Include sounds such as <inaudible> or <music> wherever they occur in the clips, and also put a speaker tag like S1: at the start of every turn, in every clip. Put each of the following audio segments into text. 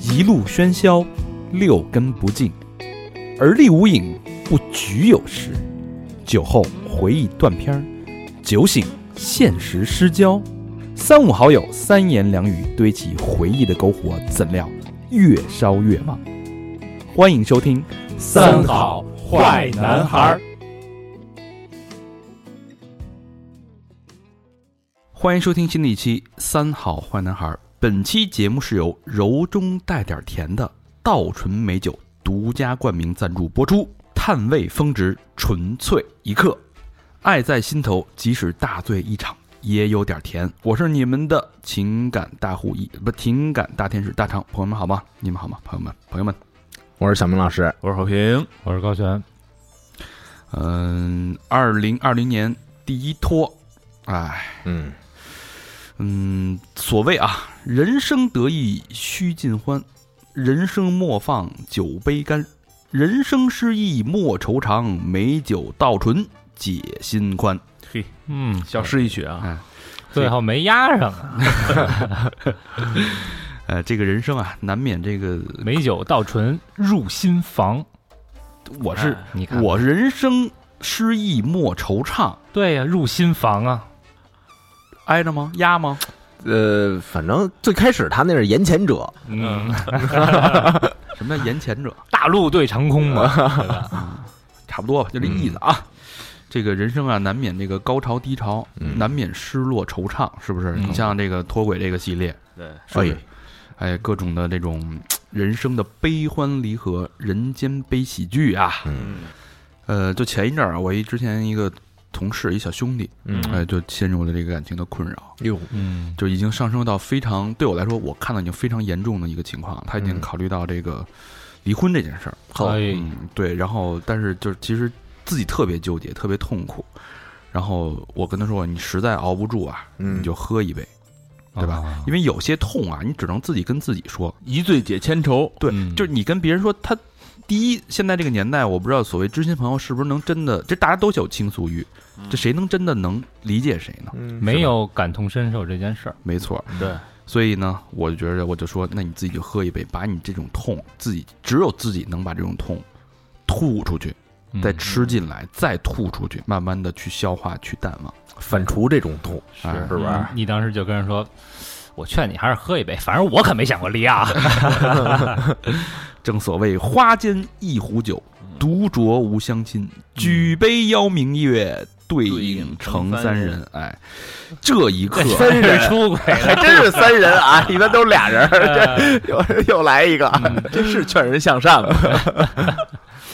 S1: 一路喧嚣，六根不净，而立无影，不局有时。酒后回忆断片儿，酒醒现实失焦。三五好友三言两语堆起回忆的篝火，怎料越烧越旺。欢迎收听《
S2: 三好坏男孩儿》，
S1: 欢迎收听新的一期《三好坏男孩儿》。本期节目是由柔中带点甜的稻醇美酒独家冠名赞助播出，探味峰值，纯粹一刻，爱在心头，即使大醉一场也有点甜。我是你们的情感大护一，不，情感大天使大长，朋友们好吗？你们好吗？朋友们，朋友们，
S3: 我是小明老师，
S4: 我是和平，
S2: 我是高璇。
S1: 嗯，二零二零年第一托，哎，
S3: 嗯，
S1: 嗯，所谓啊，人生得意须尽欢，人生莫放酒杯干，人生失意莫愁长，美酒倒醇解心宽。
S2: 嗯，
S4: 小诗一曲啊，
S1: 哎，
S2: 最后没押上啊，
S1: 呃，这个人生啊，难免这个，
S2: 美酒倒醇入心房。
S1: 我是、
S2: 哎你看，
S1: 我人生失意莫惆怅，
S2: 对呀、入心房啊，
S1: 挨着吗？压吗？
S3: 呃，反正最开始他那是言前者，
S2: 嗯，
S1: 什么叫言前者？
S2: <laughs> 大陆对长空嘛，对吧
S1: 差不多吧，就这意思啊。这个人生啊，难免这个高潮低潮，
S3: 嗯
S1: 难免失落惆怅，是不是？
S2: 嗯
S1: 你像这个脱轨这个系列，
S4: 对，
S1: 所以，哎，各种的这种人生的悲欢离合、人间悲喜剧啊。
S3: 嗯
S4: 嗯，
S1: 呃，就前一阵儿啊，我一之前一个同事，一小兄弟，
S2: 嗯
S1: 哎，就陷入了这个感情的困扰，
S3: 哟，
S2: 嗯
S1: 就已经上升到非常对我来说，我看到已经非常严重的一个情况，他已经
S3: 嗯
S1: 考虑到这个离婚这件事儿。
S3: 好，
S2: 哎
S1: 嗯，对，然后但是就是其实自己特别纠结，特别痛苦。然后我跟他说：“你实在熬不住啊，
S3: 嗯
S1: 你就喝一杯，对吧？
S2: 啊
S1: 因为有些痛啊，你只能自己跟自己说。
S4: 一醉解千愁，
S1: 对，
S2: 嗯
S1: 就是你跟别人说他，第一，现在这个年代，我不知道所谓知心朋友是不是能真的，这大家都有倾诉欲，这谁能真的能理解谁呢？
S3: 嗯
S2: 没有感同身受这件事儿，
S1: 没错，
S4: 对，
S1: 所以呢，我就觉得，我就说，那你自己就喝一杯，把你这种痛，自己只有自己能把这种痛吐出去，
S2: 嗯
S1: 再吃进来，再吐出去，慢慢的去消化，去淡忘。啊
S3: 反刍这种痛，
S1: 是
S3: 是不是？
S2: 嗯你你当时就跟人说，我劝你还是喝一杯，反正我可没想过离啊。
S1: 正所谓花间一壶酒，独酌无相亲。举杯邀明月，对影成三人。哎，这一刻，啊
S2: 真是出
S1: <laughs>
S2: 轨了，
S3: <laughs> 还真是三人啊，一般都是俩人，
S2: 哎
S3: 这又
S1: 嗯
S3: 又来一个，真是劝人向善了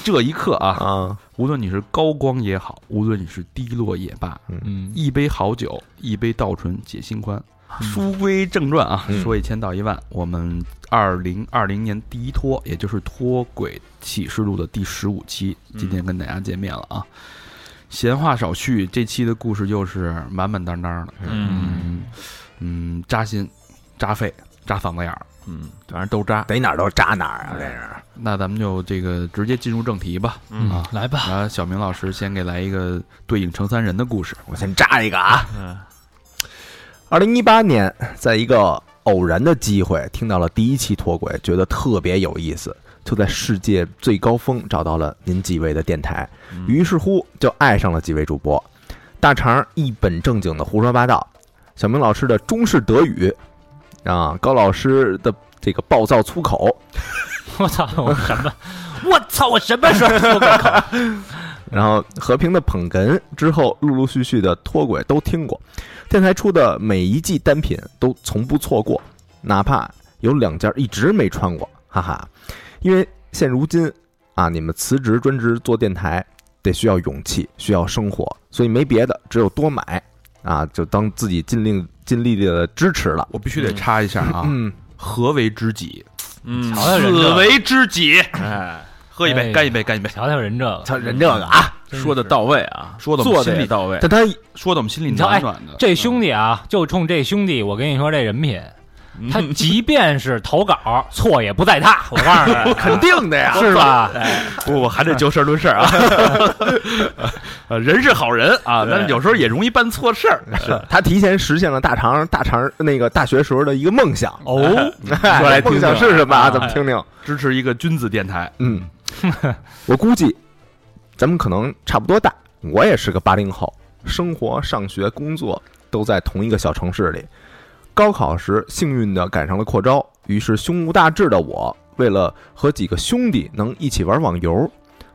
S1: 这一刻啊，
S3: 啊！
S1: 无论你是高光也好，无论你是低落也罢，
S2: 嗯，
S1: 一杯好酒，一杯倒醇解心宽。书归正传啊，
S3: 嗯
S1: 说一千道一万，我们二零二零年第一脱，也就是《脱轨启示录》的第十五期，今天跟大家见面了啊。闲话少叙，这期的故事又是满满当当的，
S4: 嗯
S1: 嗯嗯，扎心、扎肺、扎嗓子眼儿。
S4: 嗯，反正都渣，
S3: 逮哪儿都扎哪儿啊，这是
S1: 那咱们就这个直接进入正题吧。
S2: 嗯
S1: 啊，
S2: 来吧，
S1: 然后小明老师先给来一个对影成三人的故事。
S3: 我先扎一个啊。
S4: 嗯
S3: 二零一八年，在一个偶然的机会听到了第一期脱轨，觉得特别有意思，就在世界最高峰找到了您几位的电台，于是乎就爱上了几位主播。大肠一本正经的胡说八道，小明老师的中式德语，啊，高老师的这个暴躁粗口，
S2: 我操，我什么？我操！ <laughs> 我什么时候出轨口？
S3: 然后和平的捧哏之后，陆陆续续的脱轨都听过，电台出的每一季单品都从不错过，哪怕有两件一直没穿过，哈哈。因为现如今啊，你们辞职专职做电台，得需要勇气，需要生活，所以没别的，只有多买啊，就当自己尽力尽力的支持了。
S1: 我必须得插一下啊，
S3: 嗯，
S1: 何为知己？
S4: 嗯，
S2: 瞧瞧人这
S1: 为知己。
S3: 啊
S4: 哎，
S1: 喝一
S2: 哎
S1: 杯，干一杯，干一杯。
S2: 瞧瞧人这个，
S3: 瞧人这个啊，
S2: 真是
S4: 说的到位啊，
S1: 说得我们
S4: 做
S1: 心
S4: 的
S1: 里
S4: 也到位，
S3: 但他
S1: 说的我们心里
S2: 你瞧哎
S1: 暖暖的。
S2: 这兄弟啊，就冲这兄弟，我跟你说，这人品，他即便是投稿 <laughs> 错也不在他，我告诉你，
S3: 肯定的呀，
S2: <laughs> 是 <laughs> 吧？
S1: 不不，还得就事论事
S2: <laughs>
S1: 啊。呃，人是好人啊，但是有时候也容易办错事儿。
S3: 是 <laughs> 他提前实现了大肠大肠那个大学时候的一个梦想。
S2: 哦，
S3: <laughs> 哎
S1: 说来听听
S3: 梦想是什么啊？
S2: 哎
S3: 咱们听 <laughs> 听。
S1: 支持一个君子电台，
S3: 嗯，我估计咱们可能差不多大，我也是个八零后，生活、上学、工作都在同一个小城市里。高考时幸运的赶上了扩招，于是胸无大志的我，为了和几个兄弟能一起玩网游，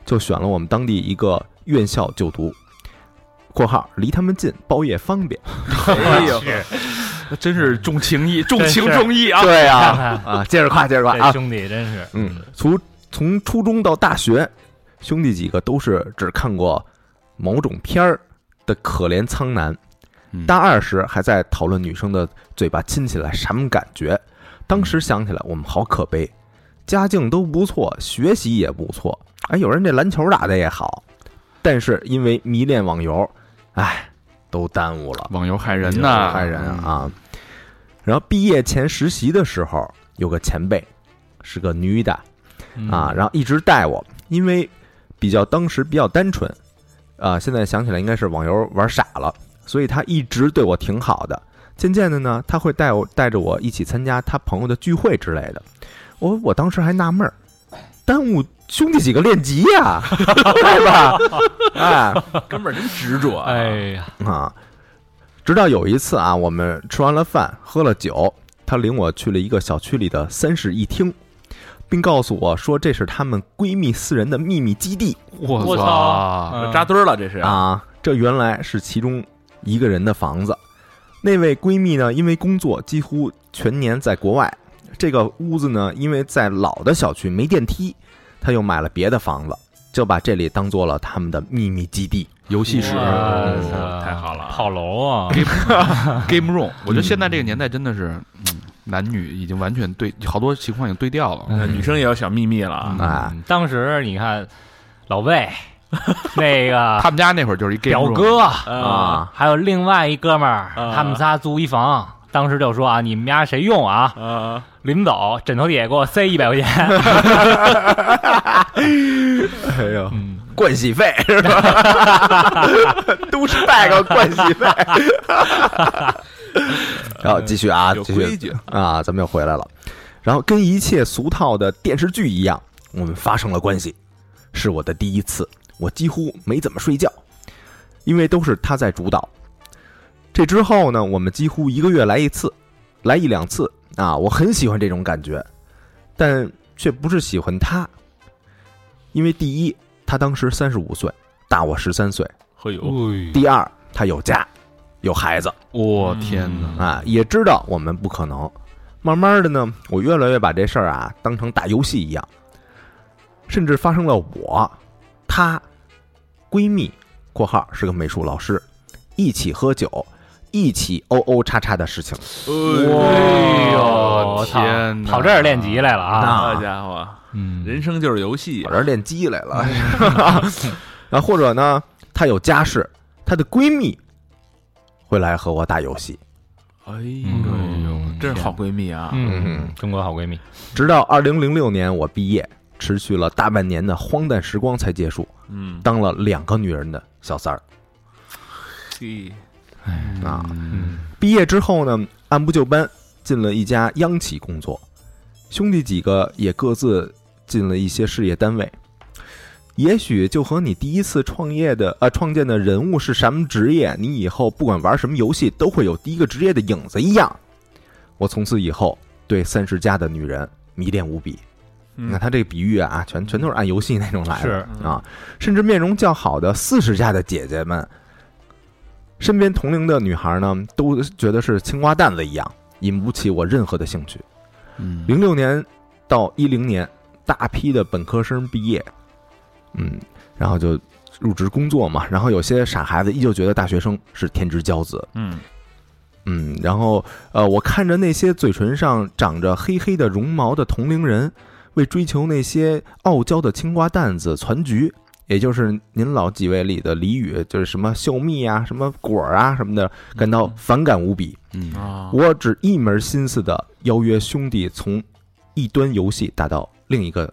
S3: 就选了我们当地一个院校就读。（括号离他们近，包夜方便。
S4: 哎呦，
S2: 是
S1: <laughs> 真是重情义，重情
S2: 真是
S1: 重义啊！
S3: 对呀、
S2: 看
S3: 啊，
S2: 看
S3: 啊，接着夸，接着夸
S2: <laughs>
S3: 啊
S2: 这！兄弟真是，
S3: 嗯，从从初中到大学，兄弟几个都是只看过某种片儿的可怜苍男
S1: 嗯。
S3: 大二时还在讨论女生的嘴巴亲起来什么感觉，当
S1: 嗯
S3: 时想起来我们好可悲，家境都不错，学习也不错，哎，有人这篮球打的也好，但是因为迷恋网游，哎，都耽误了。
S1: 网游害人
S3: 那
S1: 呐，嗯
S3: 害人啊！然后毕业前实习的时候，有个前辈是个女的
S2: <laughs> 嗯
S3: 啊，然后一直带我，因为比较当时比较单纯啊，现在想起来应该是网游玩傻了，所以她一直对我挺好的。渐渐的呢，她会带我带着我一起参加她朋友的聚会之类的。我我当时还纳闷儿，耽误兄弟几个练级呀、 <laughs> 对吧？哎，
S4: <laughs> 哥们儿真执着啊！
S2: 哎呀，
S3: 啊。直到有一次啊，我们吃完了饭，喝了酒，她领我去了一个小区里的三室一厅，并告诉我说这是她们闺蜜四人的秘密基地
S1: 我
S2: 我操
S1: 操！
S2: 嗯
S4: 扎堆儿了，这是，
S3: 啊。这原来是其中一个人的房子。那位闺蜜呢，因为工作几乎全年在国外，这个屋子呢，因为在老的小区没电梯，她又买了别的房子，就把这里当做了他们的秘密基地。
S1: 游戏室
S2: 哇
S1: 嗯
S2: 塞嗯
S4: 啊太好了
S2: 炮楼啊，
S1: Game Room，我觉得现在这个年代真的是，嗯男女已经完全对，好多情况已经对调了。
S4: 呃女生也有小秘密了
S1: 嗯
S4: 啊！
S3: 哎
S2: 当时你看老魏那个
S1: 他们家那会儿就是一 Game
S2: 表
S1: Room，
S2: 哥，
S4: 啊
S3: 啊，
S2: 还有另外一哥们儿，
S4: 啊
S2: 他们仨租一房，当时就说啊，你们家谁用啊？
S4: 啊，
S2: 临走枕头底下给我塞一百块钱，
S3: 哎呦，冠喜费是吧？
S4: <laughs>
S3: 都是 bag 冠喜费。然后继续啊，
S4: 有
S3: 继
S4: 规
S3: 续
S4: 矩，
S3: 啊，咱们又回来了。然后跟一切俗套的电视剧一样，我们发生了关系，是我的第一次，我几乎没怎么睡觉，因为都是他在主导。这之后呢，我们几乎一个月来一次，来一两次啊，我很喜欢这种感觉，但却不是喜欢他，因为第一，他当时三十五岁，大我十三岁；
S4: 会有
S2: 哎
S3: 第二，他有家，有孩子
S1: 我天哪！
S3: 啊，也知道我们不可能。慢慢的呢，我越来越把这事儿啊当成打游戏一样，甚至发生了我、她闺蜜（括号是个美术老师）一起喝酒，一起哦哦叉叉的事情。
S2: 哎呦
S1: 我
S2: 操
S1: 天哪
S2: 跑这儿练级来了啊！
S4: 好家伙，
S2: 嗯
S4: 人生就是游戏
S3: 我，这儿练鸡来 <laughs> 了。然后或者呢，她有家室，她的闺蜜会来和我打游戏。
S4: 哎
S2: 嗯
S4: 呦，真是好闺蜜啊！
S2: 嗯，中国好闺蜜，
S3: 直到二零零六年我毕业，持续了大半年的荒诞时光才结束，
S4: 嗯，
S3: 当了两个女人的小三儿
S4: 嘿
S3: 啊。
S2: 嗯
S3: 毕业之后呢，按部就班进了一家央企工作，兄弟几个也各自进了一些事业单位。也许就和你第一次创业的呃创建的人物是什么职业，你以后不管玩什么游戏都会有第一个职业的影子一样。我从此以后对三十加的女人迷恋无比。
S4: 嗯
S3: 你看他这个比喻啊，全全都是按游戏那种来的。
S2: 是
S3: 啊，甚至面容较好的四十加的姐姐们，身边同龄的女孩呢，都觉得是青蛙蛋子一样，引不起我任何的兴趣。
S1: 嗯
S3: 零六年到一零年，大批的本科生毕业，嗯，然后就入职工作嘛，然后有些傻孩子依旧觉得大学生是天之骄子，
S4: 嗯
S3: 嗯，然后呃，我看着那些嘴唇上长着黑黑的绒毛的同龄人，为追求那些傲娇的青瓜蛋子攒局，也就是您老几位里的俚语，就是什么秀蜜啊、什么果儿啊什么的，感到反感无比。
S1: 嗯，
S4: 啊，
S3: 我只一门心思的邀约兄弟从一端游戏打到另一个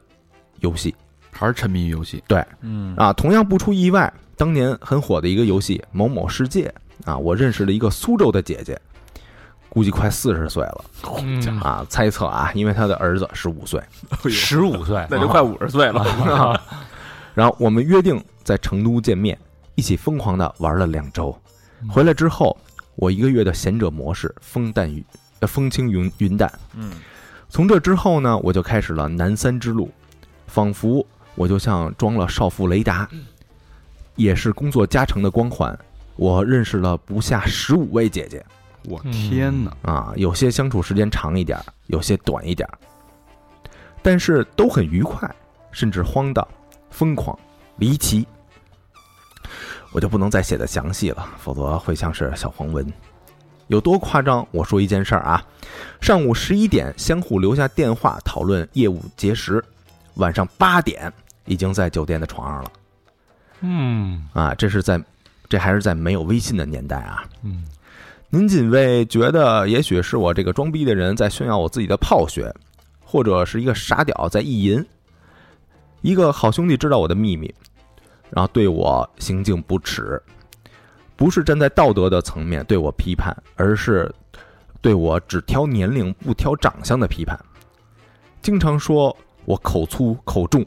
S3: 游戏
S1: 还是沉迷于游戏。
S2: 嗯
S3: 啊。同样不出意外，当年很火的一个游戏《某某世界》啊，我认识了一个苏州的姐姐，估计快四十岁了
S2: 嗯，
S3: 啊。猜测啊，因为她的儿子十五岁。
S2: 十五岁，
S4: 哎
S2: 啊
S4: 那就快五十岁
S3: 啊
S4: 了，
S3: 然后我们约定在成都见面，一起疯狂的玩了两周。回来之后，我一个月的贤者模式风淡云，呃，风轻云云淡。
S4: 嗯，
S3: 从这之后呢，我就开始了南三之路，仿佛我就像装了少妇雷达，也是工作加成的光环。我认识了不下十五位姐姐
S1: 我
S2: 嗯
S1: 天哪！
S3: 啊，有些相处时间长一点儿，有些短一点儿，但是都很愉快，甚至荒诞、疯狂、离奇。我就不能再写的详细了，否则会像是小黄文。有多夸张？我说一件事儿啊，上午十一点相互留下电话讨论业务结识，晚上八点已经在酒店的床上了
S2: <laughs> 嗯
S3: 啊！这是在，这还是在没有微信的年代啊！
S2: 嗯
S3: 您仅为觉得也许是我这个装逼的人在炫耀我自己的泡学，或者是一个傻屌在意淫。一个好兄弟知道我的秘密，然后对我行径不耻，不是站在道德的层面对我批判，而是对我只挑年龄不挑长相的批判，经常说我口粗口重。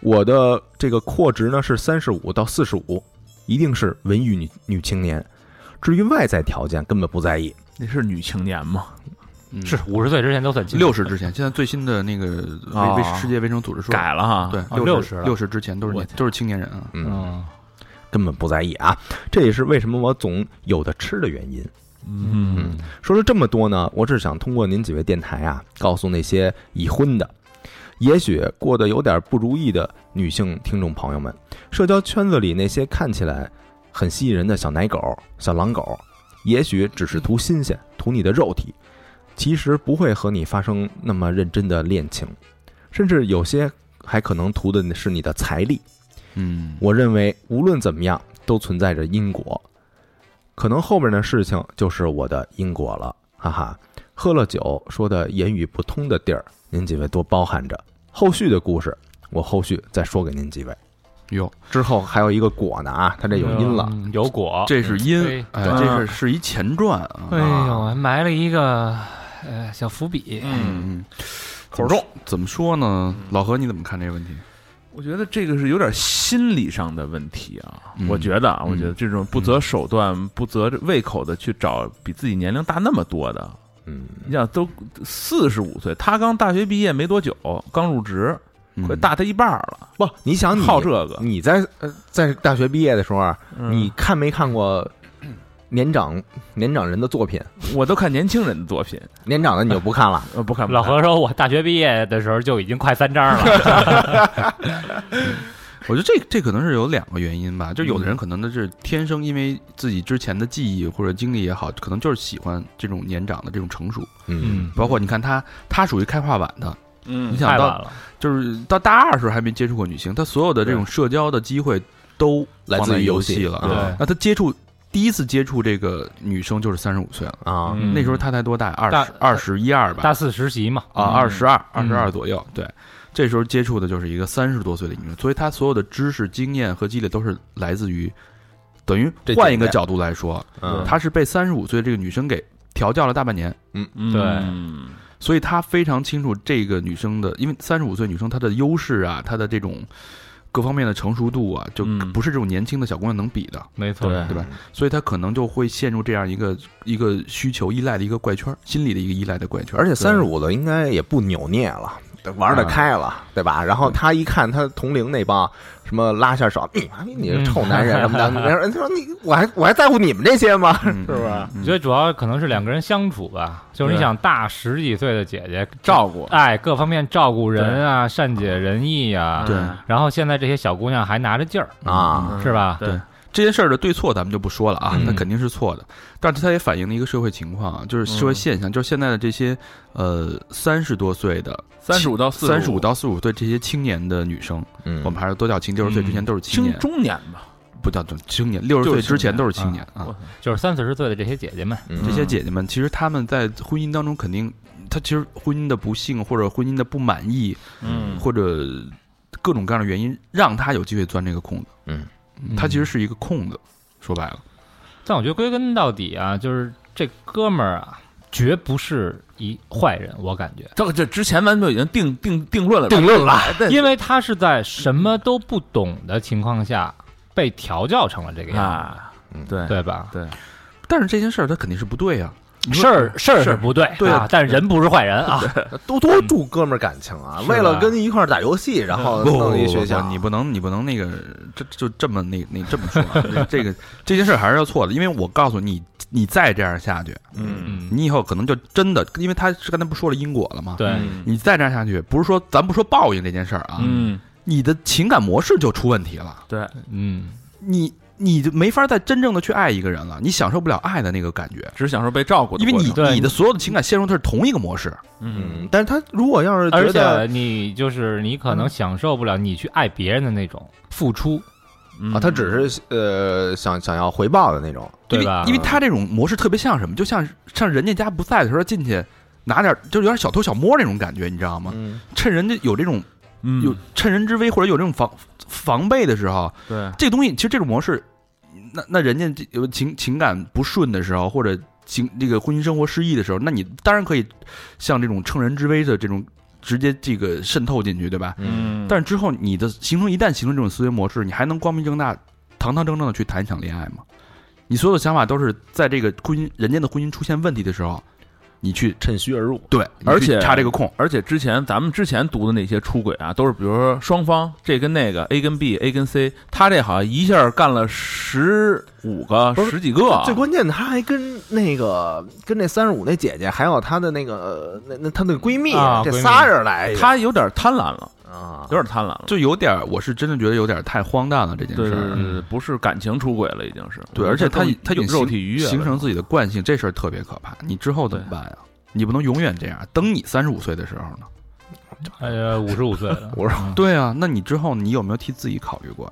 S3: 我的这个阔值呢是三十五到四十五，一定是文艺女女青年。至于外在条件根本不在意。
S4: 那是女青年嘛，
S1: 嗯
S2: 是五十岁之前都算青
S1: 六十之前，现在最新的那个
S4: 啊
S1: 卫卫世界卫生组织说，
S4: 改了哈，
S1: 对
S2: 啊
S1: 十
S2: 60了
S1: 六十之前都是
S4: 我
S1: 年都是青年人啊。
S3: 嗯，
S2: 嗯
S3: 根本不在意啊。这也是为什么我总有的吃的原因。
S4: 嗯，
S3: 说了这么多呢，我只想通过您几位电台啊，告诉那些已婚的，也许过得有点不如意的女性听众朋友们，社交圈子里那些看起来很吸引人的小奶狗、小狼狗，也许只是图新鲜、图你的肉体，其实不会和你发生那么认真的恋情，甚至有些还可能图的是你的财力。
S1: 嗯，
S3: 我认为无论怎么样，都存在着因果。可能后面的事情就是我的因果了，哈哈。喝了酒说的言语不通的地儿，您几位多包涵着。后续的故事，我后续再说给您几位。
S1: 哟，
S3: 之后还有一个果呢啊，它这有因了。
S2: 嗯有果。
S1: 这是因
S2: 对，
S1: 哎，
S4: 对
S1: 这是是一前传啊。
S2: 哎呦，还埋了一个呃小伏笔。
S4: 嗯，
S1: 嗯，口重怎么说呢？老何，你怎么看这个问题？
S4: 我觉得这个是有点心理上的问题啊
S1: 嗯，
S4: 我觉得啊，
S1: 嗯
S4: 我觉得这种不择手段、不择胃口的去找比自己年龄大那么多的，
S3: 嗯，
S4: 你想都四十五岁，他刚大学毕业没多久，刚入职，
S1: 嗯
S4: 快大他一半儿了，
S3: 不，你想你
S4: 好这个，
S3: 你在呃在大学毕业的时候啊，
S4: 嗯
S3: 你看没看过年长年长人的作品？
S4: 我都看年轻人的作品，
S3: 年长的你就不看了。
S4: 呃，不看不
S2: 老
S4: 看
S2: 何说，我大学毕业的时候就已经快三张了。
S1: 我觉得这这可能是有两个原因吧，就有的人可能呢是天生因为自己之前的记忆或者经历也好，可能就是喜欢这种年长的这种成熟。
S3: 嗯，
S1: 包括你看他，他属于开化晚的，
S4: 嗯
S1: 你
S2: 太
S1: 想
S2: 晚
S1: 到
S2: 了，
S1: 就是到大二的时候还没接触过女性，他所有的这种社交的机会都
S3: 来
S1: 放
S3: 自
S1: 在
S3: 于游
S1: 游
S3: 戏
S1: 戏了啊。
S2: 对
S1: 那他接触第一次接触这个女生就是三十五岁了，
S3: 啊，
S2: 嗯
S1: 那时候他才多大？二
S2: 大
S1: 十二十一二吧？
S2: 大四实习嘛。
S1: 啊，
S4: 嗯
S1: 二十二、二
S2: 嗯
S1: 十二左右，对，这时候接触的就是一个三十多岁的女生，所以她所有的知识、经验和积累都是来自于，等于
S3: 这
S1: 换一个
S3: 姐姐
S1: 角度来说，
S3: 嗯，
S1: 她是被三十五岁这个女生给调教了大半年，
S4: 嗯
S2: 对
S4: 嗯
S1: 所以她非常清楚这个女生的，因为三十五岁女生她的优势啊，她的这种各方面的成熟度啊，就
S4: 嗯
S1: 不是这种年轻的小姑娘能比的，
S2: 没错，
S4: 对
S1: 对吧？所以她可能就会陷入这样一个一个需求依赖的一个怪圈，心理的一个依赖的怪圈，
S3: 而且三十五的应该也不扭捏了，玩得开了，对吧？然后他一看他同龄那帮什么拉下手，你妈逼你这臭男人什么的，然后人家说你我还我还在乎你们这些吗？
S1: 嗯，
S3: 是吧
S1: 嗯
S2: 我觉得主要可能是两个人相处吧，就是你
S4: 对
S2: 想大十几岁的姐姐，
S4: 照顾，
S2: 哎，各方面照顾人啊，善解人意啊，
S1: 对
S4: 嗯
S2: 然后现在这些小姑娘还拿着劲儿，
S3: 啊，
S4: 嗯
S2: 是吧？
S4: 对，
S1: 这件事儿的对错咱们就不说了啊，
S3: 嗯
S1: 那肯定是错的，但是它也反映了一个社会情况啊，就是社会现象，就是现在的这些呃三十多岁的
S4: 三十五到四
S1: 三十五到四十五岁这些青年的女生，
S3: 嗯
S1: 我们还是都叫青，六十岁之前都是青
S4: 青
S1: 年，
S4: 中年吧，
S1: 不叫青年，六十岁之前都是青年啊。
S4: 我操
S2: 就是三四十岁的这些姐姐们，
S3: 嗯
S1: 这些姐姐们，其实她们在婚姻当中肯定，她其实婚姻的不幸或者婚姻的不满意，
S4: 嗯，
S1: 或者各种各样的原因，让她有机会钻这个空子。
S3: 嗯
S1: 嗯，她其实是一个空子，说白了，
S2: 但我觉得归根到底啊，就是这哥们儿啊，绝不是一坏人，我感觉，
S4: 这这之前咱们就已经定定定论了吧，
S3: 论了，
S4: 对
S2: 因为他是在什么都不懂的情况下被调教成了这个样
S4: 啊
S3: 嗯，
S4: 对
S2: 子，对吧？
S4: 对，
S1: 但是这件事儿她肯定是不对啊呀、
S2: 事儿事儿
S4: 是
S2: 是不对
S1: 对
S2: 啊，但人不是坏人啊，
S3: 多多注哥们儿感情啊
S2: 是！吧
S3: 为了跟一块儿打游戏，然后呃弄一学校，
S1: 你不能，你不能那个，这就这么那那这么说、啊，这个这件事儿还是要错的，因为我告诉你，你再这样下去，
S3: 嗯
S2: 嗯，
S1: 你以后可能就真的，因为他是刚才不说了因果了吗？，
S2: 对，
S4: 嗯
S1: 你再这样下去，不是说咱不说报应这件事儿啊，
S4: 嗯，
S1: 你的情感模式就出问题了，
S4: 对，
S2: 嗯，
S1: 你你就没法再真正的去爱一个人了，你享受不了爱的那个感觉，
S4: 只享受被照顾的
S1: 因为
S4: 过
S1: 你
S4: 程，
S2: 对
S1: 你的所有的情感陷入的是同一个模式，
S3: 嗯，但是他如果要是
S2: 而且
S3: 觉得
S2: 你就是你可能享受不了你去爱别人的那种付出，
S4: 嗯
S3: 啊，他只是呃想想要回报的那种，
S1: 因
S2: 对
S1: 为
S2: 吧？
S1: 因为他这种模式特别像什么，就像像人家家不在的时候进去拿点，就是有点小偷小摸那种感觉，你知道吗？
S3: 嗯，
S1: 趁人家有这种
S4: 嗯
S1: 有趁人之危或者有这种防防备的时候，
S3: 嗯
S4: 对，
S1: 这个东西其实这种模式，那那人家这有情情感不顺的时候，或者情这个婚姻生活失意的时候，那你当然可以像这种趁人之危的这种直接这个渗透进去，对吧？
S4: 嗯，
S1: 但是之后你的形成一旦形成这种思维模式，你还能光明正大、堂堂正正的去谈一场恋爱吗？你所有的想法都是在这个婚姻人家的婚姻出现问题的时候，你去
S3: 趁虚而入，
S1: 对，你去
S4: 而且
S1: 插这个空，
S4: 而且之前咱们之前读的那些出轨啊，都是比如说双方这跟那个 A 跟 B，A 跟 C，他这好像一下干了十五个、
S3: 不是
S4: 十几个啊，
S3: 最关键的，她还跟那个跟那三十五那姐姐，还有她的那个呃那那她的闺蜜，
S2: 啊
S3: 这
S2: 闺蜜
S3: 仨人来，
S4: 他有点贪婪了，
S3: 啊
S4: 有，点贪婪了，
S1: 就有点儿，我是真的觉得有点儿太荒诞了这件
S4: 对
S1: 事
S4: 对
S1: 儿。嗯
S4: 对对，不是感情出轨了，已经是
S1: 对，而且他已他已
S4: 有
S1: 经
S4: 肉
S1: 形
S4: 体愉悦了
S1: 形成自己的惯性，这事儿特别可怕。你之后怎么办呀？你不能永远这样。等你三十五岁的时候呢？
S2: 呃五 <laughs> 十五岁了，
S3: 我说
S2: 嗯
S1: 对啊，那你之后你有没有替自己考虑过？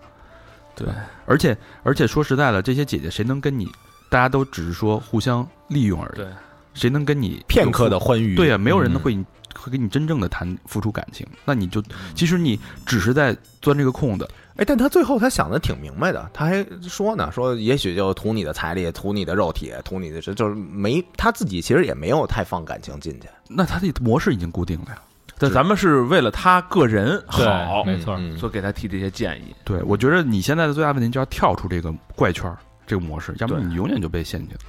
S4: 对，
S1: 而且而且说实在的，这些姐姐谁能跟你？大家都只是说互相利用而已
S4: 对，
S1: 谁能跟你
S3: 片刻的欢愉，
S1: 对呀、没有人
S3: 嗯
S1: 会、会跟你真正的谈付出感情。那你就其实你只是在钻这个空子，
S3: 哎，但他最后他想的挺明白的，他还说呢，说也许就图你的财力，图你的肉体，图你的是就是没他自己其实也没有太放感情进去，
S1: 那他的模式已经固定了呀。
S4: 但咱们是为了他个人好
S2: 对，没错
S3: 嗯
S4: 所以给他提这些建议，
S1: 对，我觉得你现在的最大问题就要跳出这个怪圈儿。这个模式，要不
S4: 对
S1: 然你永远就被陷进去了。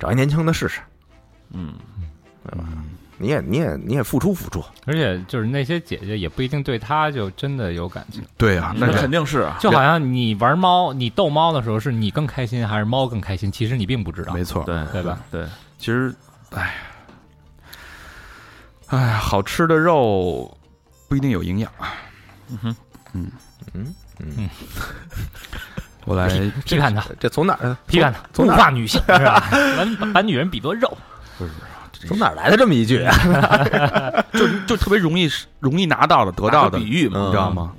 S3: 找一年轻的试试，
S4: 嗯，
S3: 对吧？你也你也你也付出付出，
S2: 而且就是那些姐姐也不一定对他就真的有感情，
S1: 对呀、
S4: 那
S1: 嗯那
S4: 肯定是啊，
S2: 就好像你玩猫，你逗猫的时候是你更开心还是猫更开心，其实你并不知道，
S1: 没错。
S4: 对
S2: 对吧？
S4: 对，
S1: 其实，哎，哎，好吃的肉不一定有营养。啊
S4: 嗯哼，
S3: 嗯嗯，
S1: 我来，
S2: 批判他，
S3: 这从哪儿呃
S2: 批判他，
S3: 从
S2: 物
S3: 哪儿
S2: 化女性是吧？ <laughs> 把把女人比作肉，
S3: 从哪儿来的这么一句啊？
S1: 就就特别容易容易拿到的、得到的，
S4: 打个
S1: 你
S4: 比喻嘛，
S1: 知道吗？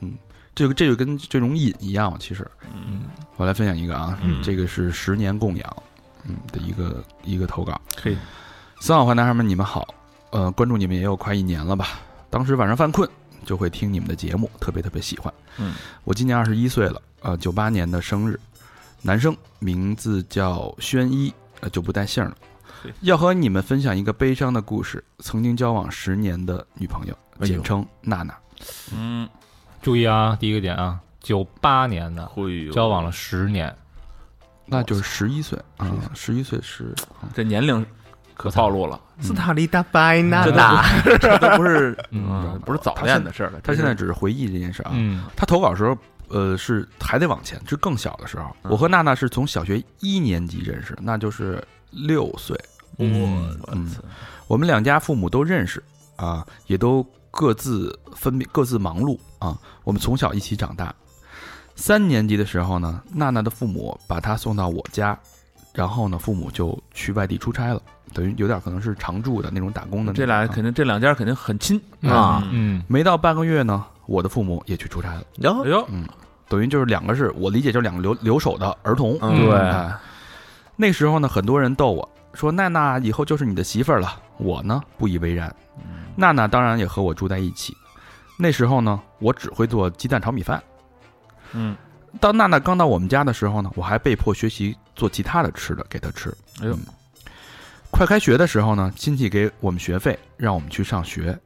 S1: 嗯，这个这个跟这种瘾一样，其实。
S4: 嗯，
S1: 我来分享一个啊，
S4: 嗯
S1: 这个是十年供养，嗯的一个一个投稿。
S4: 可以，
S1: 三好坏男孩们，你们好，呃，关注你们也有快一年了吧？当时晚上犯困就会听你们的节目，特别特别喜欢。
S4: 嗯，
S1: 我今年二十一岁了，呃，九八年的生日，男生，名字叫轩一，呃，就不带姓了
S4: 嘿。
S1: 要和你们分享一个悲伤的故事，曾经交往十年的女朋友，
S3: 哎呦
S1: 简称娜娜。
S4: 嗯，
S2: <laughs> 注意啊，第一个点啊，九八年的
S4: 会
S2: 交往了十年，
S1: 那就是十一岁啊，十一岁是
S4: 这年龄可暴露了，
S3: 斯塔利达拜娜
S2: 这
S3: 娜，
S4: <laughs> 这都不 <laughs> 是
S2: 嗯
S4: 不是早恋的事儿了，
S1: 他现在只是回忆这件事
S2: <laughs>
S1: 啊。
S2: 嗯
S1: 他投稿时候，呃，是还得往前，是更小的时候。
S4: 嗯
S1: 我和娜娜是从小学一年级认识，那就是六岁。
S2: 嗯
S4: 我
S1: 嗯
S4: 操，
S1: 我们两家父母都认识啊，也都各自分别各自忙碌啊。我们从小一起长大。三年级的时候呢，娜娜的父母把她送到我家，然后呢，父母就去外地出差了，等于有点可能是常住的那种打工的那种啊。
S4: 这俩肯定这两家肯定很亲
S3: 啊
S4: 嗯
S2: 嗯，
S1: 没到半个月呢，我的父母也去出差了，
S3: 然后
S4: 哎呦，
S1: 等于就是两个是我理解就是两个留留守的儿童。
S3: 嗯
S2: 对
S1: 哎，那时候呢，很多人逗我说娜娜以后就是你的媳妇儿了，我呢不以为然。娜娜当然也和我住在一起。那时候呢，我只会做鸡蛋炒米饭。
S4: 嗯，
S1: 当娜娜刚到我们家的时候呢，我还被迫学习做其他的吃的给她吃。
S4: 哎呦
S1: 嗯，快开学的时候呢，亲戚给我们学费，让我们去上学。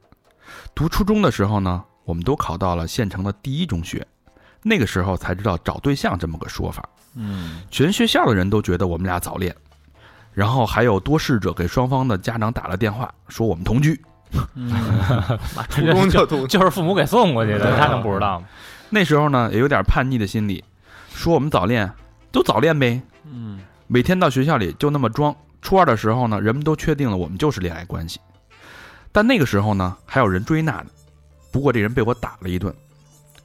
S1: 读初中的时候呢，我们都考到了县城的第一中学。那个时候才知道找对象这么个说法。
S4: 嗯，
S1: 全学校的人都觉得我们俩早恋，然后还有多事者给双方的家长打了电话，说我们同居。
S4: 嗯
S3: 初中就读
S2: 就是父母给送过去的，他能不知道吗？
S1: 那时候呢，也有点叛逆的心理，说我们早恋就早恋呗，
S4: 嗯，
S1: 每天到学校里就那么装。初二的时候呢，人们都确定了我们就是恋爱关系，但那个时候呢，还有人追娜娜，不过这人被我打了一顿。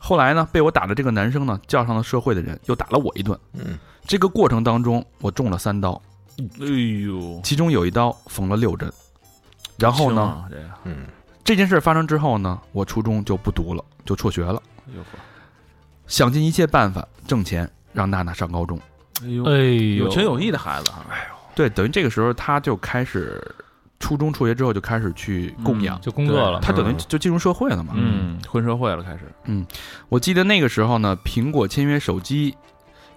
S1: 后来呢，被我打的这个男生呢，叫上了社会的人，又打了我一顿。
S3: 嗯，
S1: 这个过程当中，我中了三刀，
S4: 哎 <laughs> 呦，
S1: 其中有一刀缝了六针。然后呢，
S4: 轻啊？这个，
S3: 嗯
S1: 这件事发生之后呢，我初中就不读了，就辍学了，
S4: 哎呦
S1: 想尽一切办法挣钱让娜娜上高中。
S4: 哎呦，哎
S2: 哎呦，
S4: 有情有义的孩子啊哈，
S1: 对，等于这个时候她就开始初中辍学之后就开始去供养，
S2: 就工作了，
S1: 她等于
S3: 嗯
S1: 就进入社会了嘛。
S4: 嗯，混社会了开始，
S1: 我记得那个时候呢，苹果签约手机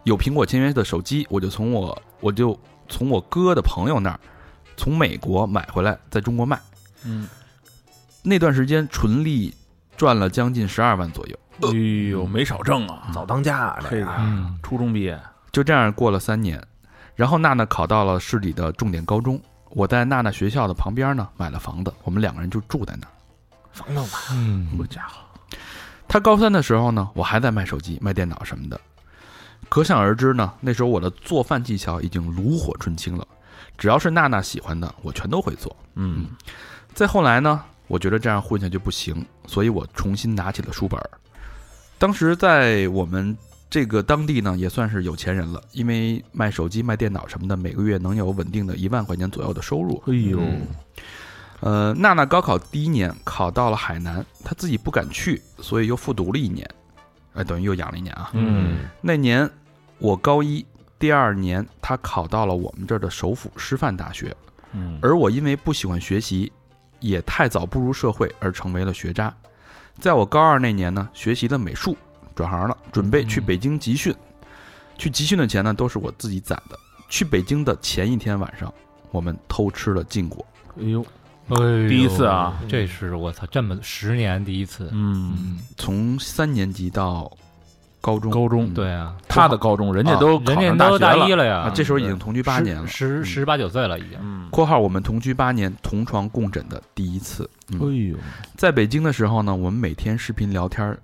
S1: 有苹果签约的手机，我就从我我就从我哥的朋友那儿从美国买回来，在中国卖。
S4: 嗯，
S1: 那段时间纯利赚了将近十二万左右。
S4: 哎呦，没少挣啊，
S3: 早当家啊，这个
S2: 嗯，
S4: 初中毕业，
S1: 就这样过了三年，然后娜娜考到了市里的重点高中。我在娜娜学校的旁边呢买了房子，我们两个人就住在那儿。
S3: 房东吧，
S2: 嗯
S4: 好家伙，
S1: 她高三的时候呢，我还在卖手机、卖电脑什么的，可想而知呢，那时候我的做饭技巧已经炉火纯青了，只要是娜娜喜欢的，我全都会做。
S4: 嗯
S1: 再后来呢，我觉得这样混下去不行，所以我重新拿起了书本儿。当时在我们这个当地呢，也算是有钱人了，因为卖手机、卖电脑什么的，每个月能有稳定的一万块钱左右的收入。
S4: 哎呦
S3: 嗯
S1: 呃，娜娜高考第一年考到了海南，她自己不敢去，所以又复读了一年，哎，等于又养了一年啊。
S2: 嗯，
S1: 那年我高一，第二年她考到了我们这儿的首府师范大学，
S4: 嗯，
S1: 而我因为不喜欢学习，也太早步入社会而成为了学渣。在我高二那年呢，学习了美术，转行了，准备去北京集训。去集训的钱呢，都是我自己攒的。去北京的前一天晚上，我们偷吃了禁果。
S4: 哎呦，
S2: 哎呦
S4: 第一次啊，
S2: 这是我操，这么十年第一次，
S4: 嗯，
S2: 嗯，
S1: 从三年级到高中，
S4: 高中
S1: 嗯
S2: 对啊，
S4: 他的高中，人家
S1: 啊
S4: 都考
S2: 人家
S4: 上
S2: 都
S4: 学了
S2: 大一，了呀
S1: 啊，，这时候已经同居八年了。
S2: 十十十八九岁了已经，
S4: 嗯，
S1: （括号我们同居八年，同床共枕的第一次）嗯
S4: 哎呦，
S1: 在北京的时候呢，我们每天视频聊天儿，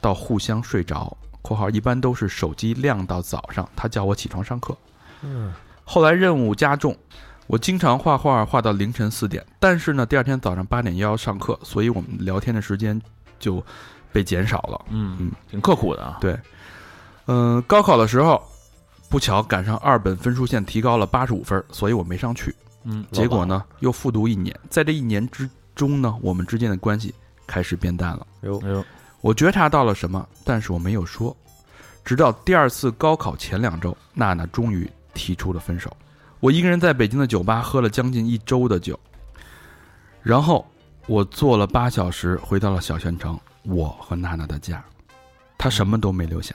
S1: 到互相睡着（括号一般都是手机亮到早上，他叫我起床上课）。
S3: 嗯，
S1: 后来任务加重，我经常画画画到凌晨四点，但是呢，第二天早上八点要上课，所以我们聊天的时间就被减少了。
S4: 嗯
S1: 嗯，
S4: 挺刻苦的啊，
S1: 对，嗯、高考的时候不巧赶上二本分数线提高了八十五分儿，所以我没上去。
S4: 嗯，
S1: 结果呢，又复读一年，在这一年之中呢，我们之间的关系开始变淡了。
S4: 哎呦，
S1: 我觉察到了什么，但是我没有说。直到第二次高考前两周，娜娜终于提出了分手。我一个人在北京的酒吧喝了将近一周的酒，然后我坐了八小时回到了小县城，我和娜娜的家，她什么都没留下。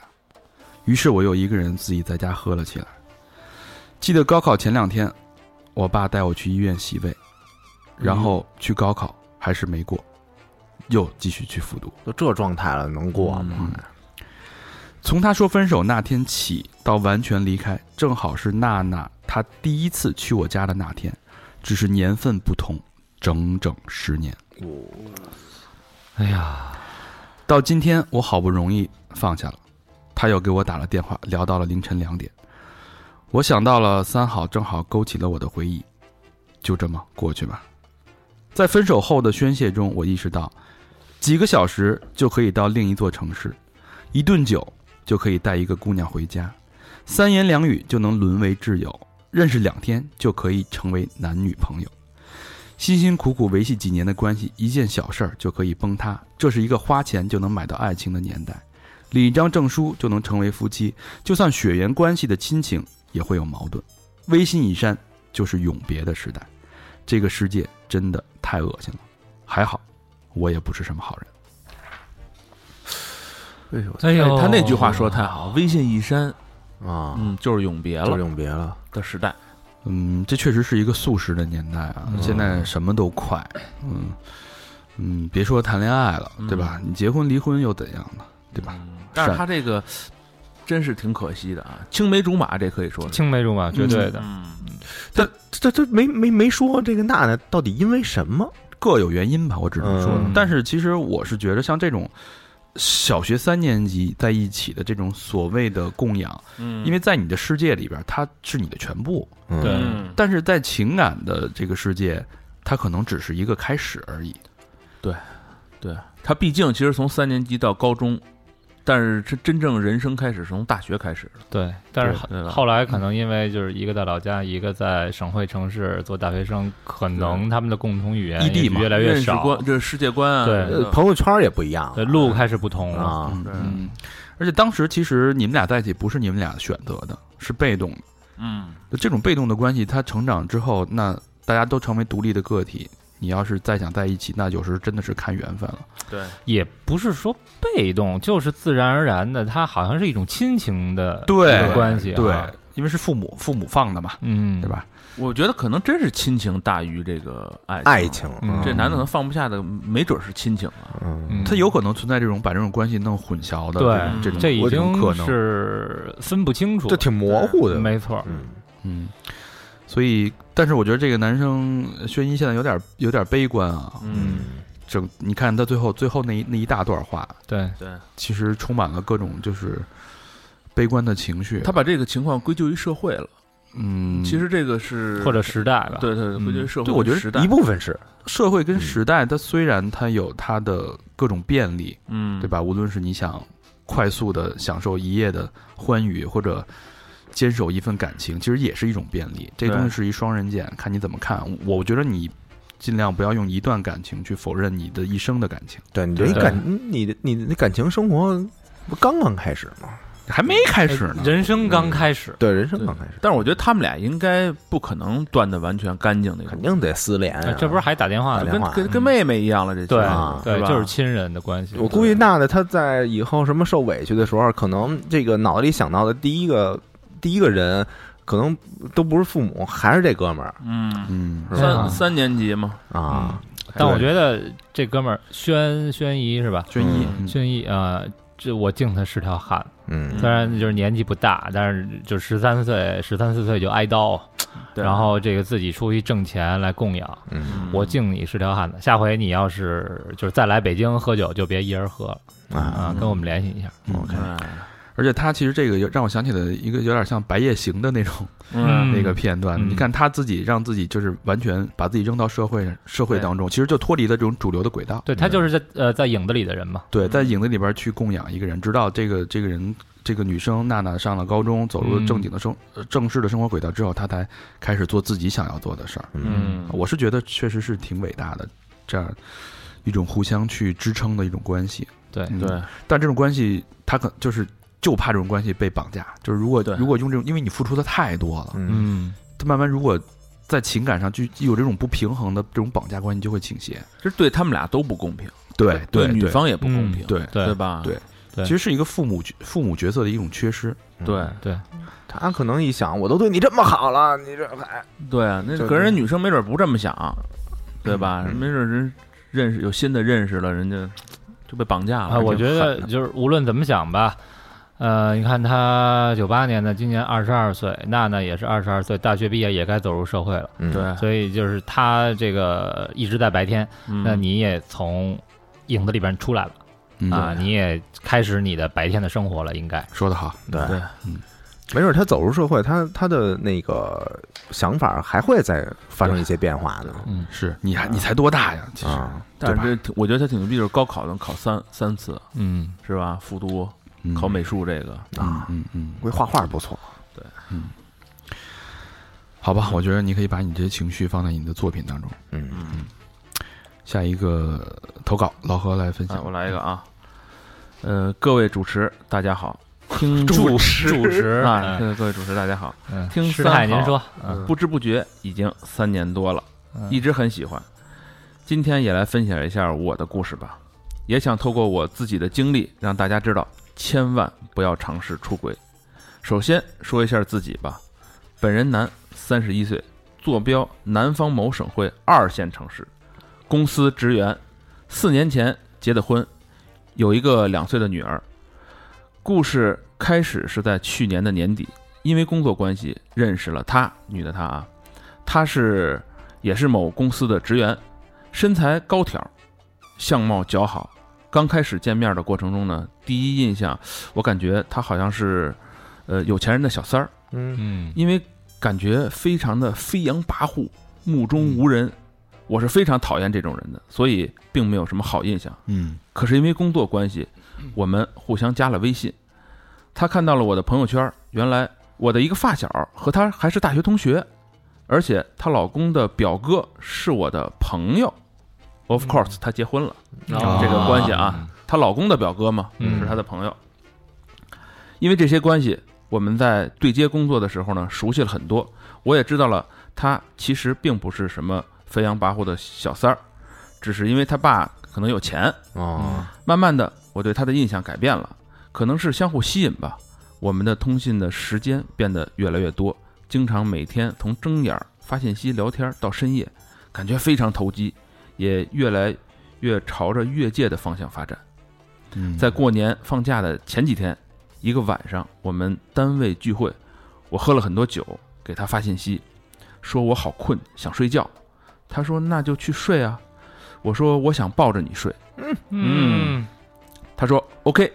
S1: 于是我又一个人自己在家喝了起来。记得高考前两天，我爸带我去医院洗胃，然后去高考还是没过，又继续去复读。
S3: 都这状态了，能过吗
S1: 嗯？从他说分手那天起到完全离开，正好是娜娜她第一次去我家的那天，只是年份不同，整整十年。
S2: 哎呀，
S1: 到今天，我好不容易放下了，他又给我打了电话，聊到了凌晨两点。我想到了三好，正好勾起了我的回忆，就这么过去吧。在分手后的宣泄中，我意识到，几个小时就可以到另一座城市，一顿酒就可以带一个姑娘回家，三言两语就能沦为挚友，认识两天就可以成为男女朋友。辛辛苦苦维系几年的关系，一件小事儿就可以崩塌，这是一个花钱就能买到爱情的年代。领一张证书就能成为夫妻，就算血缘关系的亲情也会有矛盾。微信一删就是永别的时代，这个世界真的太恶心了。还好，我也不是什么好人。
S3: 哎呦
S2: 哎呦，
S4: 他那句话说得太好，微信一删，
S3: 啊，
S4: 嗯，就是永别
S3: 就
S4: 了
S3: 永别了，
S4: 的时代。
S1: 嗯，这确实是一个速食的年代啊，现在什么都快，嗯嗯，别说谈恋爱了，对吧？你结婚离婚又怎样呢？对吧？
S4: 嗯但是他这个真是挺可惜的啊，青梅竹马这可以说是，
S2: 青梅竹马，绝对的。
S4: 嗯，
S3: 这这没没没说这个娜娜到底因为什么？
S1: 各有原因吧，我只能说。
S2: 嗯
S1: 但是其实我是觉得，像这种小学三年级在一起的这种所谓的供养，嗯因
S4: 因
S1: 为
S4: 为
S1: 在你的世界里边，它是你的全部，
S3: 嗯
S2: 对
S4: 嗯嗯
S1: 但是在情感的这个世界，它可能只是一个开始而已。
S4: 对他毕竟其实从三年级到高中，但是真真正人生开始是从大学开始的。
S2: 对，但是
S4: 对对
S2: 后
S4: 吧
S2: 后来可能因为就是一个在老家，一个在省会城市做大学生，可能他们的共同语言
S1: 异地
S2: 也
S1: 嘛
S2: 越来越
S4: 认识
S2: 少，
S4: 观，这世界观啊，
S2: 对
S4: 这
S3: 呃
S4: 个
S3: 朋友圈也不一样
S2: 对
S3: 了
S2: 路开始不同了。
S3: 啊，
S4: 对
S1: 嗯，而且当时其实你们俩在一起不是你们俩选择的，是被动的。
S4: 嗯，
S1: 这种被动的关系，它成长之后，那大家都成为独立的个体。你要是再想在一起，那有时候真的是看缘分了。
S4: 对，
S2: 也不是说被动，就是自然而然的，它好像是一种亲情的
S1: 对
S2: 一个关系、啊，
S1: 对，因为是父母父母放的嘛，
S2: 嗯，
S1: 对？吧？
S4: 我觉得可能真是亲情大于这个爱啊
S3: 爱情，
S2: 嗯
S4: 这男的可能放不下的，没准是亲情啊。
S3: 嗯
S2: 嗯，
S1: 他有可能存在这种把这种关系弄混淆的
S2: 对
S3: 嗯
S1: 这种这
S2: 这已
S1: 种可
S2: 经
S1: 能。
S2: 是分不清楚，
S3: 这挺模糊的，
S2: 没错，
S3: 嗯，
S1: 嗯，所以，但是我觉得这个男生轩一现在有点有点悲观啊。
S4: 嗯，
S1: 整你看他最后最后那一那一大段话，
S2: 对，
S4: 对
S1: 其实充满了各种就是悲观的情绪。
S4: 他把这个情况归咎于社会了，
S1: 嗯，
S4: 其实这个是
S2: 或者时代吧，
S4: 对对对，归咎于社会，
S1: 对我觉得
S4: 时代
S3: 一，部分是
S1: 社会
S4: 嗯
S1: 跟时代，它虽然它有它的各种便利，
S4: 嗯，
S1: 对？吧？无论是你想快速的享受一夜的欢愉，或者坚守一份感情，其实也是一种便利。这个东西
S4: 对
S1: 是一双刃剑，看你怎么看。我觉得你尽量不要用一段感情去否认你的一生的感情，
S3: 对你这一
S2: 对
S3: 感你的你的感情生活不刚刚开始吗？
S1: 还没开始呢。
S2: 哎人生
S3: 嗯
S2: 刚开始，
S3: 对，人生刚开始，
S4: 但是我觉得他们俩应该不可能断的完全干净那种，
S3: 肯定得撕脸啊
S2: 哎，这不是还打电话
S3: 打
S2: 呢？
S3: 电
S4: 跟
S3: 话
S4: 跟跟妹妹一样了，这
S2: 对、
S3: 啊
S2: 对
S4: 是，吧
S2: 就是亲人的关系。
S3: 我估计娜娜她在以后什么受委屈的时候，可能这个脑子里想到的第一个第一个人，可能都不是父母，还是这哥们儿
S4: 嗯，
S1: 嗯，
S3: 是吧
S4: 三三年级嘛，
S3: 啊。
S2: 嗯但我
S3: 对
S2: 觉得这哥们儿宣宣仪是吧？
S1: 轩一，嗯
S2: 宣仪啊，呃这我敬他是条汉子，
S3: 嗯，
S2: 虽然就是年纪不大，但是就十三岁、十三四岁就挨刀，
S4: 对
S2: 然后这个自己出去挣钱来供养。
S3: 嗯
S2: 我敬你是条汉子，下回你要是就是再来北京喝酒，就别一人喝了
S3: 啊，
S2: 啊，跟我们联系一下。
S1: 嗯
S3: ，OK
S4: 哎
S1: 而且他其实这个有让我想起了一个有点像《白夜行》的那种
S2: 嗯
S1: 那个片段。
S2: 嗯
S1: 你看他自己让自己就是完全把自己扔到社会社会当中，其实就脱离了这种主流的轨道。
S2: 对他就是在呃在影子里的人嘛，
S1: 对，
S4: 嗯
S1: 在影子里边去供养一个人，直到这个这个人这个女生娜娜上了高中，走入了正经的生、呃正式的生活轨道之后，她才开始做自己想要做的事儿。
S3: 嗯
S1: 我是觉得确实是挺伟大的，这样一种互相去支撑的一种关系。
S2: 对
S1: 嗯
S4: 对，
S1: 但这种关系，他可就是就怕这种关系被绑架，就是如果
S4: 对
S1: 如果用这种，因为你付出的太多了，
S3: 嗯，
S2: 嗯，
S1: 他慢慢如果在情感上就有这种不平衡的这种绑架关系，就会倾斜。
S4: 这对他们俩都不公平，
S1: 对对
S4: 女
S1: 对
S4: 方也不公平，
S2: 嗯
S1: 对
S2: 对
S4: 对吧？
S1: 对
S2: 对
S1: 其实是一个父母父母角色的一种缺失。
S4: 对
S2: 对，
S3: 嗯他可能一想，我都对你这么好了，你这还
S4: 对啊，那
S3: 对
S4: 可是人女生没准不这么想，对吧？
S3: 嗯
S4: 没准人认识有新的认识了，人家就被绑架
S2: 啊，
S4: 了。
S2: 我觉得
S3: 狠的
S2: 就是无论怎么想吧，呃，你看他九八年的，今年二十二岁，娜娜也是二十二岁，大学毕业也该走入社会了，
S3: 嗯
S4: 对，
S2: 所以就是他这个一直在白天，
S4: 嗯
S2: 那你也从影子里边出来了
S1: 嗯
S2: 啊，你也开始你的白天的生活了，应该
S1: 说的好，
S3: 对
S4: 对，
S3: 没准他走入社会，他他的那个想法还会再发生一些变化呢。
S1: 是你还你才多大呀？其实，
S3: 啊，
S4: 但
S1: 对吧
S4: 是这挺我觉得他挺牛逼，就是高考能考三三次，
S2: 嗯，
S4: 是吧？复读，
S1: 嗯
S4: 考美术这个，
S1: 嗯嗯嗯，
S3: 会啊画画不错，
S1: 好吧，我觉得你可以把你这些情绪放在你的作品当中。
S3: 嗯，
S1: 下一个投稿，老何来分
S4: 啊，
S1: 享。
S4: 我来一个啊，呃，各位主持大家好，
S2: <laughs>
S4: 听
S2: 主持主持嗯
S4: 啊，对各位主持大家好，
S2: 嗯
S4: 听
S2: 师
S4: 三
S2: 太您
S4: 好
S2: 说，嗯
S4: 不知不觉已经三年多了，
S2: 嗯
S4: 一直很喜欢。今天也来分享一下我的故事吧，也想透过我自己的经历让大家知道，千万不要尝试出轨。首先说一下自己吧，本人男，三十一岁，坐标南方某省会二线城市，公司职员，四年前结的婚，有一个两岁的女儿。故事开始是在去年的年底，因为工作关系认识了她，女的她啊，她是也是某公司的职员，身材高挑，相貌姣好。刚开始见面的过程中呢，第一印象我感觉她好像是，呃，有钱人的小三儿，
S3: 嗯，
S2: 嗯
S4: 因为感觉非常的飞扬跋扈，目中无人。我是非常讨厌这种人的，所以并没有什么好印象。
S1: 嗯
S4: 可是因为工作关系，我们互相加了微信。他看到了我的朋友圈，原来我的一个发小和他还是大学同学，而且她老公的表哥是我的朋友。Of course，她结婚了，
S1: 哦
S3: 嗯
S4: 嗯这个关系啊，她老公的表哥嘛，
S2: 嗯
S4: 是她的朋友。因为这些关系，我们在对接工作的时候呢，熟悉了很多。我也知道了，她其实并不是什么飞扬跋扈的小三儿，只是因为她爸可能有钱，
S3: 哦，
S4: 慢慢的，我对他的印象改变了，可能是相互吸引吧。我们的通信的时间变得越来越多，经常每天从睁眼儿发信息聊天到深夜，感觉非常投机，也越来越朝着越界的方向发展。
S1: 嗯，
S4: 在过年放假的前几天，一个晚上，我们单位聚会，我喝了很多酒，给他发信息，说我好困，想睡觉。他说那就去睡啊。我说我想抱着你睡。嗯
S2: 嗯，
S4: 他说 OK。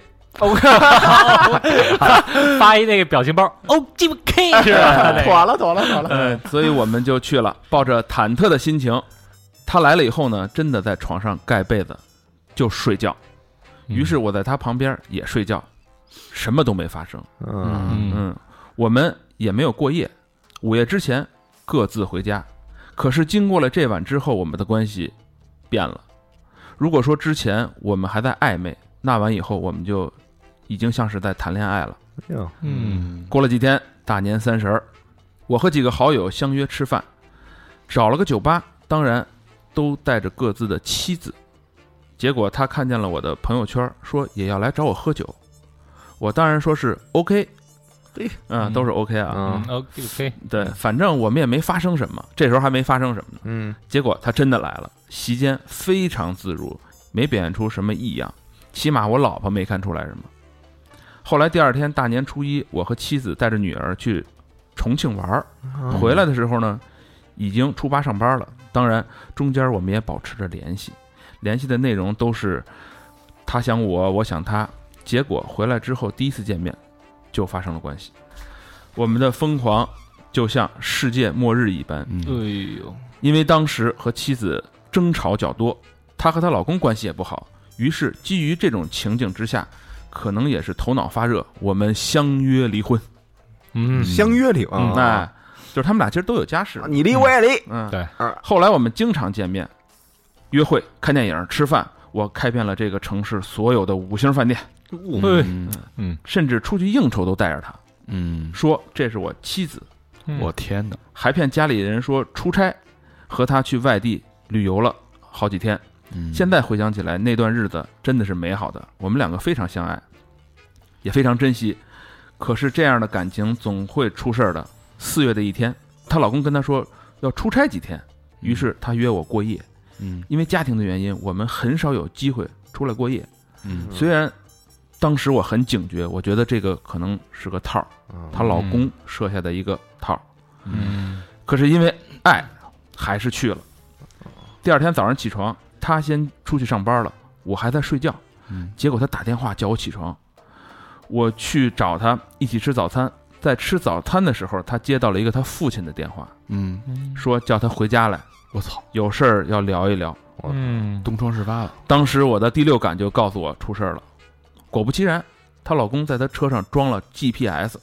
S2: 发一那个表情 <laughs> 包，O G Oh, K <laughs> 是
S4: <laughs>
S2: 吧？那个
S3: 妥了妥了妥了，
S4: 呃，所以我们就去了，抱着忐忑的心情。他来了以后呢，真的在床上盖被子就睡觉。
S2: 嗯
S4: 于是我在他旁边也睡觉，什么都没发生。
S3: 嗯
S2: 嗯
S4: 嗯，我们也没有过夜，午夜之前各自回家。可是经过了这晚之后，我们的关系变了。如果说之前我们还在暧昧，那晚以后我们就已经像是在谈恋爱了。
S3: 哟
S2: 嗯
S4: 过了几天，大年三十儿，我和几个好友相约吃饭，找了个酒吧，当然都带着各自的妻子。结果他看见了我的朋友圈，说也要来找我喝酒。我当然说是 OK，
S3: 嘿
S4: 嗯，都是 OK 啊。
S3: 啊，
S2: ，O G Oh, K
S4: 对，反正我们也没发生什么，这时候还没发生什么呢。
S3: 嗯
S4: 结果他真的来了，席间非常自如，没表现出什么异样，起码我老婆没看出来什么。后来第二天大年初一，我和妻子带着女儿去重庆玩儿，
S3: 嗯
S4: 回来的时候呢，已经初八上班了。当然，中间我们也保持着联系，联系的内容都是他想我，我想他。结果回来之后第一次见面就发生了关系，我们的疯狂就像世界末日一般，
S1: 嗯嗯
S2: 哎呦，
S4: 因为当时和妻子争吵较多，她和她老公关系也不好，于是基于这种情景之下，可能也是头脑发热，我们相约离婚。
S2: 嗯
S3: 相约里啊，
S4: 嗯，那就是他们俩其实都有家室
S3: 啊。你离我也离，
S4: 嗯，
S2: 对
S3: 啊。
S4: 后来我们经常见面，约会、看电影、吃饭。我开遍了这个城市所有的五星饭店，哎
S2: 对
S1: 嗯
S4: 甚至出去应酬都带着她，
S1: 嗯，
S4: 说这是我妻子，
S1: 我天哪，
S4: 还骗家里人说出差，和她去外地旅游了好几天。
S1: 嗯
S4: 现在回想起来，那段日子真的是美好的，我们两个非常相爱，也非常珍惜。可是这样的感情总会出事儿的。四月的一天，她老公跟她说要出差几天，于是她约我过夜。
S1: 嗯
S4: 因为家庭的原因，我们很少有机会出来过夜。
S1: 嗯
S4: 虽然当时我很警觉，我觉得这个可能是个套儿，
S3: 嗯
S4: 她老公设下的一个套儿。
S2: 嗯
S4: 可是因为爱，还是去了。第二天早上起床，她先出去上班了，我还在睡觉。
S1: 嗯
S4: 结果他打电话叫我起床，我去找他一起吃早餐。在吃早餐的时候，他接到了一个他父亲的电话，
S1: 嗯，
S4: 说叫他回家来，
S1: 我操，
S4: 有事儿要聊一聊。
S2: 嗯
S1: 东窗事发了，
S4: 当时我的第六感就告诉我出事儿了，果不其然，她老公在她车上装了 GPS，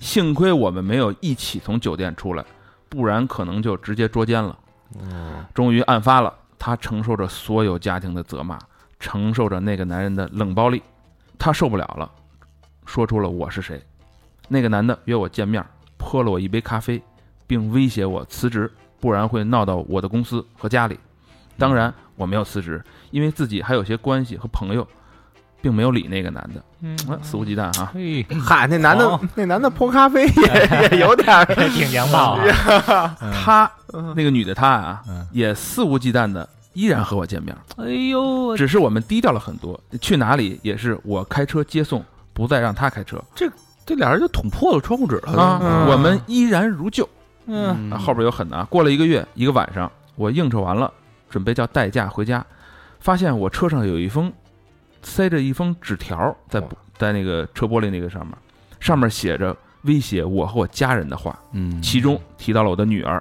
S4: 幸亏我们没有一起从酒店出来，不然可能就直接捉奸了。
S3: 嗯
S4: 终于案发了，她承受着所有家庭的责骂，承受着那个男人的冷暴力，她受不了了，说出了我是谁。那个男的约我见面，泼了我一杯咖啡，并威胁我辞职，不然会闹到我的公司和家里。当然，我没有辞职，因为自己还有些关系和朋友，并没有理那个男的。
S2: 嗯
S4: 啊肆无忌惮啊！
S2: 嘿，
S3: 嗨，那男的
S2: 哦
S3: 那男的泼咖啡
S4: <laughs>
S3: 也也有点儿，
S2: 挺娘炮啊，
S4: 他那个女的她啊
S2: 嗯，
S4: 也肆无忌惮的依然和我见面，
S2: <laughs> 哎呦，
S4: 只是我们低调了很多，去哪里也是我开车接送，不再让她开车
S1: 这俩人就捅破了窗户纸了
S4: 啊。
S3: 嗯
S4: 我们依然如旧。
S2: 嗯，
S4: 啊后边有狠的啊！过了一个月，一个晚上，我应酬完了，准备叫代驾回家，发现我车上有一封塞着一封纸条在
S3: 哇
S4: 在那个车玻璃那个上面，上面写着威胁我和我家人的话，
S1: 嗯，
S4: 其中提到了我的女儿，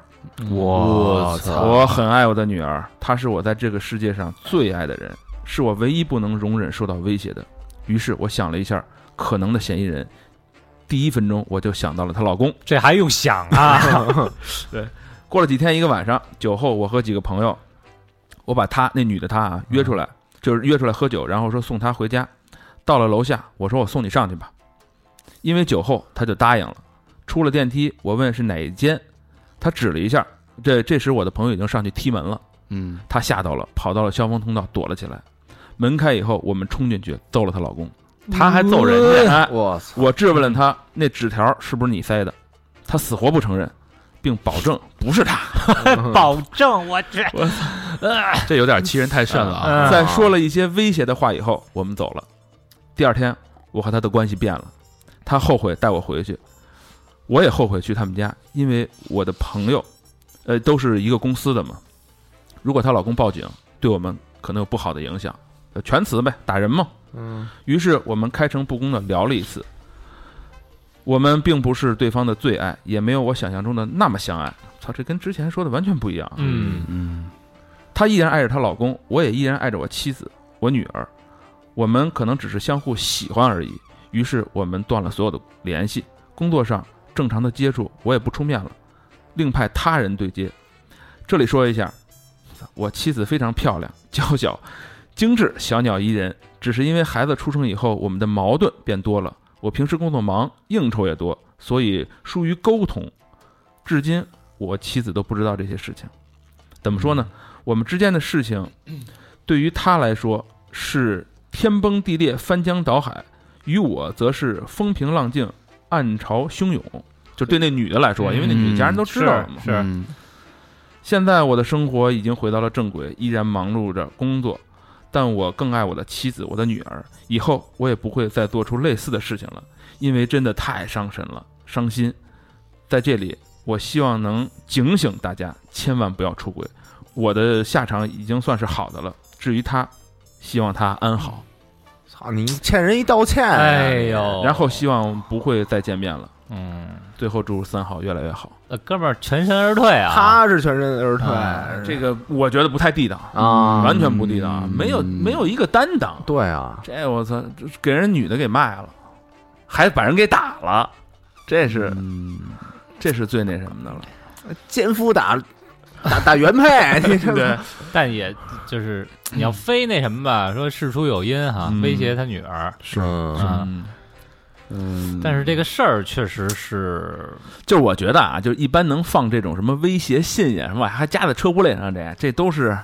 S1: 我
S2: 啊
S1: 操
S4: 我很爱我的女儿，她是我在这个世界上最爱的人，是我唯一不能容忍受到威胁的。于是我想了一下可能的嫌疑人，第一分钟我就想到了她老公。
S2: 这还用想啊？
S4: 过了几天，一个晚上，酒后我和几个朋友，我把她那女的她啊约出来，就是约出来喝酒，然后说送她回家。到了楼下，我说我送你上去吧，因为酒后她就答应了。出了电梯，我问是哪一间，她指了一下。这这时我的朋友已经上去踢门了，
S1: 嗯
S4: 她吓到了，跑到了消防通道躲了起来。门开以后，我们冲进去揍了她老公，她还揍人家。哎
S3: 我操！
S4: 我质问了他，那纸条是不是你塞的？他死活不承认，并保证不是他。嗯
S2: 保证我这，
S1: 这有点欺人太甚了啊！
S2: 嗯
S4: 在说了一些威胁的话以后，我们走了。第二天，我和他的关系变了，他后悔带我回去，我也后悔去他们家，因为我的朋友，呃，都是一个公司的嘛。如果她老公报警，对我们可能有不好的影响，呃全辞呗，打人嘛。
S3: 嗯，
S4: 于是我们开诚布公的聊了一次。我们并不是对方的最爱，也没有我想象中的那么相爱。操，这跟之前说的完全不一样啊。
S2: 嗯，
S1: 嗯
S4: 她依然爱着她老公，我也依然爱着我妻子、我女儿。我们可能只是相互喜欢而已。于是我们断了所有的联系，工作上正常的接触我也不出面了，另派他人对接。这里说一下，我妻子非常漂亮、娇小、精致，小鸟依人。只是因为孩子出生以后，我们的矛盾变多了。我平时工作忙，应酬也多，所以疏于沟通。至今，我妻子都不知道这些事情。怎么说呢？我们之间的事情，对于他来说是天崩地裂、翻江倒海，于我则是风平浪静、暗潮汹涌。就对那女的来说，因为那女的家人都知道了嘛，
S2: 嗯是
S1: 嗯
S4: 现在我的生活已经回到了正轨，依然忙碌着工作，但我更爱我的妻子，我的女儿。以后我也不会再做出类似的事情了，因为真的太伤神了，伤心。在这里，我希望能警醒大家，千万不要出轨。我的下场已经算是好的了。至于他，希望他安好，
S3: 操你欠人一道歉啊，
S2: 哎呦，
S4: 然后希望不会再见面了。
S2: 嗯，
S4: 最后祝三好越来越好。
S2: 那呃哥们儿全身而退啊，
S3: 他是全身而退
S2: 哎，
S4: 这个我觉得不太地道，
S3: 嗯啊，
S4: 完全不地道，啊，没有没有一个担当。
S3: 对啊，
S4: 这我操，这给人女的给卖了，还把人给打了，这是
S1: 嗯，
S4: 这是最那什么的了。
S3: 奸夫打打打原
S4: <laughs>
S3: 配，你这
S4: 对，
S2: 但也就是你要非那什么吧，说事出有因哈，
S4: 嗯
S2: 威胁他女儿，
S3: 是
S2: 啊
S4: 嗯，
S1: 嗯，
S2: 但是这个事儿确实是，
S4: 就是我觉得啊，就一般能放这种什么威胁信呀什么，还加在车玻璃上这，这都是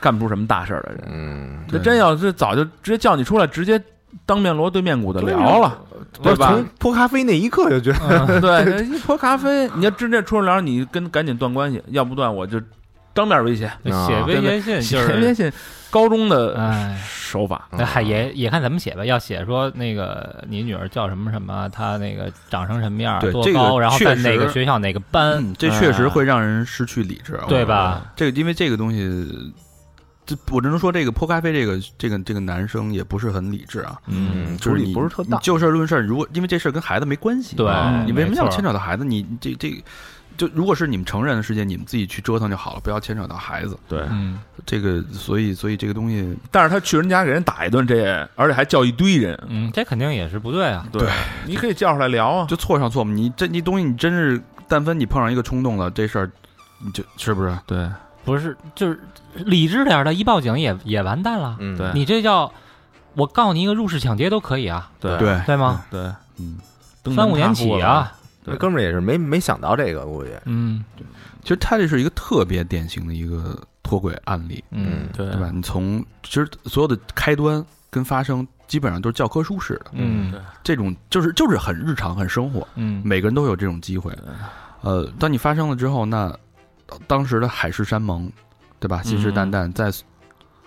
S4: 干不出什么大事儿的人。
S3: 嗯，
S4: 这真要是早就直接叫你出来，直接当面锣对面鼓的聊了，
S3: 不
S4: 对
S3: 是
S4: 吧
S3: 从？泼咖啡那一刻就觉得
S4: <laughs> 嗯
S2: 啊
S4: 对，一泼咖啡，你要直接出来聊，你跟赶紧断关系，要不断我就当面威胁。
S2: 写威胁信就
S4: 前面
S2: 是，
S4: 信高中的
S2: 哎。
S4: 手法，
S3: 嗯
S2: 那嗨，也也看怎么写吧。要写说那个你女儿叫什么什么，她那个长成什么样，
S1: 对
S2: 多
S1: 这个
S2: 高，然后在
S1: 确实
S2: 哪个学校哪个班，
S1: 嗯，这嗯确实会让人失去理智，我
S2: 哎对吧？
S1: 这个因为这个东西，这我只能说这个泼咖啡这个这个这个男生也不是很理智啊，
S3: 嗯
S1: 就是
S3: 处理
S1: 你
S3: 不是特
S1: 你
S3: 当
S1: 就事论事儿，如果因为这事儿跟孩子没关系，啊
S2: 对
S1: 你为什么
S2: 没
S1: 要
S2: 错
S1: 牵扯到孩子？你你这这就如果是你们成人的世界，你们自己去折腾就好了，不要牵扯到孩子。
S4: 对
S2: 嗯，
S1: 这个，所以所以这个东西，
S4: 但是他去人家给人打一顿，这也而且还叫一堆人，
S2: 嗯，这肯定也是不对啊。
S4: 对，你可以叫出来聊啊。
S1: 就错上错嘛。你这你东西，你真是但凡你碰上一个冲动了，这事儿你就是不是？
S4: 对
S2: 不是，就是理智点儿的，一报警也也完蛋了。
S3: 嗯，
S4: 对
S2: 你这叫，我告你一个入室抢劫都可以啊，
S4: 对
S1: 对
S2: 对吗？
S4: 对，
S1: 嗯，
S4: 登门
S2: 三五年
S4: 踏户
S2: 起
S4: 了
S2: 啊，，
S3: 那哥们儿也是没没想到这个，估计，
S2: 嗯
S1: 其实他这是一个特别典型的一个脱轨案例，
S2: 嗯
S4: 对
S1: 对吧？你从其实所有的开端跟发生，基本上都是教科书式的，
S2: 嗯
S1: 这种就是就是很日常、很生活，
S2: 嗯，
S1: 每个人都有这种机会。呃，当你发生了之后，那当时的海誓山盟，对吧？信誓旦旦，在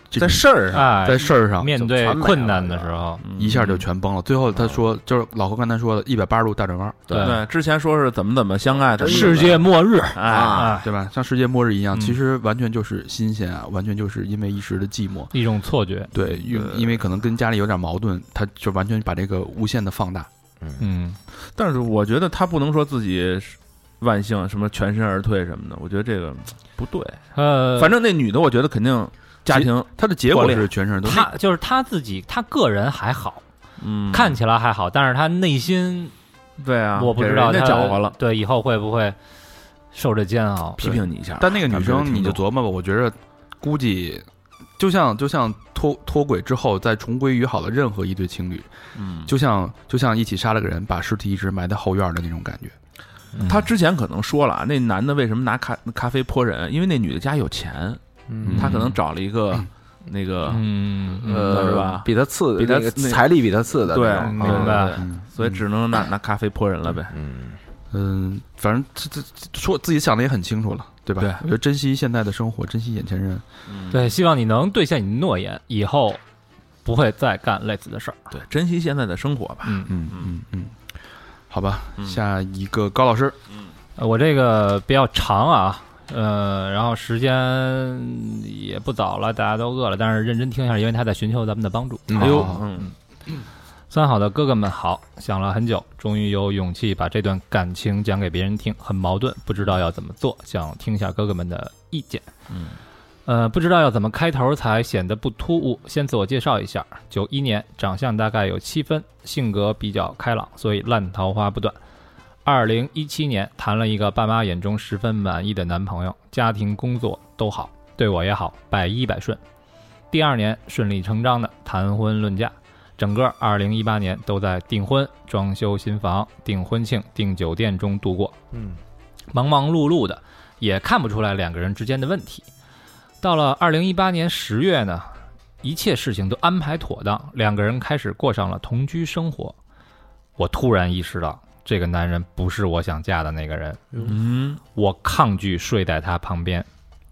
S1: 这
S3: 在事儿上，
S2: 哎，
S1: 在事儿
S4: 啊
S1: 上
S2: 面对
S3: 全没了
S2: 困难的时候，
S4: 嗯
S1: 一下就全崩了。最后他说，就是老何刚才说的，一百八十度大转弯，
S2: 对
S4: 对，之前说是怎么怎么相爱的，
S3: 世界
S2: 末日
S4: 哎，
S3: 啊
S2: 啊，
S1: 对吧？像世界末日一样，
S2: 嗯
S1: 其实完全就是新鲜啊，完全就是因为一时的寂寞。
S2: 一种错觉，
S1: 对，因
S4: 呃
S1: 因为可能跟家里有点矛盾，他就完全把这个无限的放大。
S2: 嗯，
S4: 但是我觉得他不能说自己是万幸什么全身而退什么的，我觉得这个嗯不对。
S2: 呃，
S4: 反正那女的，我觉得肯定家庭，
S1: 他的结
S4: 破
S1: 果
S4: 裂
S1: 是全身都
S2: 他就是他自己，他个人还好，
S4: 嗯，
S2: 看起来还好，但是他内心
S4: 对啊，
S2: 我不知道他
S4: 给人家搅和了，
S2: 对，以后会不会受这煎熬？
S4: 批评你一下。
S1: 但那个女
S4: 咱们这
S1: 生，你就
S4: 听众
S1: 琢磨吧，我觉着估计就像就像脱脱轨之后再重归于好的任何一对情侣，
S4: 嗯，
S1: 就像就像一起杀了个人，把尸体一直埋在后院的那种感觉。
S2: 嗯
S4: 他之前可能说了啊，那男的为什么拿咖咖啡泼人？因为那女的家有钱，
S3: 嗯
S4: 他可能找了一个那个，
S2: 嗯
S4: 呃
S2: 嗯
S4: 是吧
S3: 比他次，
S4: 比他
S3: 那个
S4: 那
S3: 财力比他次的
S4: 对
S3: 那种，
S2: 明白
S3: 啊
S4: 对，对对
S1: 嗯
S4: 所以只能拿拿咖啡泼人了呗。
S3: 嗯，
S1: 嗯，反正这这这说自己想的也很清楚了，对吧？
S4: 对
S1: 我觉得珍惜现在的生活，珍惜眼前人。
S4: 嗯
S2: 对，希望你能兑现你的诺言，以后不会再干类似的事儿。
S4: 对，珍惜现在的生活吧。
S2: 嗯，
S1: 嗯嗯嗯，好吧，
S4: 嗯
S1: 下一个高老师，
S2: 呃我这个比较长啊，呃，然后时间也不早了，大家都饿了，但是认真听一下，因为他在寻求咱们的帮助。
S4: 哎呦
S1: 好，
S4: 嗯，
S2: 三好的哥哥们好，想了很久，终于有勇气把这段感情讲给别人听，很矛盾，不知道要怎么做，想听一下哥哥们的意见。
S4: 嗯，
S2: 呃，不知道要怎么开头才显得不突兀。先自我介绍一下，九一年，长相大概有七分，性格比较开朗，所以烂桃花不断。二零一七年谈了一个爸妈眼中十分满意的男朋友，家庭、工作都好，对我也好，百依百顺。第二年顺理成章的谈婚论嫁，整个二零一八年都在订婚、装修新房、订婚庆、订酒店中度过。
S3: 嗯，
S2: 忙忙碌碌的，也看不出来两个人之间的问题。到了二零一八年十月呢，一切事情都安排妥当，两个人开始过上了同居生活。我突然意识到，这个男人不是我想嫁的那个人。
S4: 嗯，
S2: 我抗拒睡在他旁边，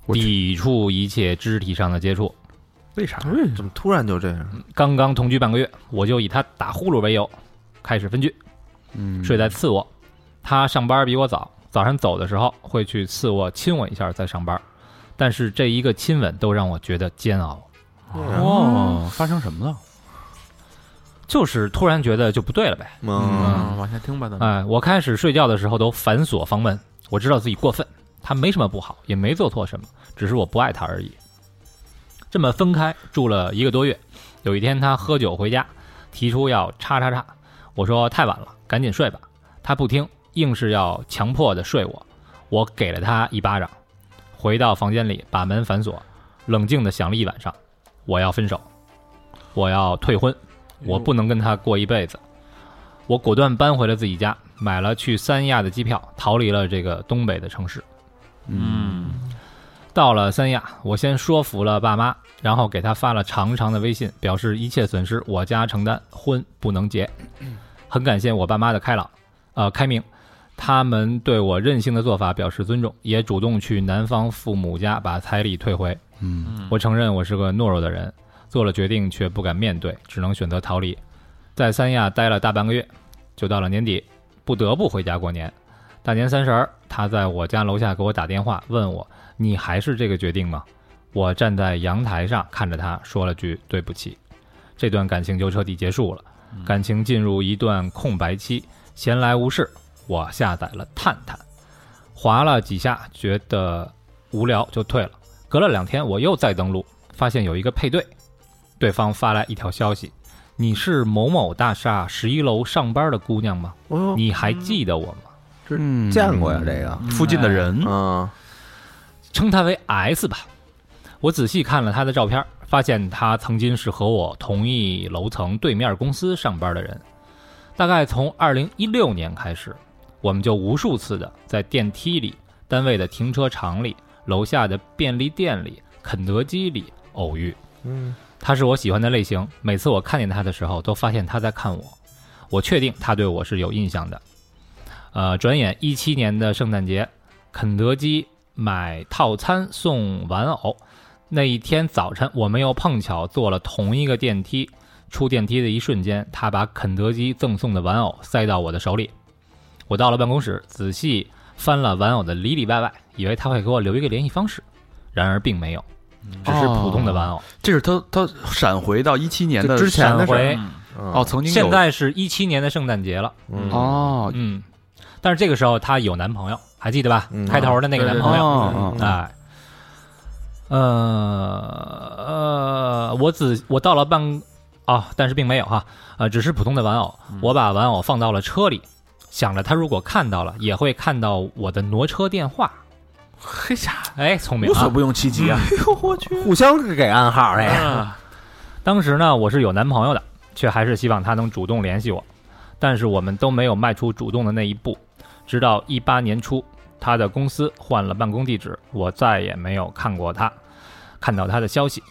S1: 我去
S2: 抵触一切肢体上的接触。
S1: 为啥？
S3: 怎么突然就这样？
S2: 刚刚同居半个月，我就以他打呼噜为由，开始分居。
S1: 嗯，
S2: 睡在次卧。他上班比我早，早上走的时候会去次卧亲我一下再上班，但是这一个亲吻都让我觉得煎熬，
S3: 嗯哎
S1: 哦，发生什么了？
S2: 就是突然觉得就不对了呗。
S3: 嗯，
S4: 往下听吧，咱们。
S2: 哎，我开始睡觉的时候都反锁房门，我知道自己过分，他没什么不好，也没做错什么，只是我不爱他而已。这么分开住了一个多月，有一天他喝酒回家，提出要叉叉叉，我说太晚了，赶紧睡吧。他不听，硬是要强迫的睡我，我给了他一巴掌，回到房间里把门反锁，冷静的想了一晚上，我要分手，我要退婚，我不能跟他过一辈子。我果断搬回了自己家，买了去三亚的机票，逃离了这个东北的城市。
S4: 嗯
S2: 到了三亚，我先说服了爸妈，然后给他发了长长的微信，表示一切损失我家承担，婚不能结。很感谢我爸妈的开朗，呃，开明，他们对我任性的做法表示尊重，也主动去男方父母家把彩礼退回。
S1: 嗯，
S2: 我承认我是个懦弱的人，做了决定却不敢面对，只能选择逃离。在三亚待了大半个月，就到了年底，不得不回家过年。大年三十儿，他在我家楼下给我打电话，问我：“你还是这个决定吗？”我站在阳台上看着他，说了句：“对不起。”这段感情就彻底结束了，感情进入一段空白期。闲来无事，我下载了探探。划了几下，觉得无聊就退了。隔了两天，我又再登录，发现有一个配对，对方发来一条消息：“你是某某大厦十一楼上班的姑娘吗？
S3: 哦，
S2: 你还记得我吗
S1: 嗯
S3: 见过呀，这个，
S1: 附近的人？”
S3: 嗯，
S2: 称她为 S 吧。我仔细看了她的照片，发现她曾经是和我同一楼层对面公司上班的人。大概从二零一六年开始，我们就无数次的在电梯里、单位的停车场里、楼下的便利店里、肯德基里偶遇。
S3: 嗯，
S2: 她是我喜欢的类型，每次我看见她的时候，都发现她在看我。我确定她对我是有印象的。呃，转眼一七年的圣诞节，肯德基买套餐送玩偶。那一天早晨，我们又碰巧坐了同一个电梯。出电梯的一瞬间，她把肯德基赠送的玩偶塞到我的手里。我到了办公室，仔细翻了玩偶的里里外外，以为她会给我留一个联系方式，然而并没有，只是普通的玩偶。
S1: 这是他他闪回到一七年的
S3: 就之前的
S2: 闪
S3: 事儿
S2: 回
S4: 嗯
S1: 哦，，曾经有
S2: 现在是一七年的圣诞节了，
S3: 嗯，
S1: 哦
S2: 嗯，但是这个时候她有男朋友，还记得吧？
S3: 嗯
S2: 开头的那个男朋友，
S1: 哦哦
S2: 哎，呃呃，我只我到了办啊，但是并没有哈，呃，只是普通的玩偶。
S1: 嗯
S2: 我把玩偶放到了车里，想着他如果看到了，也会看到我的挪车电话。
S4: 嘿呀，
S2: 哎，聪明
S4: 无所
S2: 啊！
S4: 不用其极啊！
S3: 互相给暗号哎，
S4: 啊
S2: 当时呢，我是有男朋友的，却还是希望他能主动联系我，但是我们都没有迈出主动的那一步。直到一八年初，他的公司换了办公地址，我再也没有看过他，看到他的消息。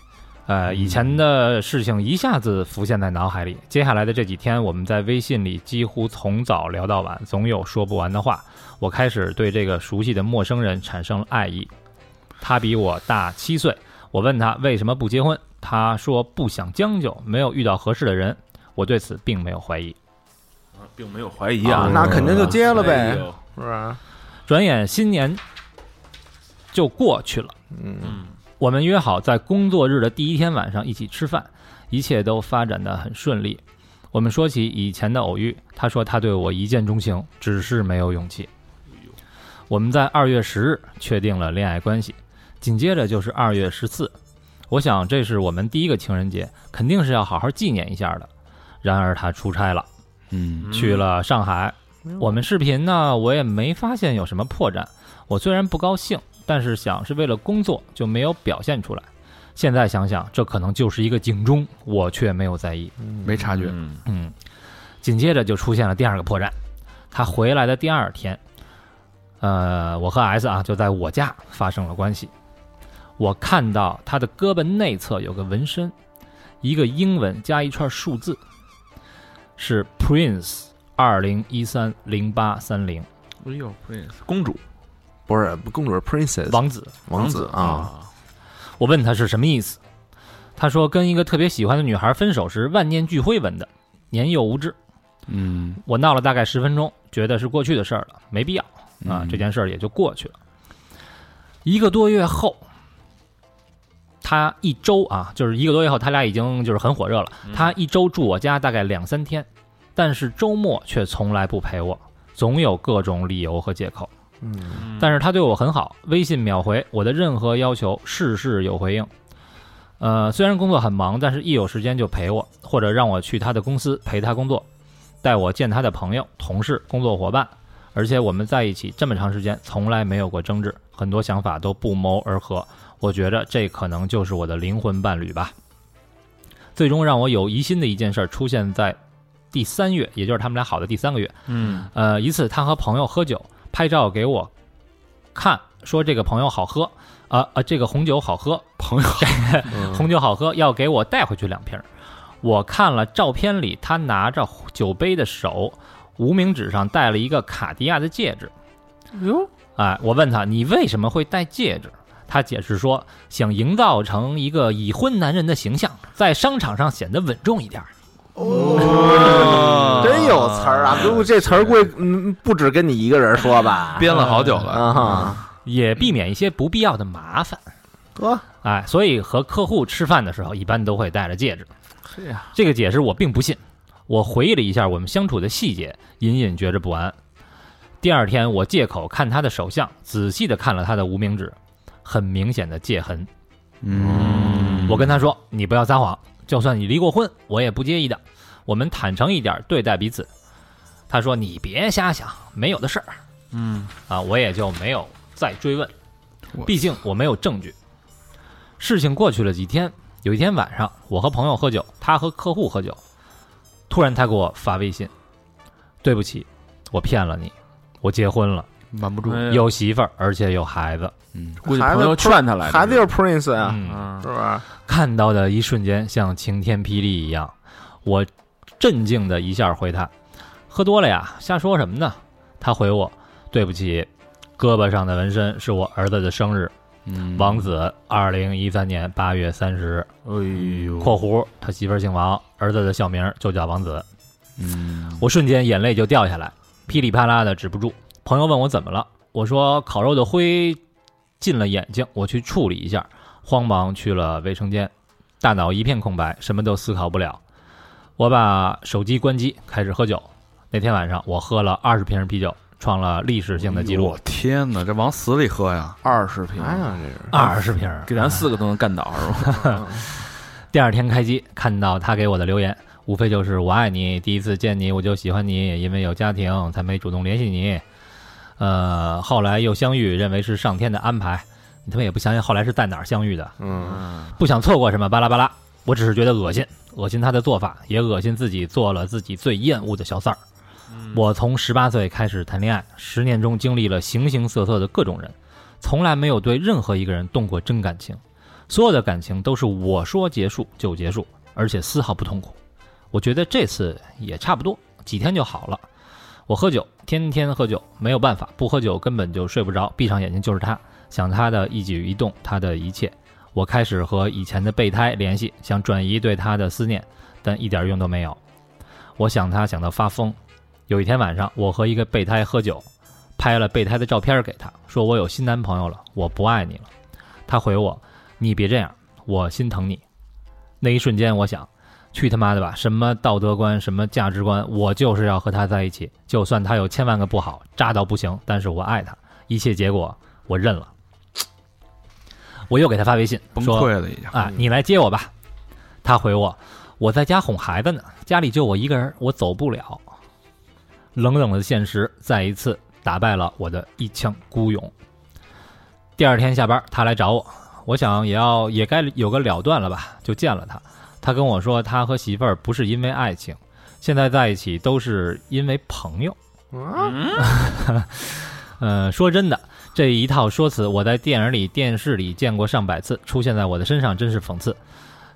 S2: 呃，以前的事情一下子浮现在脑海里。接下来的这几天，我们在微信里几乎从早聊到晚，总有说不完的话。我开始对这个熟悉的陌生人产生了爱意。他比我大七岁，我问他为什么不结婚，他说不想将就，没有遇到合适的人。我对此并没有怀疑。
S4: 嗯并没有怀疑
S3: 啊
S4: 啊，
S3: 那肯定就接了呗
S4: 哎呦
S3: 是不是？
S2: 转眼新年就过去了。
S3: 嗯，
S4: 嗯，
S2: 我们约好在工作日的第一天晚上一起吃饭，一切都发展的很顺利。我们说起以前的偶遇，他说他对我一见钟情，只是没有勇气。我们在二月十日确定了恋爱关系，紧接着就是二月十四。我想这是我们第一个情人节，肯定是要好好纪念一下的。然而他出差了，
S1: 嗯
S2: 去了上海，
S3: 嗯
S2: 我们视频呢，我也没发现有什么破绽。我虽然不高兴，但是想是为了工作，就没有表现出来。现在想想，这可能就是一个警钟，我却没有在意。
S1: 没察觉，
S4: 嗯
S2: 嗯，紧接着就出现了第二个破绽。他回来的第二天，呃，我和 S 啊就在我家发生了关系。我看到他的胳膊内侧有个纹身，一个英文加一串数字，是 Prince 二零一三零八三零
S4: 哎呦，Prince 公主
S3: 不是公主是 princess
S2: 王子。
S3: 王子啊，，
S2: 我问他是什么意思，他说跟一个特别喜欢的女孩分手时万念俱灰纹的，年幼无知。
S1: 嗯
S2: 我闹了大概十分钟，觉得是过去的事儿了，没必要啊，
S1: 嗯
S2: 这件事儿也就过去了。一个多月后，他一周啊，就是一个多月后，他俩已经就是很火热了。
S4: 嗯
S2: 他一周住我家大概两三天，但是周末却从来不陪我，总有各种理由和借口。
S3: 嗯，
S4: 嗯
S2: 但是他对我很好，微信秒回我的任何要求，事事有回应。呃，虽然工作很忙，但是一有时间就陪我，或者让我去他的公司陪他工作，带我见他的朋友、同事、工作伙伴。而且我们在一起这么长时间，从来没有过争执，很多想法都不谋而合。我觉着这可能就是我的灵魂伴侣吧。最终让我有疑心的一件事儿出现在第三月，也就是他们俩好的第三个月，
S4: 嗯
S2: 呃，一次他和朋友喝酒，拍照给我看，说这个朋友好喝，啊、啊、这个红酒好嗯喝，朋友 <laughs> 红酒好喝，要给我带回去两瓶儿。我看了照片里，他拿着酒杯的手，无名指上戴了一个卡地亚的戒指。
S4: 哟，
S2: 哎，我问他你为什么会戴戒指？他解释说，想营造成一个已婚男人的形象，在商场上显得稳重一点儿。
S3: 真有词儿啊！估计这词儿估计嗯不止跟你一个人说吧？
S1: 编了好久了，
S3: 啊哈，
S2: 也避免一些不必要的麻烦。
S3: 得
S2: 哎，所以和客户吃饭的时候，一般都会戴着戒指。
S4: 是呀，
S2: 这个解释我并不信。我回忆了一下我们相处的细节，隐隐觉着不安。第二天，我借口看他的手相，仔细的看了他的无名指，很明显的戒痕。
S1: 嗯
S2: 我跟他说：“你不要撒谎，就算你离过婚，我也不介意的。我们坦诚一点对待彼此。”他说：“你别瞎想，没有的事儿
S4: 嗯，
S2: 啊！”我也就没有再追问，
S1: 我
S2: 毕竟我没有证据。事情过去了几天，有一天晚上，我和朋友喝酒，他和客户喝酒，突然他给我发微信：“对不起，我骗了你，我结婚了，
S3: 嗯
S1: 瞒不住，
S4: 哎呦
S2: 有媳妇儿，而且有孩子。
S1: 嗯，
S4: 估计朋友劝他来的，
S3: 孩子就是 Prince 啊，
S2: 嗯
S4: 嗯
S3: 是吧？
S2: 看到的一瞬间像晴天霹雳一样，我镇静的一下回他：“喝多了呀，瞎说什么呢？”他回我：“对不起，胳膊上的纹身是我儿子的生日，
S1: 嗯
S2: 王子，二零一三年八月三十日。”
S1: 哎呦，
S2: 括弧他媳妇儿姓王，儿子的小名就叫王子。
S1: 嗯，
S2: 我瞬间眼泪就掉下来，噼里啪啦的止不住。朋友问我怎么了，我说烤肉的灰进了眼睛，我去处理一下。慌忙去了卫生间，大脑一片空白，什么都思考不了。我把手机关机，开始喝酒。那天晚上我喝了二十瓶啤酒，创了历史性的记录
S1: 哎我，天哪，这往死里喝呀！
S4: 二十瓶，
S3: 哎呀，这是
S2: 二十瓶。
S4: 给咱四个都能干倒是吧？
S2: 第二天开机，看到他给我的留言，无非就是“我爱你”，第一次见你我就喜欢你，因为有家庭才没主动联系你。呃，后来又相遇，认为是上天的安排。你他妈也不想想后来是在哪儿相遇的，
S3: 嗯，
S2: 不想错过什么，巴拉巴拉。我只是觉得恶心，恶心他的做法，也恶心自己做了自己最厌恶的小三儿。我从十八岁开始谈恋爱，十年中经历了形形色色的各种人，从来没有对任何一个人动过真感情。所有的感情都是我说结束就结束，而且丝毫不痛苦。我觉得这次也差不多，几天就好了。我喝酒，天天喝酒，没有办法，不喝酒根本就睡不着，闭上眼睛就是他，想他的一举一动，他的一切。我开始和以前的备胎联系，想转移对他的思念，但一点用都没有。我想他想到发疯。有一天晚上，我和一个备胎喝酒，拍了备胎的照片给他，说我有新男朋友了，我不爱你了。他回我：“你别这样，我心疼你。”那一瞬间，我想，去他妈的吧！什么道德观，什么价值观，我就是要和他在一起，就算他有千万个不好，渣到不行，但是我爱他。一切结果我认了。我又给他发微信，
S1: 崩
S2: 说
S1: 溃了已经。
S2: 啊，你来接我吧。他回我，我在家哄孩子呢，家里就我一个人，我走不了。冷冷的现实再一次打败了我的一腔孤勇。第二天下班，他来找我，我想也要也该有个了断了吧，就见了他。他跟我说，他和媳妇儿不是因为爱情，现在在一起都是因为朋友。
S3: 嗯
S2: 嗯 <laughs> 呃，说真的，这一套说辞我在电影里、电视里见过上百次，出现在我的身上真是讽刺。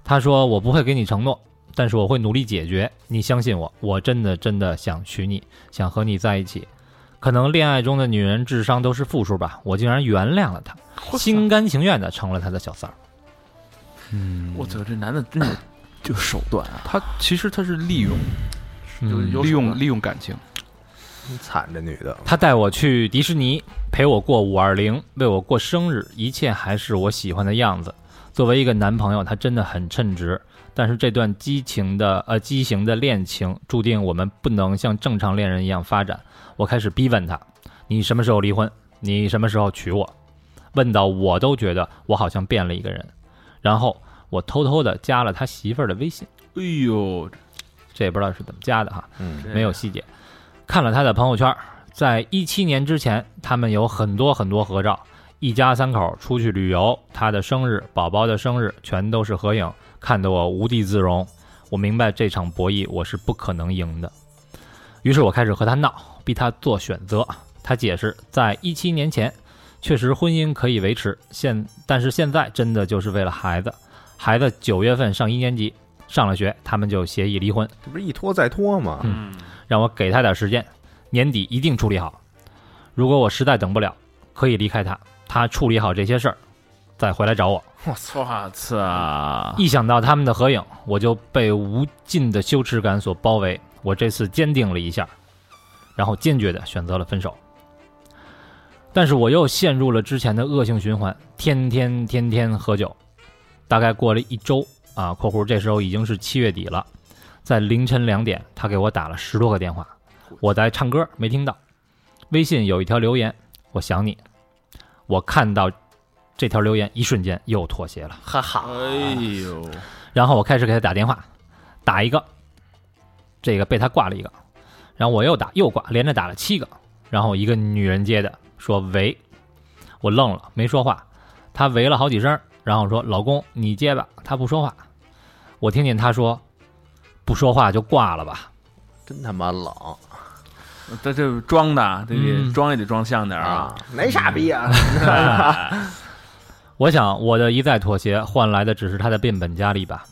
S2: 他说我不会给你承诺，但是我会努力解决。你相信我，我真的真的想娶你，想和你在一起。可能恋爱中的女人智商都是负数吧，我竟然原谅了他，心甘情愿的成了他的小三儿。
S1: 嗯，
S4: <laughs> 我操，这男的真有就手段啊！
S1: 他其实他是利用
S4: 有
S2: 嗯
S4: 有
S1: 利
S4: 手
S1: 用
S4: 段
S1: 利用感情，
S3: 惨这女的，
S2: 他带我去迪士尼，陪我过五二零，为我过生日，一切还是我喜欢的样子。作为一个男朋友，他真的很称职。但是这段激情的呃畸形的恋情，注定我们不能像正常恋人一样发展。我开始逼问他：“你什么时候离婚？你什么时候娶我？”问到我都觉得我好像变了一个人。然后我偷偷的加了他媳妇儿的微信，
S4: 哎呦，
S2: 这也不知道是怎么加的哈。
S3: 嗯，
S2: 没有细节。看了他的朋友圈，在一七年之前，他们有很多很多合照，一家三口出去旅游，他的生日、宝宝的生日，全都是合影，看得我无地自容。我明白这场博弈我是不可能赢的，于是我开始和他闹，逼他做选择。他解释，在一七年前，确实婚姻可以维持，现但是现在真的就是为了孩子，孩子九月份上一年级，上了学，他们就协议离婚。
S3: 这不是一拖再拖吗？
S4: 嗯，
S2: 让我给他点时间，年底一定处理好。如果我实在等不了，可以离开他，他处理好这些事儿，再回来找我。
S4: 我操，我操，
S2: 一想到他们的合影，我就被无尽的羞耻感所包围。我这次坚定了一下，然后坚决的选择了分手。但是我又陷入了之前的恶性循环，天天天天喝酒。大概过了一周啊（括弧这时候已经是七月底了），在凌晨两点，他给我打了十多个电话，我在唱歌没听到。微信有一条留言，我想你。我看到这条留言，一瞬间又妥协了，哈哈。
S4: 哎呦，
S2: 然后我开始给他打电话，打一个，这个被他挂了一个，然后我又打又挂，连着打了七个，然后一个女人接的说喂，我愣了，没说话，她喂了好几声，然后说老公你接吧，她不说话，我听见她说不说话就挂了吧，
S3: 真他妈冷
S4: 这这装的，啊这
S2: 嗯
S4: 得装也得装像点儿啊！！
S3: 没傻逼啊！
S2: 我想我的一再妥协换来的只是他的变本加厉吧。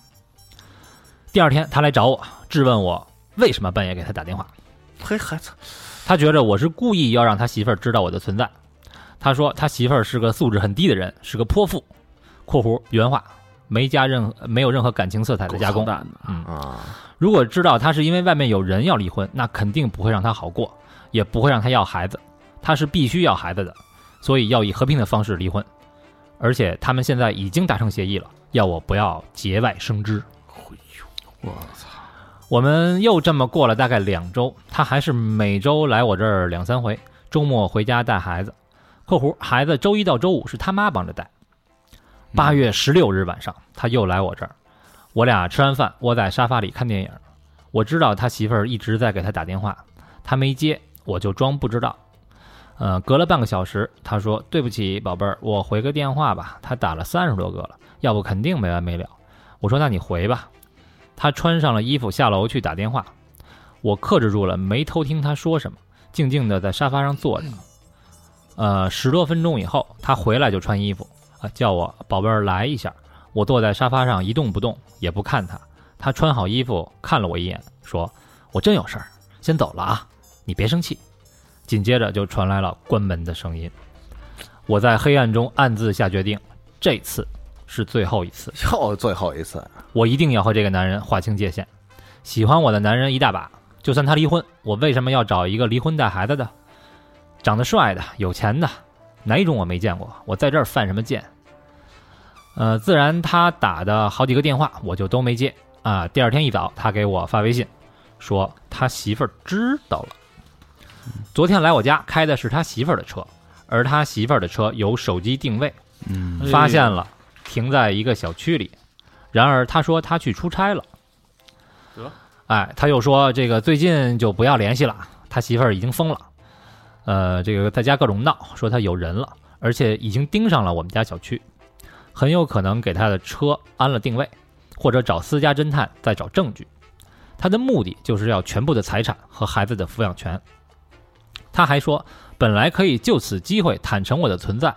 S2: 第二天他来找我，质问我为什么半夜给他打电话。
S3: 嘿，还操！
S2: 他觉着我是故意要让他媳妇儿知道我的存在。他说他媳妇儿是个素质很低的人，是个泼妇（括弧原话），没加任何没有任何感情色彩的加工。
S4: 蛋的，
S2: 嗯，
S3: 啊，
S2: 如果知道他是因为外面有人要离婚，那肯定不会让他好过，也不会让他要孩子。他是必须要孩子的，所以要以和平的方式离婚。而且他们现在已经达成协议了，要我不要节外生枝。
S4: 哎我操！
S2: 我们又这么过了大概两周，他还是每周来我这儿两三回，周末回家带孩子。（括弧孩子周一到周五是他妈帮着带。）
S1: 嗯
S2: 八月十六日晚上，他又来我这儿，我俩吃完饭窝在沙发里看电影。我知道他媳妇儿一直在给他打电话，他没接，我就装不知道。呃，隔了半个小时，他说：“对不起，宝贝儿，我回个电话吧。”他打了三十多个了，要不肯定没完没了。我说：“那你回吧。”他穿上了衣服下楼去打电话，我克制住了，没偷听他说什么，静静的在沙发上坐着。呃，十多分钟以后，他回来就穿衣服啊、叫我宝贝儿来一下。我坐在沙发上一动不动，也不看他。他穿好衣服看了我一眼，说：“我真有事儿，先走了啊，你别生气。”紧接着就传来了关门的声音。我在黑暗中暗自下决定，这次是最后一次。
S3: 又最后一次，
S2: 我一定要和这个男人划清界限。喜欢我的男人一大把，就算他离婚，我为什么要找一个离婚带孩子的、长得帅的、有钱的？哪一种我没见过？我在这儿犯什么贱？呃，自然他打的好几个电话我就都没接啊。第二天一早，他给我发微信，说他媳妇儿知道了。昨天来我家开的是他媳妇儿的车，而他媳妇儿的车有手机定位，
S1: 嗯，
S2: 发现了，停在一个小区里。然而他说他去出差了，
S4: 得，
S2: 哎，他又说这个最近就不要联系了，他媳妇儿已经疯了，呃，这个在家各种闹，说他有人了，而且已经盯上了我们家小区，很有可能给他的车安了定位，或者找私家侦探再找证据。他的目的就是要全部的财产和孩子的抚养权。他还说，本来可以就此机会坦诚我的存在，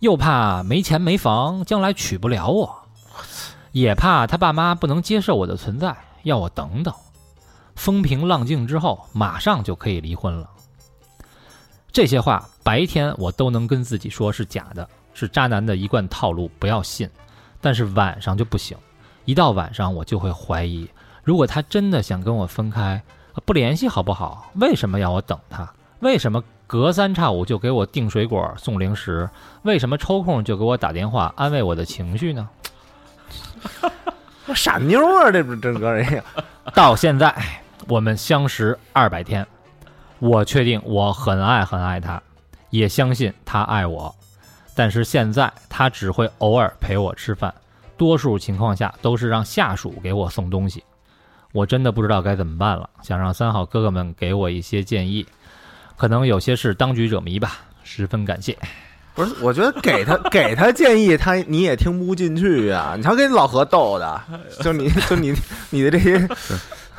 S2: 又怕没钱没房，将来娶不了我，也怕他爸妈不能接受我的存在，要我等等。风平浪静之后，马上就可以离婚了。这些话白天我都能跟自己说是假的，是渣男的一贯套路，不要信。但是晚上就不行，一到晚上我就会怀疑，如果他真的想跟我分开，呃不联系好不好？为什么要我等他？为什么隔三差五就给我订水果、送零食？为什么抽空就给我打电话安慰我的情绪呢？
S3: 傻妞啊，这不整个人
S2: 到现在我们相识二百天，我确定我很爱很爱他，也相信他爱我，但是现在他只会偶尔陪我吃饭，多数情况下都是让下属给我送东西。我真的不知道该怎么办了，想让三好哥哥们给我一些建议，可能有些事当局者迷吧，十分感谢。
S3: <laughs> 不是，我觉得给他 <laughs> 给他建议，他你也听不进去啊！你瞧给老何逗 <laughs> 的，就你就你你的这些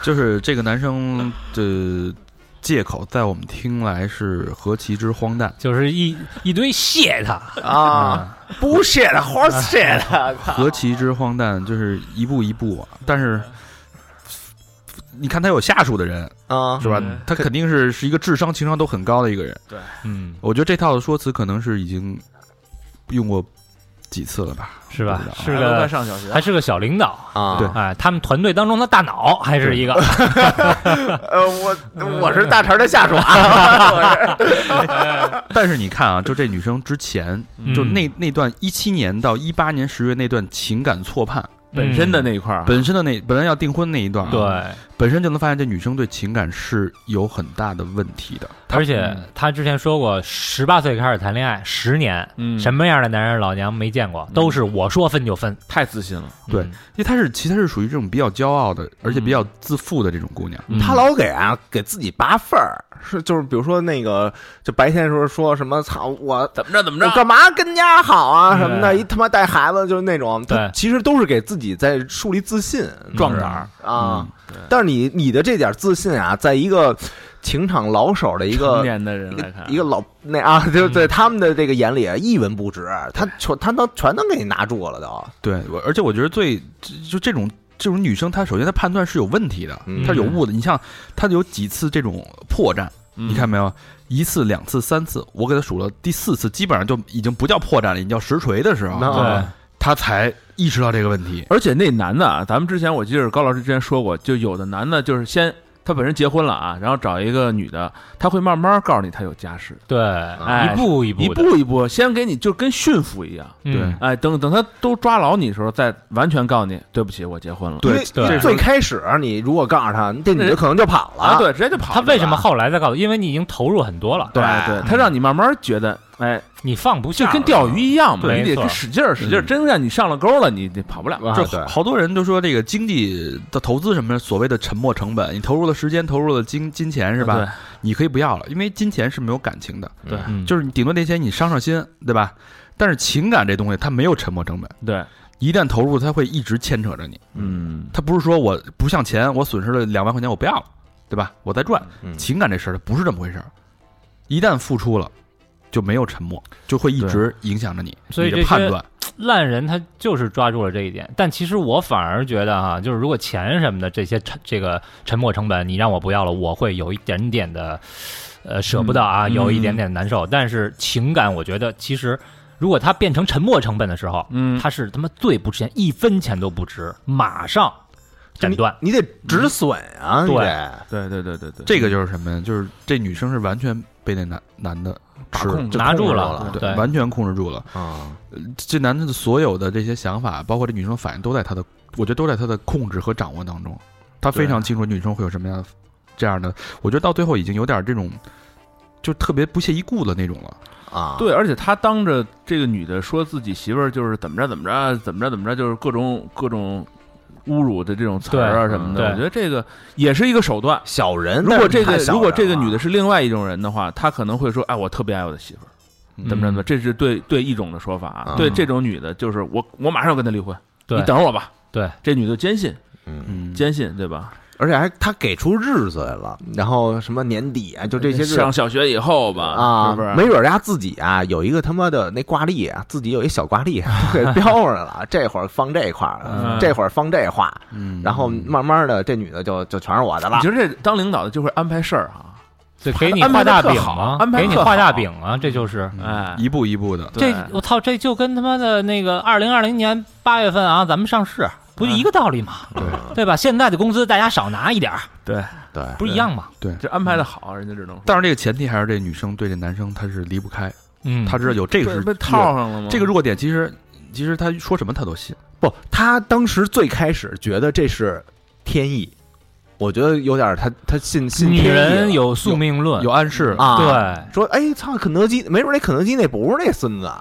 S1: 就是这个男生的借口，在我们听来是何其之荒诞，
S2: 就是一一堆谢他，
S3: 啊，bullshit 啊 horse shit，
S1: 何其之荒诞，就是一步一步啊。但是你看他有下属的人，
S3: 啊
S1: 是吧
S2: 嗯？
S1: 他肯定是是一个智商、情商都很高的一个人。
S2: 嗯，
S1: 我觉得这套说辞可能是已经用过几次了吧？
S2: 是吧
S1: 不知道？
S2: 是
S4: 都快
S2: 个
S4: 上小学了
S2: 还，是个小领导，
S3: 啊！
S1: 对
S2: 哎，他们团队当中的大脑还是
S4: <laughs>
S2: 一个，
S3: 呃，我我是大肠的下属啊，
S1: 但是你看啊，就这女生之前，
S2: 嗯
S1: 就那那段一七年到一八年十月那段情感错判，
S4: 本身的那一块儿，
S1: 本身的那本来要订婚那一段、啊，
S2: 啊嗯对
S1: 本身就能发现这女生对情感是有很大的问题的。她
S2: 而且
S4: 嗯
S2: 他之前说过，十八岁开始谈恋爱，十年，
S4: 嗯
S2: 什么样的男人老娘没见过，都是我说分就分。
S4: 太自信了，
S1: 对
S2: 嗯，
S1: 因为她是其实她是属于这种比较骄傲的，而且比较自负的这种姑娘。
S3: <laughs>
S4: 嗯
S3: 他老给啊给自己拔份儿，是就是比如说那个，就白天的时候说什么操我
S4: 怎么着怎啊么
S3: 我
S4: 着，
S3: 干嘛跟家好啊
S2: 嗯
S3: 什么的，一他妈带孩子就是那种，他
S2: 对
S3: 其实都是给自己在树立自信
S4: 壮胆儿，
S3: 啊
S4: 嗯嗯对。
S3: 但是你你的这点自信啊，在一个情场老手的一
S4: 成
S3: 个
S4: 年的人
S3: 一
S4: 来
S3: 个
S4: 看，嗯
S3: 一个老那啊，就在他们的这个眼里啊一文不值，他全他能全能给你拿住了都。
S1: 对，我而且我觉得最就就这种这种女生，她首先她判断是有问题的，
S3: 嗯
S1: 她是有误的。你像她有几次这种破绽，
S4: 嗯，
S1: 你看没有？一次、两次、三次，我给她数了第四次，基本上就已经不叫破绽了，已经叫实锤的时
S3: 那
S1: 候，
S2: 嗯对
S4: 嗯
S3: 啊，
S1: 她才意识到这个问题。
S4: 而且那男的啊，咱们之前我记得高老师之前说过，就有的男的就是先他本身结婚了啊，然后找一个女的，他会慢慢告诉你他有家
S2: <laughs>
S4: 室，
S2: 对，
S4: 哎
S2: 一步一
S4: 一
S2: 步的，
S4: 步一步，先给你就跟驯服一样，
S2: 嗯
S1: 对
S4: 哎，等等他都抓牢你的时候，再完全告诉你对不起，我结婚了，
S1: 对
S3: 因为
S2: 对
S3: 因为最开始啊你如果告诉他，这女的可能就跑
S4: 啊，
S3: 了。
S4: 对，直接就跑
S2: 他
S4: 了。
S2: 为什么后来再告诉？因为你已经投入很多了，
S4: 对
S3: 对
S4: 对，他让你慢慢觉得，哎，
S2: 你放不
S4: 就
S2: 下了，
S4: 跟钓鱼一样嘛，
S2: 对
S4: 你
S2: 没
S4: 得
S2: 错
S4: 使劲儿使劲儿，
S1: 嗯
S4: 真让你上了钩了，你你跑不了。
S3: 啊，
S1: 这
S3: 对
S1: 好多人都说这个经济的投资什么所谓的沉没成本，你投入了时间，投入了金金钱是吧？你可以不要了，因为金钱是没有感情的，
S4: 对
S2: 嗯，
S1: 就是你顶多那些你伤伤心，对吧？但是情感这东西它没有沉没成本，
S4: 对，
S1: 一旦投入它会一直牵扯着你。
S4: 嗯，
S1: 它不是说我不像钱，我损失了两万块钱我不要了，对吧？我再赚。
S3: 嗯
S1: 情感这事儿它不是这么回事儿，一旦付出了就没有沉没，就会一直影响着你，
S2: 所以
S1: 你
S2: 这
S1: 的
S2: 些
S1: 判断。
S2: 烂人他就是抓住了这一点，但其实我反而觉得哈、啊就是如果钱什么的这些沉这个沉没成本，你让我不要了，我会有一点点的，呃，舍不得啊，
S4: 嗯
S2: 有一点点难受。但是情感，我觉得其实如果它变成沉没成本的时候，
S4: 嗯，
S2: 它是他妈最不值钱，一分钱都不值，马上斩断。
S3: 你得止损啊！你
S2: 对
S3: 得
S4: 嗯对对对对对，
S2: 嗯
S1: 这个就是什么呀？就是这女生是完全被那男男的
S4: 把
S1: 吃
S4: 控
S1: 就
S2: 拿住
S1: 控制
S2: 了
S1: 了，
S2: 对
S1: 完全控制住了。
S3: 啊，
S1: 这男的所有的这些想法，包括这女生的反应，都在他的，我觉得都在他的控制和掌握当中。他非常清楚女生会有什么样的这样的，我觉得到最后已经有点这种，就特别不屑一顾的那种了。
S3: 啊，
S4: 对，而且他当着这个女的说自己媳妇儿就是怎么着怎么着怎么着怎么着，就是各种各种侮辱的这种词儿啊
S3: 对
S4: 什么
S2: 嗯
S4: 的，我觉得这个也是一个手段。
S3: 小人。
S4: 如果这个
S3: 但是太小人了啊
S4: 如果这个女的是另外一种人的话，她可能会说：“哎，我特别爱我的媳妇儿，怎么着怎么着。”
S3: 嗯
S4: 这是对对一种的说法啊
S3: 啊。
S4: 对这种女的，就是我我马上要跟她离婚，
S2: 对
S4: 你等我吧。
S2: 对，
S4: 这女的坚信
S3: 嗯，
S1: 嗯，
S4: 坚信，对吧？
S3: 而且还他给出日子来了，然后什么年底啊，就这些日
S4: 上小学以后吧，
S3: 啊，
S4: 是不是？
S3: 没准儿家自己啊有一个他妈的那挂历啊，自己有一小挂历都 <laughs> 给标上来了，这会儿放这块儿
S2: 嗯，
S3: 这会儿放这话，
S1: 嗯，
S3: 然后慢慢的这女的就就全是我的了
S4: 你。觉得这当领导的就会安排事儿啊哈？
S2: 对，给你
S4: 安
S2: 画
S4: 排得
S2: 大
S4: 特
S2: 饼
S4: 好
S2: 啊
S4: 安，排
S2: 给你
S4: 特
S2: 画大
S4: 好
S2: 饼啊，这就是。
S4: 哎，
S1: 嗯一步一步的，
S4: 对
S2: 这我操，这就跟他妈的那个二零二零年八月份啊，咱们上市不就一个道理吗？
S1: 对
S2: 对吧？现在的工资大家少拿一点儿，
S4: 对，
S3: 对，
S2: 不是一样吗？
S1: 对。
S4: 这安排的好，人家只能说。
S1: 但是这个前提还是这女生对这男生她是离不开，
S2: 嗯，
S1: 她知道有这个
S4: 被
S1: 是
S4: 被套上了吗？
S1: 这个弱点，其实其实她说什么她都信。
S3: 不，他当时最开始觉得这是天意，我觉得有点儿他他信信
S2: 女
S3: 天意
S2: 人
S3: 了
S2: 有宿命论，
S1: 有暗示，
S3: 啊，
S2: 对，
S3: 说哎操，肯德基没准儿那肯德基那不是那孙 <laughs> 子，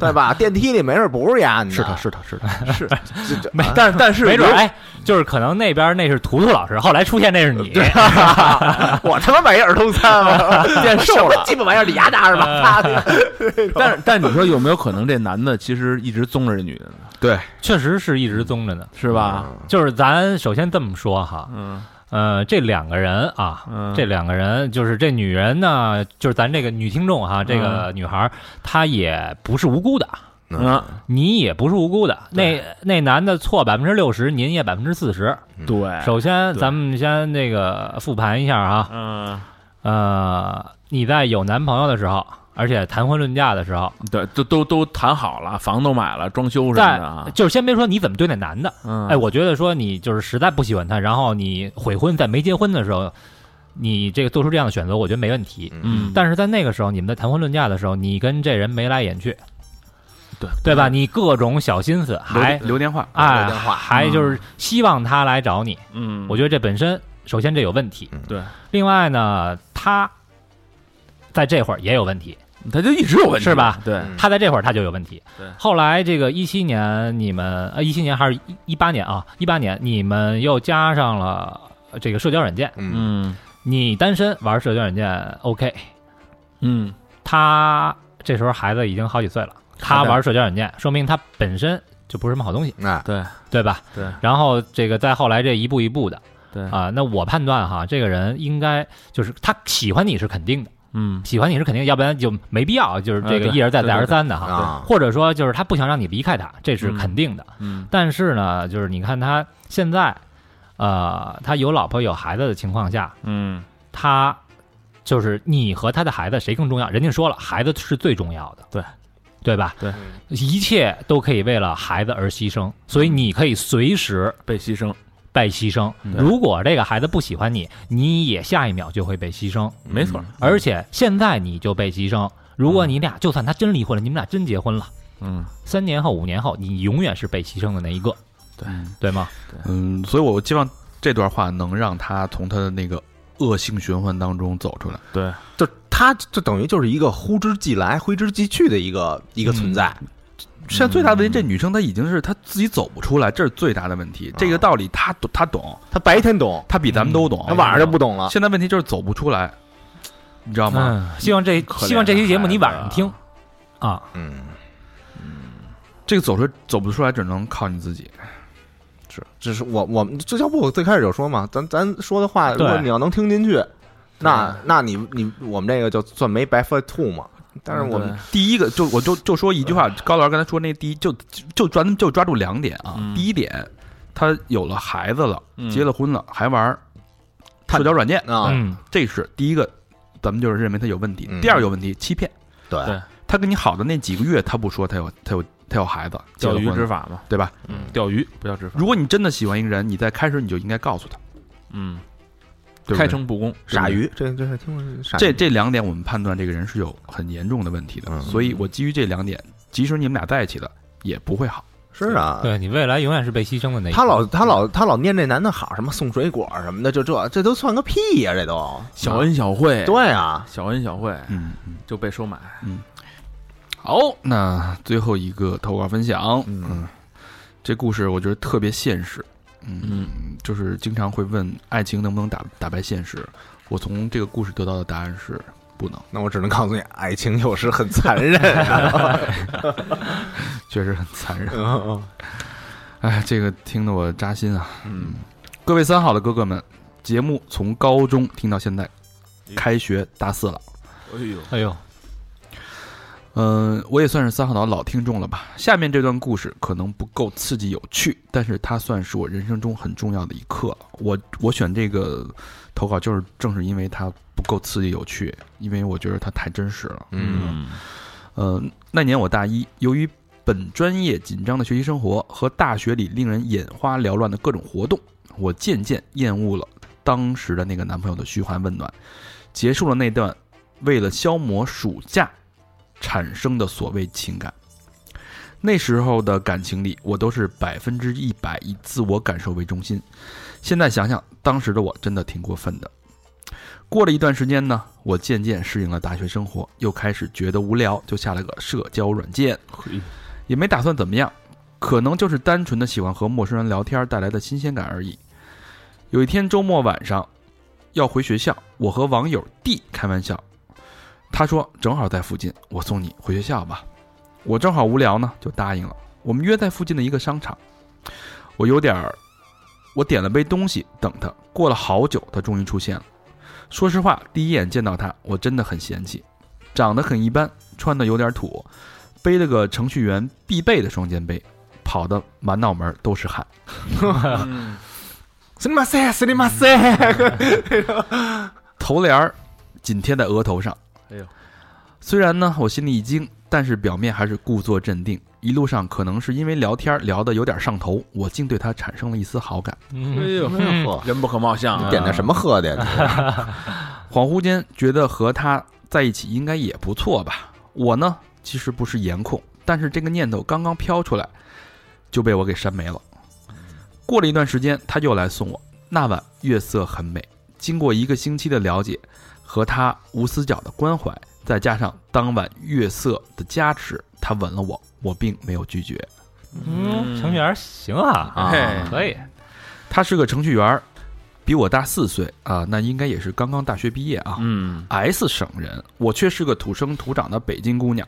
S3: 对吧？电梯里没准儿不是丫的，
S1: 是她是她是她，
S3: <laughs>
S4: 是，
S3: 这这
S2: 没
S3: 啊
S2: 但但是没准儿
S3: 有
S2: 哎，就是可能那边那是图图老师，后来出现那是你，
S3: <laughs> 我他妈买一儿童餐啊 <laughs> 吗？
S4: 变
S3: 啊什么鸡巴玩意儿，你丫拿着吧。 <laughs> 啊
S4: 但是但你说有没有可能这男的其实一直纵着这女的呢？
S2: 确实是一直宗着呢。
S4: 是吧？
S2: 就是咱首先这么说哈，
S4: 嗯
S2: 呃，这两个人啊，
S4: 嗯，
S2: 这两个人就是这女人呢，就是咱这个女听众哈，这个女孩儿她也不是无辜的，
S4: 嗯
S2: 你也不是无辜的。那那男的错百分之六十，您也百分之四十。
S4: 对，
S2: 首先，
S4: 哎对
S2: 咱们先那个复盘一下啊，
S4: 嗯
S2: 呃，你在有男朋友的时候，而且谈婚论嫁的时候，
S4: 对，都都都谈好了，房都买了，装修什么
S2: 在
S4: 的啊，
S2: 就是先别说你怎么对那男的，
S4: 嗯
S2: 哎，我觉得说你就是实在不喜欢他，然后你悔婚，在没结婚的时候，你这个做出这样的选择，我觉得没问题。
S4: 嗯，嗯
S2: 但是在那个时候，你们在谈婚论嫁的时候，你跟这人眉来眼去，
S4: 对
S2: 对吧？？你各种小心思，还
S1: 留留电话，
S2: 哎
S3: 留电话
S2: 还就是希望他来找你，
S4: 嗯，
S2: 我觉得这本身首先这有问题，
S4: 对，
S2: 另外呢，他在这会儿也有问题，
S4: 得他就一直有问题，
S2: 是吧？
S4: 对，
S3: 嗯
S2: 他在这会儿他就有问题
S4: 对。
S2: 后来这个一七年你们呃一七年还是一八年啊？一八年你们又加上了呃这个社交软件，
S3: 嗯
S4: 嗯
S2: 你单身玩社交软件 OK，
S4: 嗯，
S2: 他这时候孩子已经好几岁了，他
S4: 好的
S2: 玩社交软件，说明他本身就不是什么好东西，
S3: 哎，
S4: 对
S2: 对吧？
S4: 对
S2: 然后这个再后来这一步一步的
S4: 对，
S2: 啊、那我判断哈，这个人应该就是他喜欢你是肯定的，
S4: 嗯
S2: 喜欢你是肯定，要不然就没必要就是这
S4: 啊
S2: 个
S4: 对
S2: 一而再再而三的哈。
S3: 啊，
S2: 或者说就是他不想让你离开他，这是肯定的。
S4: 嗯
S2: 但是呢，就是你看他现在，呃，他有老婆有孩子的情况下，
S4: 嗯，
S2: 他就是你和他的孩子谁更重要？人家说了，孩子是最重要的，
S4: 对，
S2: 对吧？
S4: 对，
S2: 一切都可以为了孩子而牺牲，所以你可以随时
S4: 被牺牲，
S2: 被牺牲。
S4: 嗯
S2: 如果这个孩子不喜欢你，你也下一秒就会被牺牲。
S4: 没错，
S2: 而且现在你就被牺牲。如果你俩就算他真离婚了，你们俩真结婚了。
S4: 嗯，
S2: 三年后、五年后，你永远是被牺牲的那一个，
S4: 对
S2: 对吗？
S1: 嗯，所以我希望这段话能让他从他的那个恶性循环当中走出来。
S4: 对，
S3: 就他就等于就是一个呼之即来挥之即去的一个一个存在，
S1: 现在最大的问题，这女生她已经是她自己走不出来，这是最大的问题。这个道理她懂，她懂，
S3: 他白天懂，
S1: 她比咱们都懂
S3: 他。嗯晚上就不懂了。
S1: 现在问题就是走不出来，你知道吗？
S2: 嗯，希望这
S4: 可怜的
S2: 希望这期节目你晚上听啊，
S3: 嗯，
S1: 这个走出走不出来，只能靠你自己。
S3: 是，这是我我们这要不我最开始就说嘛，咱咱说的话，如
S2: 对
S3: 果你要能听进去，那那你你我们这个就算没白费吐嘛。但是我们
S4: 对
S1: 第一个就我就就说一句话，高老师刚才说那第一就就抓就抓住两点啊。
S4: 嗯
S1: 第一点，她有了孩子了，
S4: 嗯
S1: 结了婚了，还玩儿社交软件，
S3: 啊，
S2: 嗯，
S1: 这是第一个，咱们就是认为他有问题。
S3: 嗯
S1: 第二有问题，欺骗。
S3: 对
S4: 对
S1: 他跟你好的那几个月，他不说他有他有他有孩子，结了
S4: 钓鱼
S1: 婚
S4: 执
S1: 了，
S4: 法嘛，
S1: 对吧？
S3: 嗯
S4: 钓鱼不叫执法，
S1: 如果你真的喜欢一个人，你在开始你就应该告诉他，
S4: 嗯，
S1: 对不对
S4: 开诚布公，
S3: 傻鱼，这这还听过傻鱼
S1: 这这两点，我们判断这个人是有很严重的问题的。
S3: 嗯
S1: 所以我基于这两点，即使你们俩在一起了，也不会好。
S3: 是啊，
S2: 对你未来永远是被牺牲的那一个。
S3: 他老他老他老念这男的好，什么送水果什么的，就这这都算个屁呀、这都
S4: 小恩小惠，
S3: 对啊，
S4: 小恩小惠
S1: 嗯，
S4: 就被收买，
S1: 好，那最后一个投稿分享，
S3: 嗯
S1: 嗯，这故事我觉得特别现实，嗯，
S4: 嗯
S1: 就是经常会问爱情能不能打打败现实。我从这个故事得到的答案是不能，
S3: 那我只能告诉你，爱情有时很残忍、
S1: 确实很残忍。
S3: 嗯
S1: <laughs> 哎，这个听得我扎心啊！
S4: 嗯，
S1: 各位三好的哥哥们，节目从高中听到现在，开学大四了。
S4: 哎呦，
S2: 哎呦，
S1: 嗯，我也算是三好岛老听众了吧。下面这段故事可能不够刺激有趣，但是它算是我人生中很重要的一刻。我我选这个投稿，就是正是因为它不够刺激有趣，因为我觉得它太真实了。
S3: 嗯，
S1: 呃，那年我大一，由于本专业紧张的学习生活和大学里令人眼花缭乱的各种活动，我渐渐厌恶了当时的那个男朋友的嘘寒问暖，结束了那段为了消磨暑假产生的所谓情感。那时候的感情里，我都是百分之一百以自我感受为中心。现在想想，当时的我真的挺过分的。过了一段时间呢，我渐渐适应了大学生活，又开始觉得无聊，就下了个社交软件，
S4: 嘿
S1: 也没打算怎么样，可能就是单纯的喜欢和陌生人聊天带来的新鲜感而已。有一天周末晚上要回学校，我和网友 D 开玩笑，他说正好在附近，我送你回学校吧。我正好无聊呢，就答应了。我们约在附近的一个商场，我有点儿，我点了杯东西等他，过了好久，他终于出现了。说实话，第一眼见到他，我真的很嫌弃，长得很一般，穿的有点土，背了个程序员必备的双肩背，跑的满脑门都是汗。
S4: 嗯
S3: 死你妈塞，死你妈塞！
S1: 头帘儿紧贴在额头上。
S4: 哎呦，
S1: 虽然呢，我心里一惊，但是表面还是故作镇定。一路上可能是因为聊天儿聊得有点上头，我竟对他产生了一丝好感。
S4: 哎
S2: 嗯，
S4: 呦， <laughs> 人不可貌相
S3: 你
S4: 啊，
S3: 点的什么喝的呀？
S1: 恍惚间觉得和他在一起应该也不错吧。我呢，其实不是颜控，但是这个念头刚刚飘出来，就被我给删没了。过了一段时间，他又来送我。那晚月色很美，经过一个星期的了解和他无死角的关怀，再加上当晚月色的加持，他吻了我，我并没有拒绝。
S2: 嗯，程序员行啊，
S4: 嘿
S2: 啊，可以，
S1: 他是个程序员儿，比我大四岁啊、那应该也是刚刚大学毕业啊。
S4: 嗯
S1: S 省人，我却是个土生土长的北京姑娘。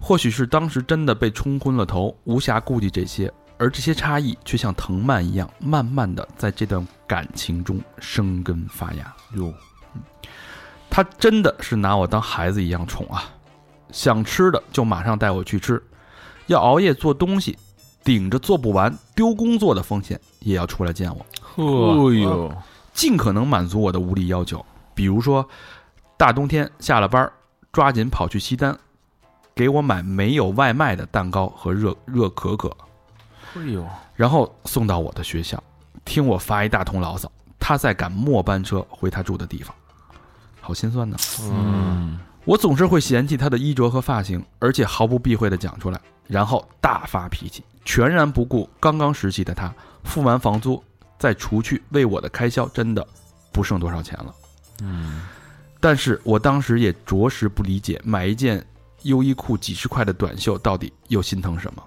S1: 或许是当时真的被冲昏了头，无暇顾及这些，而这些差异却像藤蔓一样，慢慢的在这段感情中生根发芽。
S3: 哟，
S1: 他真的是拿我当孩子一样宠啊！想吃的就马上带我去吃，要熬夜做东西，顶着做不完、丢工作的风险也要出来见我，
S2: 嚯，
S4: 哎呦，
S1: 尽可能满足我的无理要求。比如说，大冬天下了班，抓紧跑去西单，给我买没有外卖的蛋糕和热热可可，
S4: 哎呦，
S1: 然后送到我的学校，听我发一大通牢骚。他在赶末班车回他住的地方，好心酸呐。
S4: 嗯，
S1: 我总是会嫌弃他的衣着和发型，而且毫不避讳地讲出来，然后大发脾气，全然不顾刚刚实习的他付完房租，再除去为我的开销，真的不剩多少钱了。
S4: 嗯，
S1: 但是我当时也着实不理解，买一件优衣库几十块的短袖到底又心疼什么？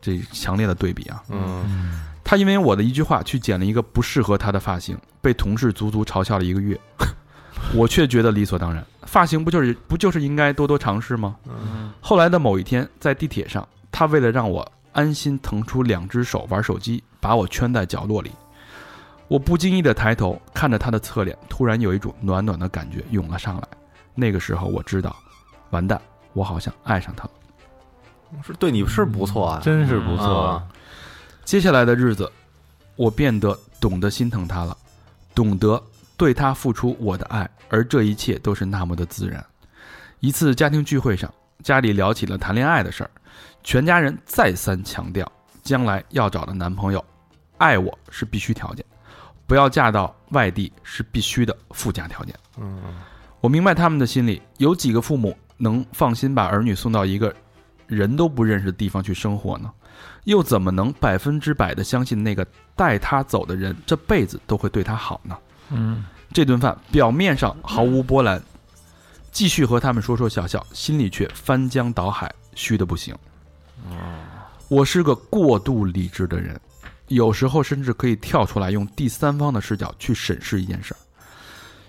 S1: 这强烈的对比啊！
S3: 嗯，
S1: 他因为我的一句话去剪了一个不适合他的发型，被同事足足嘲笑了一个月。 <laughs> 我却觉得理所当然，发型不就是不就是应该多多尝试吗？后来的某一天，在地铁上，他为了让我安心腾出两只手玩手机，把我圈在角落里。我不经意的抬头看着他的侧脸，突然有一种暖暖的感觉涌了上来。那个时候，我知道，完蛋，我好像爱上他了。
S3: 是对你是不错啊，
S2: 真是不
S3: 不
S2: 错，
S1: 接下来的日子，我变得懂得心疼他了，懂得对他付出我的爱，而这一切都是那么的自然。一次家庭聚会上，家里聊起了谈恋爱的事儿，全家人再三强调，将来要找的男朋友，爱我是必须条件，不要嫁到外地是必须的附加条件。
S3: 嗯，
S1: 我明白他们的心理，有几个父母能放心把儿女送到一个人都不认识的地方去生活呢？又怎么能百分之百的相信那个带他走的人这辈子都会对他好呢？
S2: 嗯，
S1: 这顿饭表面上毫无波澜，继续和他们说说笑笑，心里却翻江倒海，虚的不行。我是个过度理智的人，有时候甚至可以跳出来，用第三方的视角去审视一件事儿。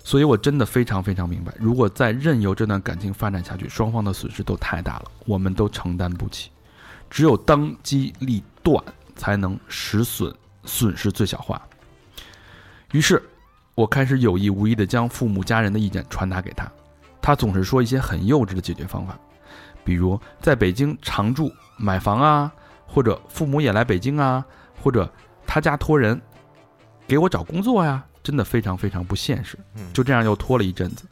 S1: 所以我真的非常非常明白，如果再任由这段感情发展下去，双方的损失都太大了，我们都承担不起。只有当机立断，才能使损损失最小化。于是，我开始有意无意地将父母家人的意见传达给他，他总是说一些很幼稚的解决方法，比如在北京常住、买房啊，或者父母也来北京啊，或者他家托人给我找工作呀、真的非常非常不现实。
S3: 嗯
S4: 嗯
S1: 就这样又拖了一阵子。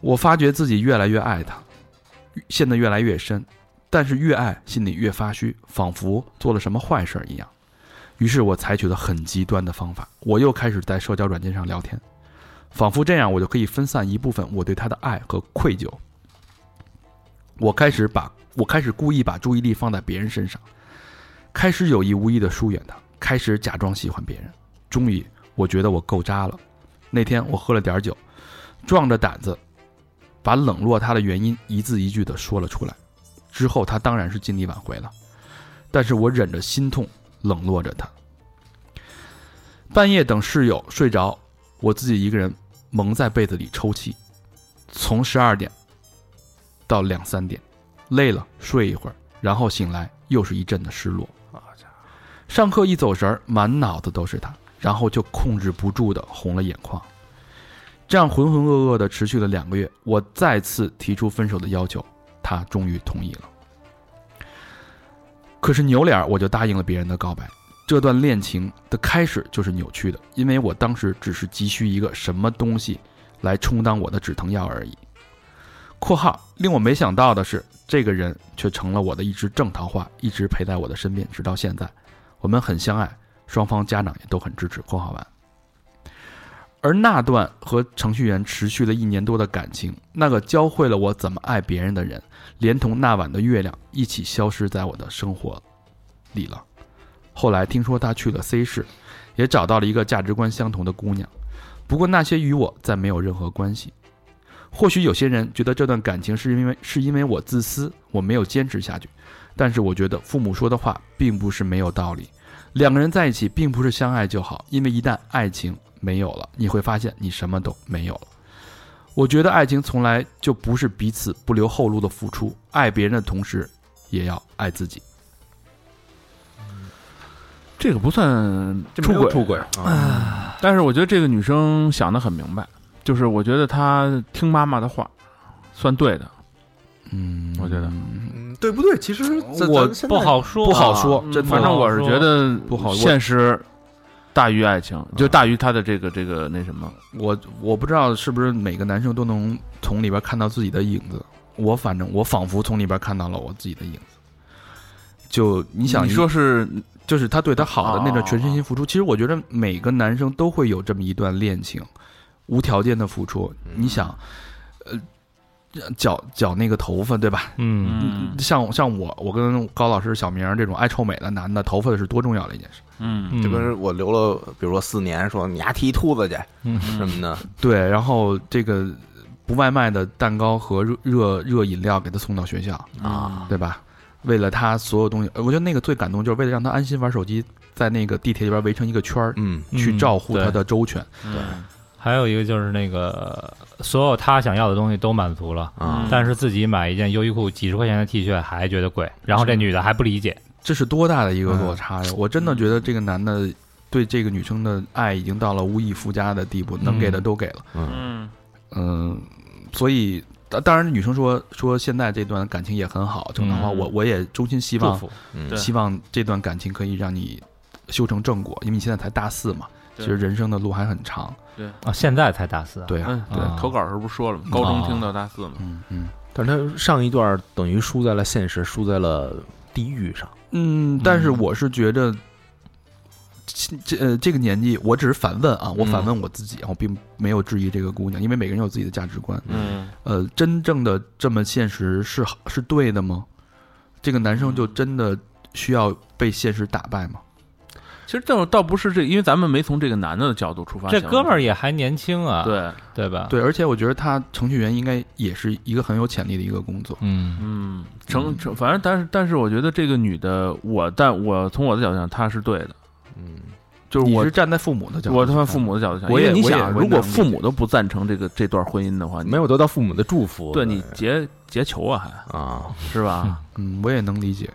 S1: 我发觉自己越来越爱他，陷得越来越深，但是越爱心里越发虚，仿佛做了什么坏事儿一样。于是我采取了很极端的方法，我又开始在社交软件上聊天，仿佛这样我就可以分散一部分我对他的爱和愧疚。我开始把我开始故意把注意力放在别人身上，开始有意无意的疏远他，开始假装喜欢别人。终于，我觉得我够渣了。那天我喝了点儿酒，壮着胆子把冷落他的原因一字一句的说了出来。之后他当然是尽力挽回了，但是我忍着心痛冷落着他。半夜等室友睡着，我自己一个人蒙在被子里抽泣，从十二点到两三点，累了睡一会儿，然后醒来又是一阵的失落。上课一走神儿，满脑子都是他，然后就控制不住的红了眼眶。这样浑浑噩噩的持续了两个月，我再次提出分手的要求，他终于同意了。可是扭脸儿我就答应了别人的告白，这段恋情的开始就是扭曲的，因为我当时只是急需一个什么东西来充当我的止疼药而已。（括号令我没想到的是，这个人却成了我的一枝正桃花，一直陪在我的身边，直到现在。我们很相爱，双方家长也都很支持。（括号完）而那段和程序员持续了一年多的感情，那个教会了我怎么爱别人的人，连同那晚的月亮一起消失在我的生活里了。后来听说他去了 C 市，也找到了一个价值观相同的姑娘，不过那些与我再没有任何关系。或许有些人觉得这段感情是因为是因为我自私，我没有坚持下去，但是我觉得父母说的话并不是没有道理。两个人在一起并不是相爱就好，因为一旦爱情没有了，你会发现你什么都没有了。我觉得爱情从来就不是彼此不留后路的付出，爱别人的同时，也要爱自己。
S4: 这个不算出轨，
S3: 出轨啊，
S4: 但是我觉得这个女生想的很明白，就是我觉得她听妈妈的话，算对的。
S1: 嗯
S4: 我觉得
S3: 嗯对不对？其实咱
S1: 我
S3: 嗯咱现在
S2: 不好说，啊
S1: 不好说，
S4: 嗯
S1: 真的
S4: 反正我是觉得
S1: 不好说
S4: 现实大于爱情，就大于她的这个这个那什么。
S1: 我我不知道是不是每个男生都能从里边看到自己的影子，我反正我仿佛从里边看到了我自己的影子。就你
S4: 你
S1: 想，
S4: 你说是
S1: 就是他对他好的那种
S4: 哦
S1: 全身心付出，其实我觉得每个男生都会有这么一段恋情，无条件的付出。
S4: 嗯
S1: 你想，呃，绞绞那个头发对吧？
S2: 嗯，
S4: 嗯
S1: 像像我，我跟高老师、小明儿这种爱臭美的男的，头发是多重要的一件事。
S4: 嗯
S2: 嗯
S3: 这不是我留了，比如说四年，说你丫踢秃子去
S2: 嗯
S3: 什么的，
S1: 对，然后这个不外卖的蛋糕和热热热饮料给他送到学校，
S4: 啊
S1: 对吧？为了他所有东西，呃我觉得那个最感动，就是为了让他安心玩手机，在那个地铁里边围成一个圈儿，
S3: 嗯，
S1: 去
S2: 嗯
S1: 照顾他
S2: 对
S1: 的周全。
S4: 对
S2: 还有一个就是那个所有他想要的东西都满足了，
S3: 啊
S4: 嗯
S2: 但是自己买一件优衣库几十块钱的 T 恤还觉得贵，然后这女的还不理解，
S1: 这是多大的一个落差呀！我真的觉得这个男的对这个女生的爱已经到了无以复加的地步，能给的都给了。
S3: 嗯
S4: 嗯
S1: 嗯，所以当当然，女生说说现在这段感情也很好，正常话，
S4: 嗯
S1: 我我也衷心希
S2: 祝
S1: 望
S2: 福，
S3: 嗯
S4: 对
S1: 希望这段感情可以让你修成正果，因为你现在才大四嘛，其
S4: 对
S1: 实人生的路还很长。
S2: 啊，现在才大四啊，
S1: 对啊，
S4: 嗯，对
S2: 啊，
S4: 投稿的时候不是说了吗？高中听到大四嘛，
S1: 嗯嗯
S3: 但是他上一段等于输在了现实，输在了地狱上。
S1: 嗯，但是我是觉得。这这呃，这个年纪，我只是反问啊，我反问我自己，我并没有质疑这个姑娘，因为每个人有自己的价值观。
S4: 嗯
S1: 呃，真正的这么现实是好是对的吗？这个男生就
S4: 嗯
S1: 真的需要被现实打败吗？
S4: 其实倒倒不是这，因为咱们没从这个男的角度出发
S2: 这
S4: 想。
S2: 哥们儿也还年轻啊，
S4: 对，
S2: 对吧？，
S1: 对，而且我觉得他程序员应该也是一个很有潜力的一个工作。
S2: 嗯
S4: 嗯，成成，反正但是但是，我觉得这个女的，我但我从我的角度上，她是对的，
S3: 嗯，
S4: 就是
S1: 你
S4: 我
S1: 是站在父母的角度，
S4: 我他妈父，母的角度想，
S1: 我也
S4: 因为你
S1: 我也
S4: 想，
S1: 我也
S4: 如果
S1: 能理解
S4: 父母都不赞成这个这段婚姻的话，你
S3: 没有得到父母的祝福。
S4: 对你结结球啊，还
S3: 啊，
S1: <laughs>
S4: 是吧？
S1: 嗯，我也能理解。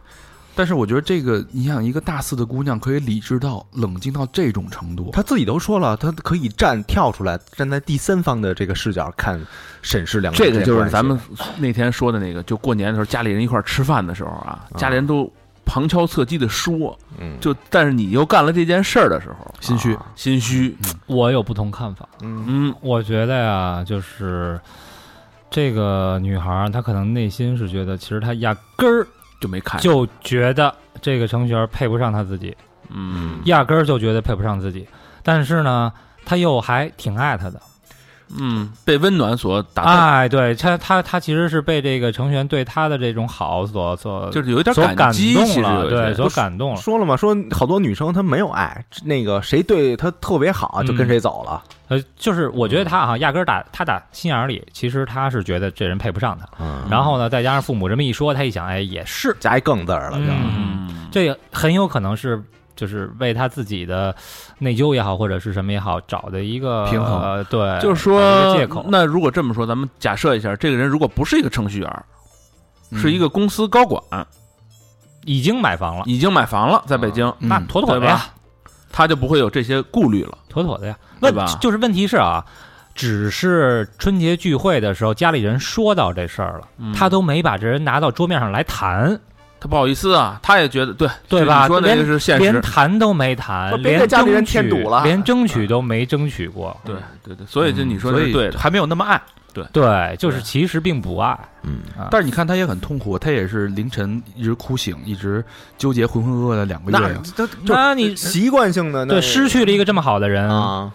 S1: 但是我觉得这个，你想一个大四的姑娘可以理智到冷静到这种程度，
S3: 他自己都说了，他可以站跳出来，站在第三方的这个视角看审视两个
S4: 这
S3: 人
S4: 个
S3: 之间
S4: 就是
S3: 关系
S4: 咱们那天说的那个，就过年的时候，啊家里人一块儿吃饭的时候啊，家里人都旁敲侧击的说，
S3: 嗯
S4: 就但是你又干了这件事儿的时候，
S1: 心虚。
S3: 啊
S4: 心虚，
S2: 我有不同看法，
S3: 嗯
S4: 嗯
S2: 我觉得呀、就是这个女孩儿她可能内心是觉得，其实她压根儿
S4: 就没看，
S2: 就觉得这个程序员配不上她自己，
S4: 嗯
S2: 压根儿就觉得配不上自己，但是呢，她又还挺爱他的。
S4: 嗯，被温暖所打动，
S2: 哎，对他，他他其实是被这个程序员对他的这种好所所
S4: 就是有一点
S2: 所感
S4: 激，其实
S2: 动了，
S4: 有一
S2: 对，
S4: 些
S2: 所感
S4: 嗯
S2: 动了。
S3: 说了嘛，说好多女生她没有爱，那个谁对她特别好就跟
S4: 嗯
S3: 谁走了。
S2: 呃，就是我觉得他啊，压根儿打他打心眼儿里，其实他是觉得这人配不上他。
S3: 嗯，
S2: 然后呢，再加上父母这么一说，他一想，哎，也是，
S3: 加一更字儿了就。
S2: 嗯
S4: 嗯，
S2: 这也很有可能是就是为他自己的内疚也好，或者是什么也好，找的一个
S1: 平衡
S2: 呃对，
S4: 就是
S2: 找
S4: 说
S2: 一个借口。
S4: 那如果这么说，咱们假设一下，这个人如果不是一个程序员，
S1: 嗯
S4: 是一个公司高管，
S2: 已经买房了，
S4: 已经买房了，在北京，
S1: 嗯
S2: 那妥妥的
S4: 对
S2: 呀
S4: 吧，他就不会有这些顾虑了。
S2: 妥妥的呀。
S4: 对
S2: 那
S4: 吧
S2: 就是问题是啊，只是春节聚会的时候家里人说到这事儿了，
S4: 嗯
S2: 他都没把这人拿到桌面上来谈，
S4: 他不好意思啊，他也觉得对
S2: 对吧
S4: 你说那个
S2: 连
S4: 是现
S2: 连
S4: 实，
S2: 谈都没谈，
S3: 别
S2: 连
S3: 给家里人
S2: 争取
S3: 添堵了
S2: 连争取都没争取过。
S4: 对对对，所以
S2: 嗯
S4: 就你说的
S1: 嗯所
S4: 是
S1: 以
S4: 对的，啊
S1: 还没有那么爱。
S2: 对，就是
S4: 对
S2: 其实并不爱。
S3: 嗯
S2: 啊
S1: 但是你看他也很痛苦，他也是凌晨一直哭醒，一直纠结浑浑噩噩的两个月
S3: 那
S1: 呀。
S3: 这
S2: 那你
S3: 习惯性的那
S2: 对失去了一个这么好的人，
S3: 啊，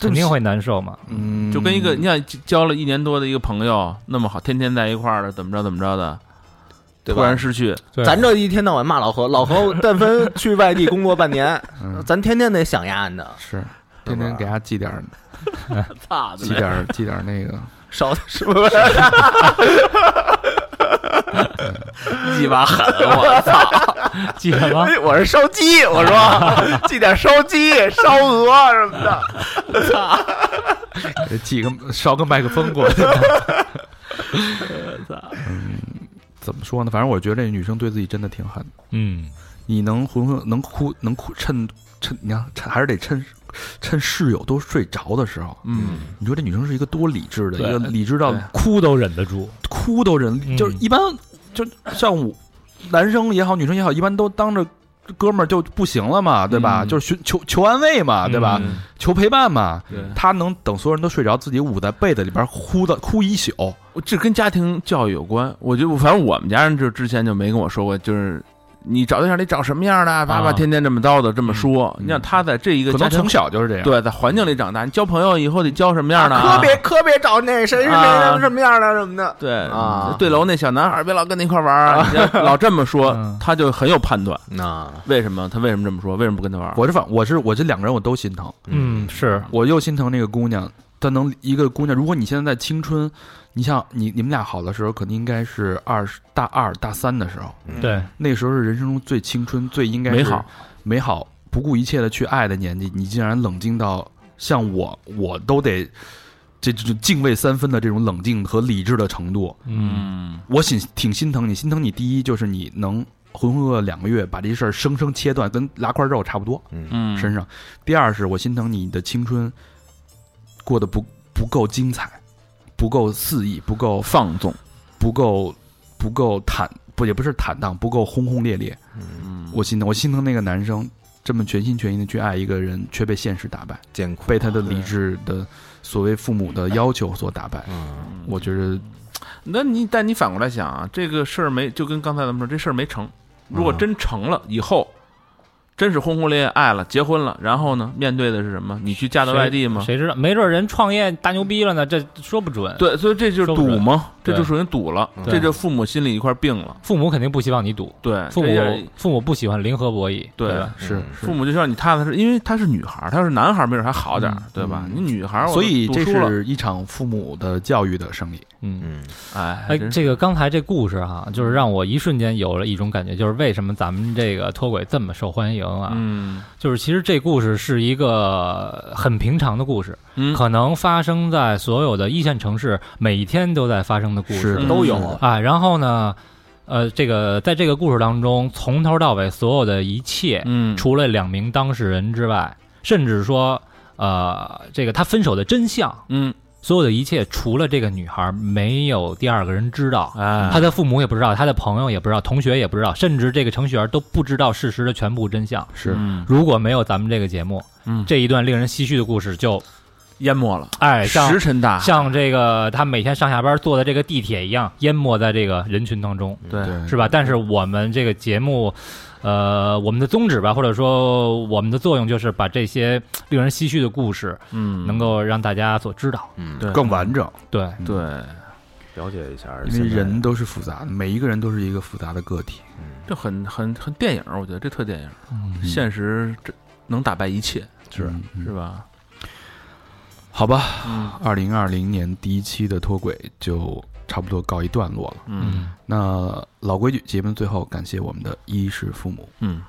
S2: 肯定会难受嘛。
S1: 嗯，
S4: 就跟一个你想交了一年多的一个朋友那么好，天天在一块儿的，怎么着怎么着的，
S3: 对
S4: 突
S3: 吧
S4: 然？失去，
S2: 对
S3: 咱这一天到晚骂老何，
S2: <laughs>
S3: 老何但凡去外地工作半年，
S1: 嗯
S3: 咱天天得想丫的，
S1: 是天天给他寄点儿
S3: 操
S1: 寄点儿寄点儿那个，
S3: 少是 <laughs> 不是？鸡巴狠，啊我操！
S2: 记什
S3: <laughs>
S2: 么？
S3: 我是烧鸡，我说
S2: <laughs>
S3: 寄点烧鸡、烧鹅什么的。
S1: 寄个捎个麦克风过去。嗯，怎么说呢？反正我觉得这女生对自己真的挺狠的。
S2: 嗯，
S1: 你能浑浑能哭能哭，趁趁你看，趁还是得趁趁室友都睡着的时候。
S4: 嗯，
S1: 你说这女生是一个多理智的，一
S4: 对
S1: 个理智到
S4: 对
S2: 哭都忍得住。
S1: 哭都忍，
S2: 嗯
S1: 就是一般就像我男生也好，女生也好，一般都当着哥们儿就不行了嘛，对吧？
S4: 嗯
S1: 就是寻求求安慰嘛，啊对吧？
S2: 嗯
S1: 求陪伴嘛。
S4: 对，
S1: 他能等所有人都睡着，自己捂在被子里边哭的哭一宿。
S4: 我这跟家庭教育有关。我觉得我，反正我们家人就之前就没跟我说过，就是你找对象得找什么样的，爸爸
S2: 啊
S4: 天天这么叨叨这么说。
S1: 嗯
S4: 你想他在这一个
S1: 可
S4: 家
S1: 能
S4: 庭
S1: 从小就是这样。
S4: 对在环境里长大，你交朋友以后得交什么样的啊？
S3: 可别可别找那谁谁谁
S4: 啊
S3: 什么样的什么的。
S4: 对
S3: 啊
S4: 对楼那小男孩别老跟他一块玩儿啊，你要老这么说
S2: <laughs> 嗯，
S4: 他就很有判断。
S3: 那
S4: 为什么他为什么这么说？为什么不跟他玩儿？
S1: 我是反，我是我这两个人我都心疼，
S2: 嗯，是
S1: 我又心疼那个姑娘，她能一个姑娘，如果你现在在青春，你像你你们俩好的时候，肯定应该是二十大二大三的时候，
S3: 嗯
S2: 对，
S1: 那时候是人生中最青春、最应该是
S4: 美好、
S1: 美好、不顾一切的去爱的年纪，你竟然冷静到像我，我都得这这这敬畏三分的这种冷静和理智的程度，
S2: 嗯，
S4: 嗯，
S1: 我心挺心疼你。心疼你，第一就是你能浑浑噩噩两个月把这事儿生生切断，跟拉块肉差不多
S4: 嗯
S1: 身上；第二是我心疼你的青春过得不不够精彩，不够肆意，不够
S4: 放纵，
S1: 不够不够坦不也不是坦荡，不够轰轰烈烈。
S4: 嗯
S1: 我心疼，我心疼那个男生这么全心全意的去爱一个人，却被现实打败，
S3: 艰苦
S1: 被他的理智的所谓父母的要求所打败。
S3: 嗯
S1: 我觉得
S4: 那你但你反过来想啊，这个事儿没就跟刚才咱们说这事儿没
S2: 啊
S4: 成，如果真成了以后，真是轰轰烈烈爱了，结婚了，然后呢，面对的是什么？你去嫁到外地吗？
S2: 谁知道？没准人创业大牛逼了呢，这说不准。，
S4: 对，所以这就是
S2: 说不
S4: 赌
S2: 准
S4: 嘛，这
S2: 对嗯
S4: 就属于赌了，
S3: 对
S4: 这就父母心里一块病了。
S2: 父母肯定不希望你赌，
S4: 对，
S2: 父
S4: 这样
S2: 母父母不喜欢零和博弈，
S4: 对
S2: 对吧？
S1: 是是
S4: 父母就希望你踏踏实，因为她是女孩儿，她要是男孩儿没准还好点儿
S1: 嗯，
S4: 对吧
S1: 嗯？
S4: 你女孩儿我都
S1: 所以
S4: 赌
S1: 这
S4: 输了，
S1: 是一场父母的教育的胜利。
S2: 嗯。
S3: 嗯
S4: 哎，还
S2: 哎，
S4: 真是
S2: 这个刚才这故事哈、就是让我一瞬间有了一种感觉，就是为什么咱们这个脱轨这么受欢迎啊？
S4: 嗯
S2: 就是其实这故事是一个很平常的故事，
S4: 嗯，
S2: 可能发生在所有的一线城市，每一天都在发生的故事
S1: 是
S3: 都有
S4: 嗯
S2: 啊。然后呢，呃，这个在这个故事当中，从头到尾所有的一切，
S4: 嗯
S2: 除了两名当事人之外，甚至说，呃，这个他分手的真相，
S4: 嗯
S2: 所有的一切，除了这个女孩，没有第二个人知道。
S4: 哎，
S2: 他的父母也不知道，他的朋友也不知道，同学也不知道，甚至这个程序员都不知道事实的全部真相。
S1: 是
S4: 嗯
S2: 如果没有咱们这个节目，
S4: 嗯
S2: 这一段令人唏嘘的故事就，
S4: 淹没了，
S2: 哎，像
S4: 石沉大海，
S2: 像这个他每天上下班坐的这个地铁一样，淹没在这个人群当中，
S4: 对
S2: 是吧？但是我们这个节目，呃，我们的宗旨吧，或者说我们的作用，就是把这些令人唏嘘的故事，
S4: 嗯，
S2: 能够让大家所知道。
S3: 嗯，
S4: 对嗯
S1: 更完整，
S2: 对，
S4: 对，
S3: 了解一下，
S1: 因为人都是复杂的，每一个人都是一个复杂的个体。
S4: 这很很很电影儿，我觉得这特电影儿，
S1: 嗯
S4: 现实这能打败一切，是
S1: 嗯嗯
S4: 是吧？
S1: 好吧，
S4: 嗯
S1: 二零二零年第一期的脱轨就差不多告一段落了。
S4: 嗯
S1: 那老规矩，节目最后感谢我们的衣食父母。
S4: 嗯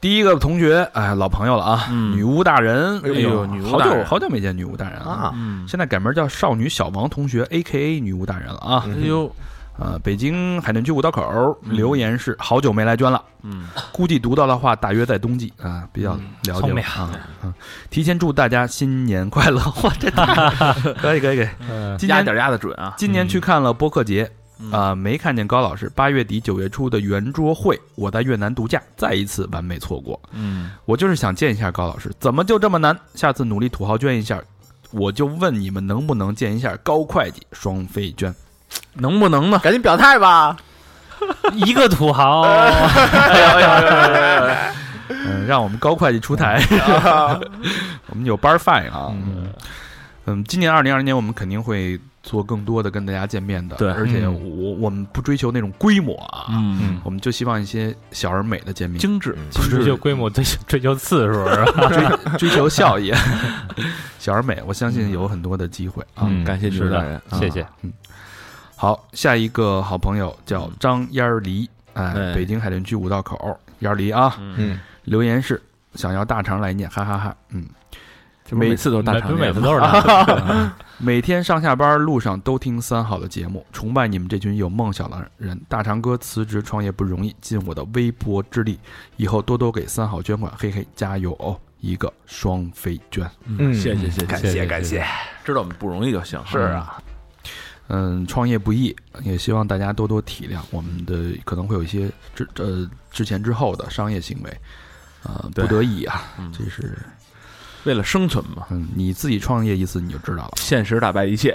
S1: 第一个同学，哎，老朋友了啊，
S4: 嗯
S1: 女巫大人，
S4: 哎呦女巫
S1: 好
S4: 大人
S1: 久好久没见女巫大人了
S3: 啊，
S4: 嗯，
S1: 现在改名叫少女小王同学，A K A 女巫大人了啊。
S4: 哎呦，
S1: 呃，北京海淀区五道口
S4: 嗯
S1: 留言是好久没来捐了，
S4: 嗯
S1: 估计读到的话大约在冬季啊，比较了解
S2: 聪
S1: 了
S2: 明
S1: 啊。嗯提前祝大家新年快乐！哇，这太可以可以可以，
S2: 嗯、 <laughs>
S1: 今
S4: 压
S1: 年
S4: 点儿压的准啊，
S1: 今年去看了播客节，
S4: 嗯
S1: 啊、没看见高老师。八月底九月初的圆桌会，我在越南度假，再一次完美错过。
S4: 嗯
S1: 我就是想见一下高老师，怎么就这么难？下次努力土豪捐一下，我就问你们能不能见一下高会计双飞捐？
S4: 能不能呢？
S3: 赶紧表态吧。
S4: 嗯
S2: 一个土豪，
S1: 嗯，让我们高会计出台，我们有班儿饭呀。
S2: 嗯，
S1: 嗯，今年二零二零年我们肯定会做更多的跟大家见面的，
S4: 对
S1: 而且
S2: 嗯
S1: 我我们不追求那种规模啊，
S2: 嗯，
S1: 我们就希望一些小而美的见面，
S4: 精致，
S1: 精
S2: 追求规模，追求追求次数是吧？
S1: 追追求效益，小而美，我相信有很多的机会啊。
S2: 嗯
S4: 感谢你们
S2: 是的
S4: 大人，
S2: 谢谢。
S1: 好，下一个好朋友叫张烟儿梨，哎，
S4: 哎
S1: 北京海淀区五道口烟儿梨啊，
S4: 嗯，
S3: 嗯，
S1: 留言是想要大肠来念，哈哈哈。嗯，
S4: 这不是每次都是大
S2: 每
S4: 长
S2: 每
S4: 脸
S2: 次
S4: 吗，
S2: 都是他。
S4: <laughs>
S1: 每天上下班路上都听三好的节目，崇拜你们这群有梦想的人。大长哥辞职创业不容易，尽我的微薄之力，以后多多给三好捐款，嘿嘿，加油哦！一个双飞捐。
S3: 嗯
S4: 谢谢谢谢，
S2: 感谢感谢，
S4: 知道我们不容易就行，是啊，
S1: 嗯，创业不易，也希望大家多多体谅我们的可能会有一些之呃之前之后的商业行为，啊、
S4: 对
S1: 不得已啊，
S4: 嗯
S1: 这是
S4: 为了生存嘛，
S1: 嗯你自己创业一次你就知道了。
S4: 现实打败一切，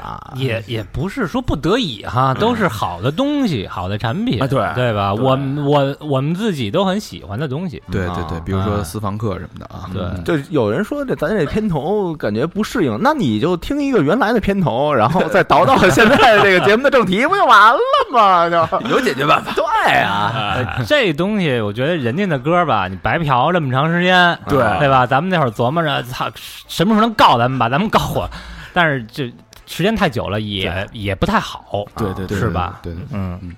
S3: 啊，
S2: 也也不是说不得已哈，都是好的东西，好的产品
S4: 啊对
S2: 对吧？
S4: 对
S2: 我们我我们自己都很喜欢的东西，
S1: 对对对，
S4: 嗯
S1: 比如说
S2: 哎
S1: 私房课什么的啊，
S2: 对
S1: 嗯
S3: 就有人说这咱这片头感觉不适应，那你就听一个原来的片头，然后再倒到现在这个节目的正题，不就完了吗？就
S4: 有解决办法，
S3: 对啊，
S2: 呃这东西我觉得人家的歌吧，你白嫖这么长时间，
S4: 对
S2: 对吧？咱们那会儿琢磨着，操，什么时候能告咱们，把咱们告火？但是这时间太久了，也也不太好，
S4: 对对对
S2: 是吧？
S1: 对对对
S2: 嗯，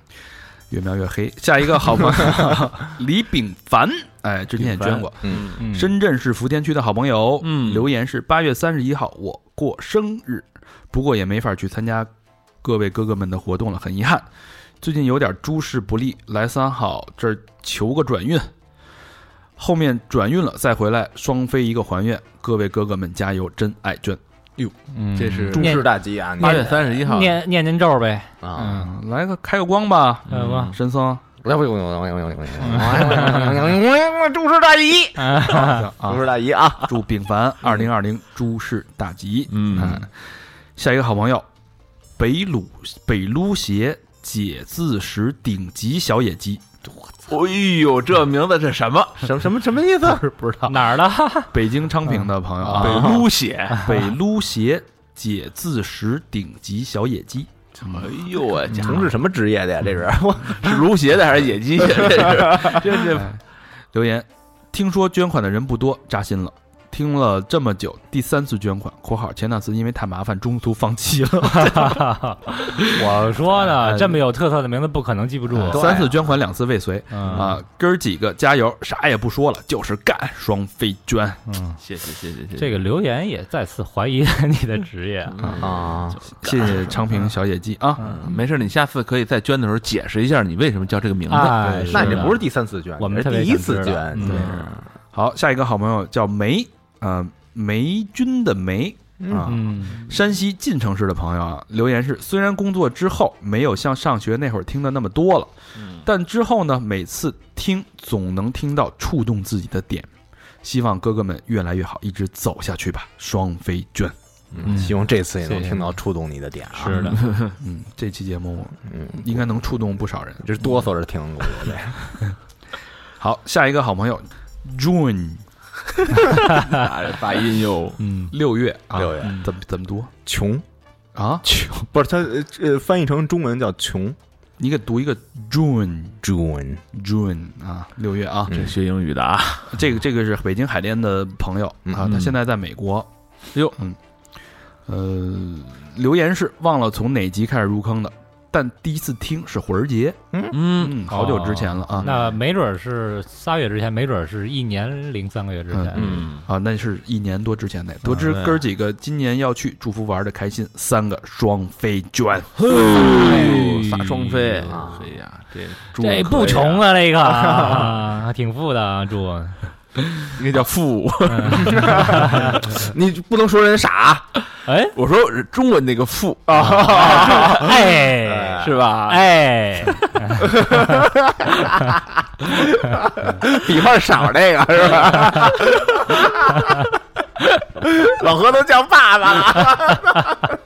S1: 越描越黑。下一个好朋友 <laughs> 李炳凡，哎，之前也捐过。
S4: 嗯，
S2: 嗯
S1: 深圳市福田区的好朋友，
S4: 嗯
S1: 留言是八月三十一号，我过生日，不过也没法去参加各位哥哥们的活动了，很遗憾。最近有点诸事不利，来三好这儿求个转运，后面转运了再回来，双飞一个还愿，各位哥哥们加油，真爱捐。
S2: 嗯
S4: 这是
S3: 诸事大吉啊！你
S4: 八月三十一号，
S2: 念念念咒呗，
S3: 啊，
S1: 嗯，来个开个光吧，
S2: 嗯
S4: 嗯
S1: 神僧
S3: 来，我我我我我我诸事大吉，
S1: <laughs> <laughs> 啊，
S3: 诸事大吉啊！
S1: 祝丙
S4: <laughs>
S1: 凡二零二零诸事大吉。
S4: 嗯
S1: 嗯，下一个好朋友，北鲁北撸鞋解字石顶级小野鸡，
S4: 哎呦，这名字是什么？
S3: 什么什么什么意思？
S1: 不知道
S2: 哪儿的？
S1: 北京昌平的朋友啊，
S4: 北撸血，
S1: 北撸鞋解字石顶级小野鸡，
S4: 哎呦我家伙，
S3: 从事什么职业的呀？这是我
S4: 是撸鞋的还是野鸡血？这是，这是
S1: 哎留言，听说捐款的人不多，扎心了。听了这么久，第三次捐款（括号前两次因为太麻烦，中途放弃了
S2: <laughs> 我说呢，
S1: 哎
S2: 这么有特色的名字不可能记不住，），
S4: 啊
S1: 三次捐款两次未遂。
S2: 嗯
S1: 啊，哥儿几个加油，啥也不说了，就是干，双飞捐。
S2: 嗯，
S4: 谢 <laughs> 谢谢谢谢
S2: 这
S4: 个
S2: 个留言也再次怀疑你的职业，嗯
S3: 啊，
S1: 谢谢
S3: <laughs>
S1: 昌
S3: 嗯
S1: 平小野鸡啊！
S4: 没事，你下次可以在捐的时候解释一下你为什么叫这个名字。
S2: 哎，
S3: 那你这
S2: 的
S3: 不是第三次捐，
S2: 我们
S3: 这
S2: 特
S3: 是
S2: 别
S3: 第一次
S2: 想知道
S3: 捐，
S2: 嗯
S3: 对，
S1: 好，下一个好朋友叫梅，呃，梅军的梅啊，
S2: 嗯
S1: 山西晋城市的朋友啊，留言是：虽然工作之后没有像上学那会儿听的那么多了，
S3: 嗯
S1: 但之后呢，每次听总能听到触动自己的点。希望哥哥们越来越好，一直走下去吧！双飞卷，
S3: 嗯希望这次也能
S2: 谢谢
S3: 听到触动你的点啊！
S2: 是的，
S1: 嗯，这期节目
S3: 嗯，
S1: 应该能触动不少人。
S3: 这是哆嗦着听，我觉
S2: <laughs>
S3: 得。
S1: 好，下一个好朋友 June，
S4: <laughs> 哎发音哟，
S2: 嗯
S1: 六月啊，
S3: 六月
S1: 怎么怎么读
S2: <laughs>
S3: 穷
S1: 啊？
S3: 穷不是他呃翻译成中文叫穷
S1: 你给读一个 June
S3: June，
S1: June 啊，六月啊，
S2: 嗯
S4: 这学英语的啊，
S1: 这个这个是北京海淀的朋友啊，
S2: 嗯
S1: 他现在在美国。哟，嗯，呃，留言是忘了从哪集开始入坑的，但第一次听是魂儿节，
S4: 嗯，
S1: 嗯，好久之前了啊。
S2: 那没准儿是仨月之前，没准儿是一年零三个月之前，
S4: 嗯，
S1: 啊，那是一年多之前的。
S2: 嗯
S1: 得知
S4: 对
S1: 哥儿几个今年要去，祝福玩的开心。三个双飞卷，
S4: 哎呦撒双飞
S3: 啊
S4: 哎呀，这
S2: 这不穷啊，
S4: <laughs>
S2: 这个啊还挺富的啊，猪，
S4: 应该叫 <laughs> 富。
S3: 你不能说人傻
S4: <laughs>
S2: 哎
S4: 我说中文那个富 <laughs> 啊，
S2: 哎
S4: 是吧？
S2: 哎，
S3: 笔画少这个是吧？
S4: <laughs>
S3: 老何都叫爸爸了，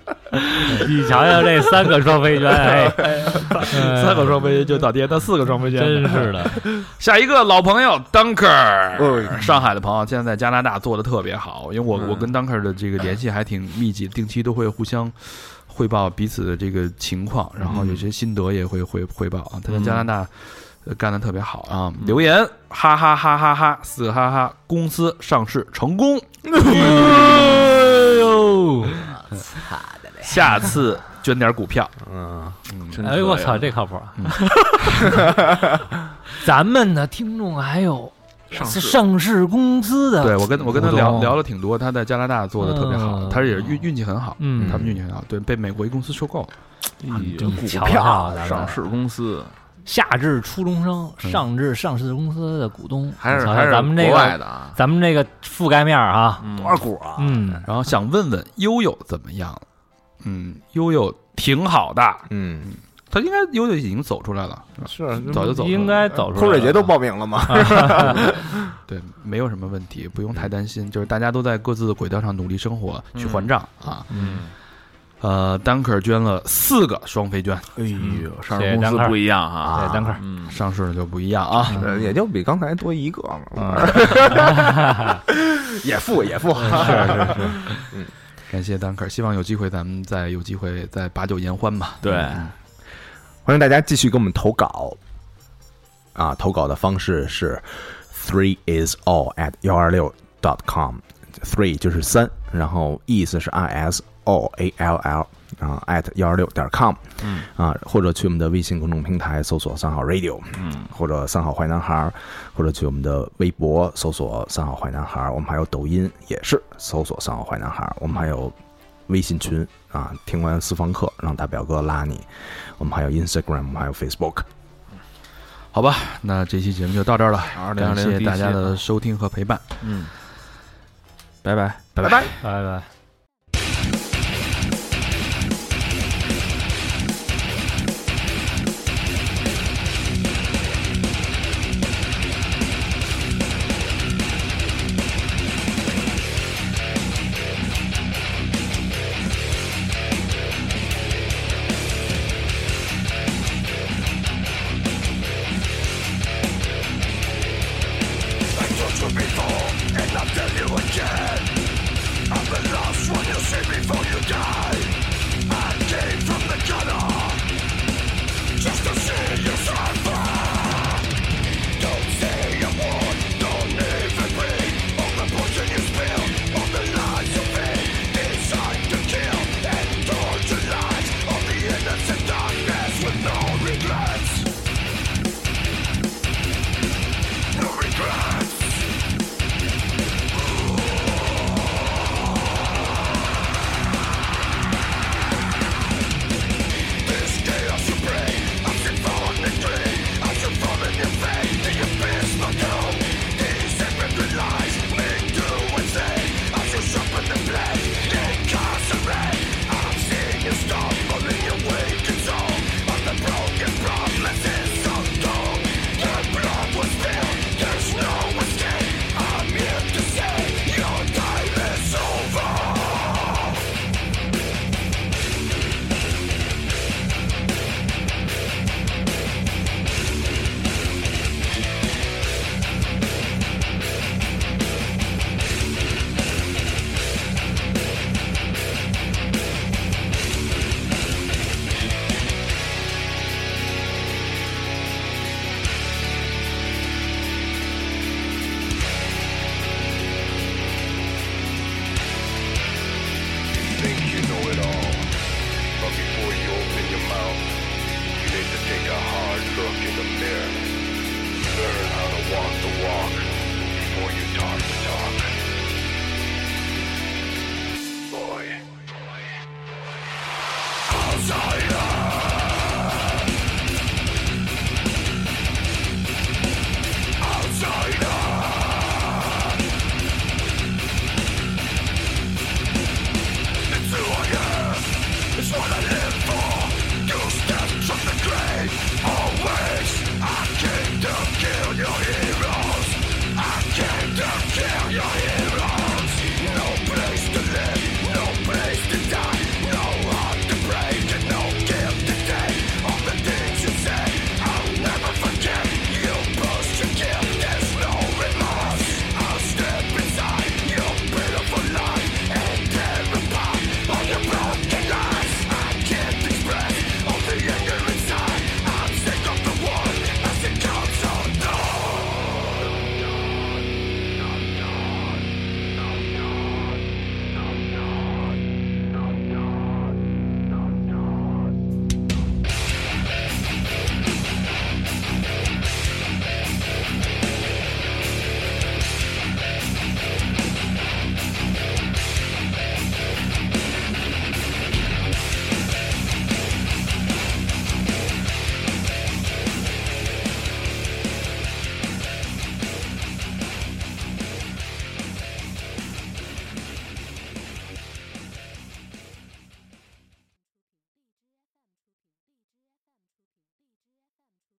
S2: 你瞧瞧这三个双飞娟，哎，
S4: <laughs>
S1: 三个双飞就倒贴，那四个双飞
S2: 哎，
S1: 圈
S2: 真是的，
S1: 下一个老朋友 Dunker，
S3: 哎
S1: 上海的朋友现在在加拿大做的特别好，因为我
S4: 嗯
S1: 我跟 Dunker 的这个联系还挺密集，定期都会互相汇报彼此的这个情况，然后有些心得也会汇汇报啊。他在加拿大呃干的特别好啊，留言哈哈哈哈哈四个哈哈，公司上市成功，
S2: 哎呦，
S1: 下次捐点股票。
S3: 嗯，
S4: 真
S2: 哎
S4: 可
S2: 呦，我
S4: 以
S2: 操，
S4: 啊
S2: 这靠谱啊！ <laughs> 咱们的听众还有
S4: 上
S2: 是
S4: 市
S2: 上市公司的，
S1: 对我跟我跟他
S2: 股
S1: 聊
S2: 东
S1: 聊了挺多，他在加拿大做的特别好，
S2: 嗯
S1: 他也是运运气很好，
S2: 嗯
S1: 他们运气很好，对，被美国一公司收购了。
S4: 哎呦
S2: 你
S4: 股
S2: 瞧
S4: 票
S2: 瞧咱
S4: 上
S2: 们
S4: 市公司
S2: 下至初中生，
S1: 嗯
S2: 上至上市公司的股东，
S4: 还是
S2: 你瞧瞧
S4: 还是
S2: 咱们这
S4: 国外
S2: 个
S4: 的啊，
S2: 咱们这个覆盖面儿啊，
S4: 嗯
S3: 股啊
S2: 嗯，
S1: 然后想问问悠悠怎么样了？嗯，悠悠挺好的，
S3: 嗯，
S1: 他应该悠悠已经走出来了，是吧
S3: 是
S1: 早就走了
S2: 应该走出来了。
S3: 泼水节都报名了吗？
S1: 对，没有什么问题，不用太担心。就是大家都在各自的轨道上努力生活，去还账啊。
S2: 嗯，
S1: 呃，丹克尔捐了四个双飞券，
S3: 哎呦，
S4: 上市公司不一样哈，
S2: 对，哎单块儿。
S4: 嗯，
S1: 上市的就不一样啊。
S3: 呃
S2: 嗯
S3: 也就比刚才多一个嘛，
S2: 嗯
S3: <laughs>
S2: <laughs>
S3: 也付也付，
S1: 感谢丹克尔，希望有机会咱们再有机会再把酒言欢吧。
S4: 对，
S3: 欢迎大家继续给我们投稿啊！投稿的方式是 three is all at 幺二六 dot com。three 就是三，然后 is 是 i s o a l l 啊 at 幺二六点 com，
S4: 嗯
S3: 啊，或者去我们的微信公众平台搜索三好 radio，
S4: 嗯，
S3: 或者三好坏男孩儿，或者去我们的微博搜索三好坏男孩儿，我们还有抖音也是搜索三好坏男孩儿，我们还有微信群啊，听完私房课让大表哥拉你，我们还有 Instagram，我们还有 Facebook，
S1: 好吧，那这期节目就到这儿了，
S4: 二零二
S1: 感
S4: 零
S1: 谢大家的收听和陪伴，
S4: 嗯，拜拜。
S1: 拜拜。
S2: 拜拜。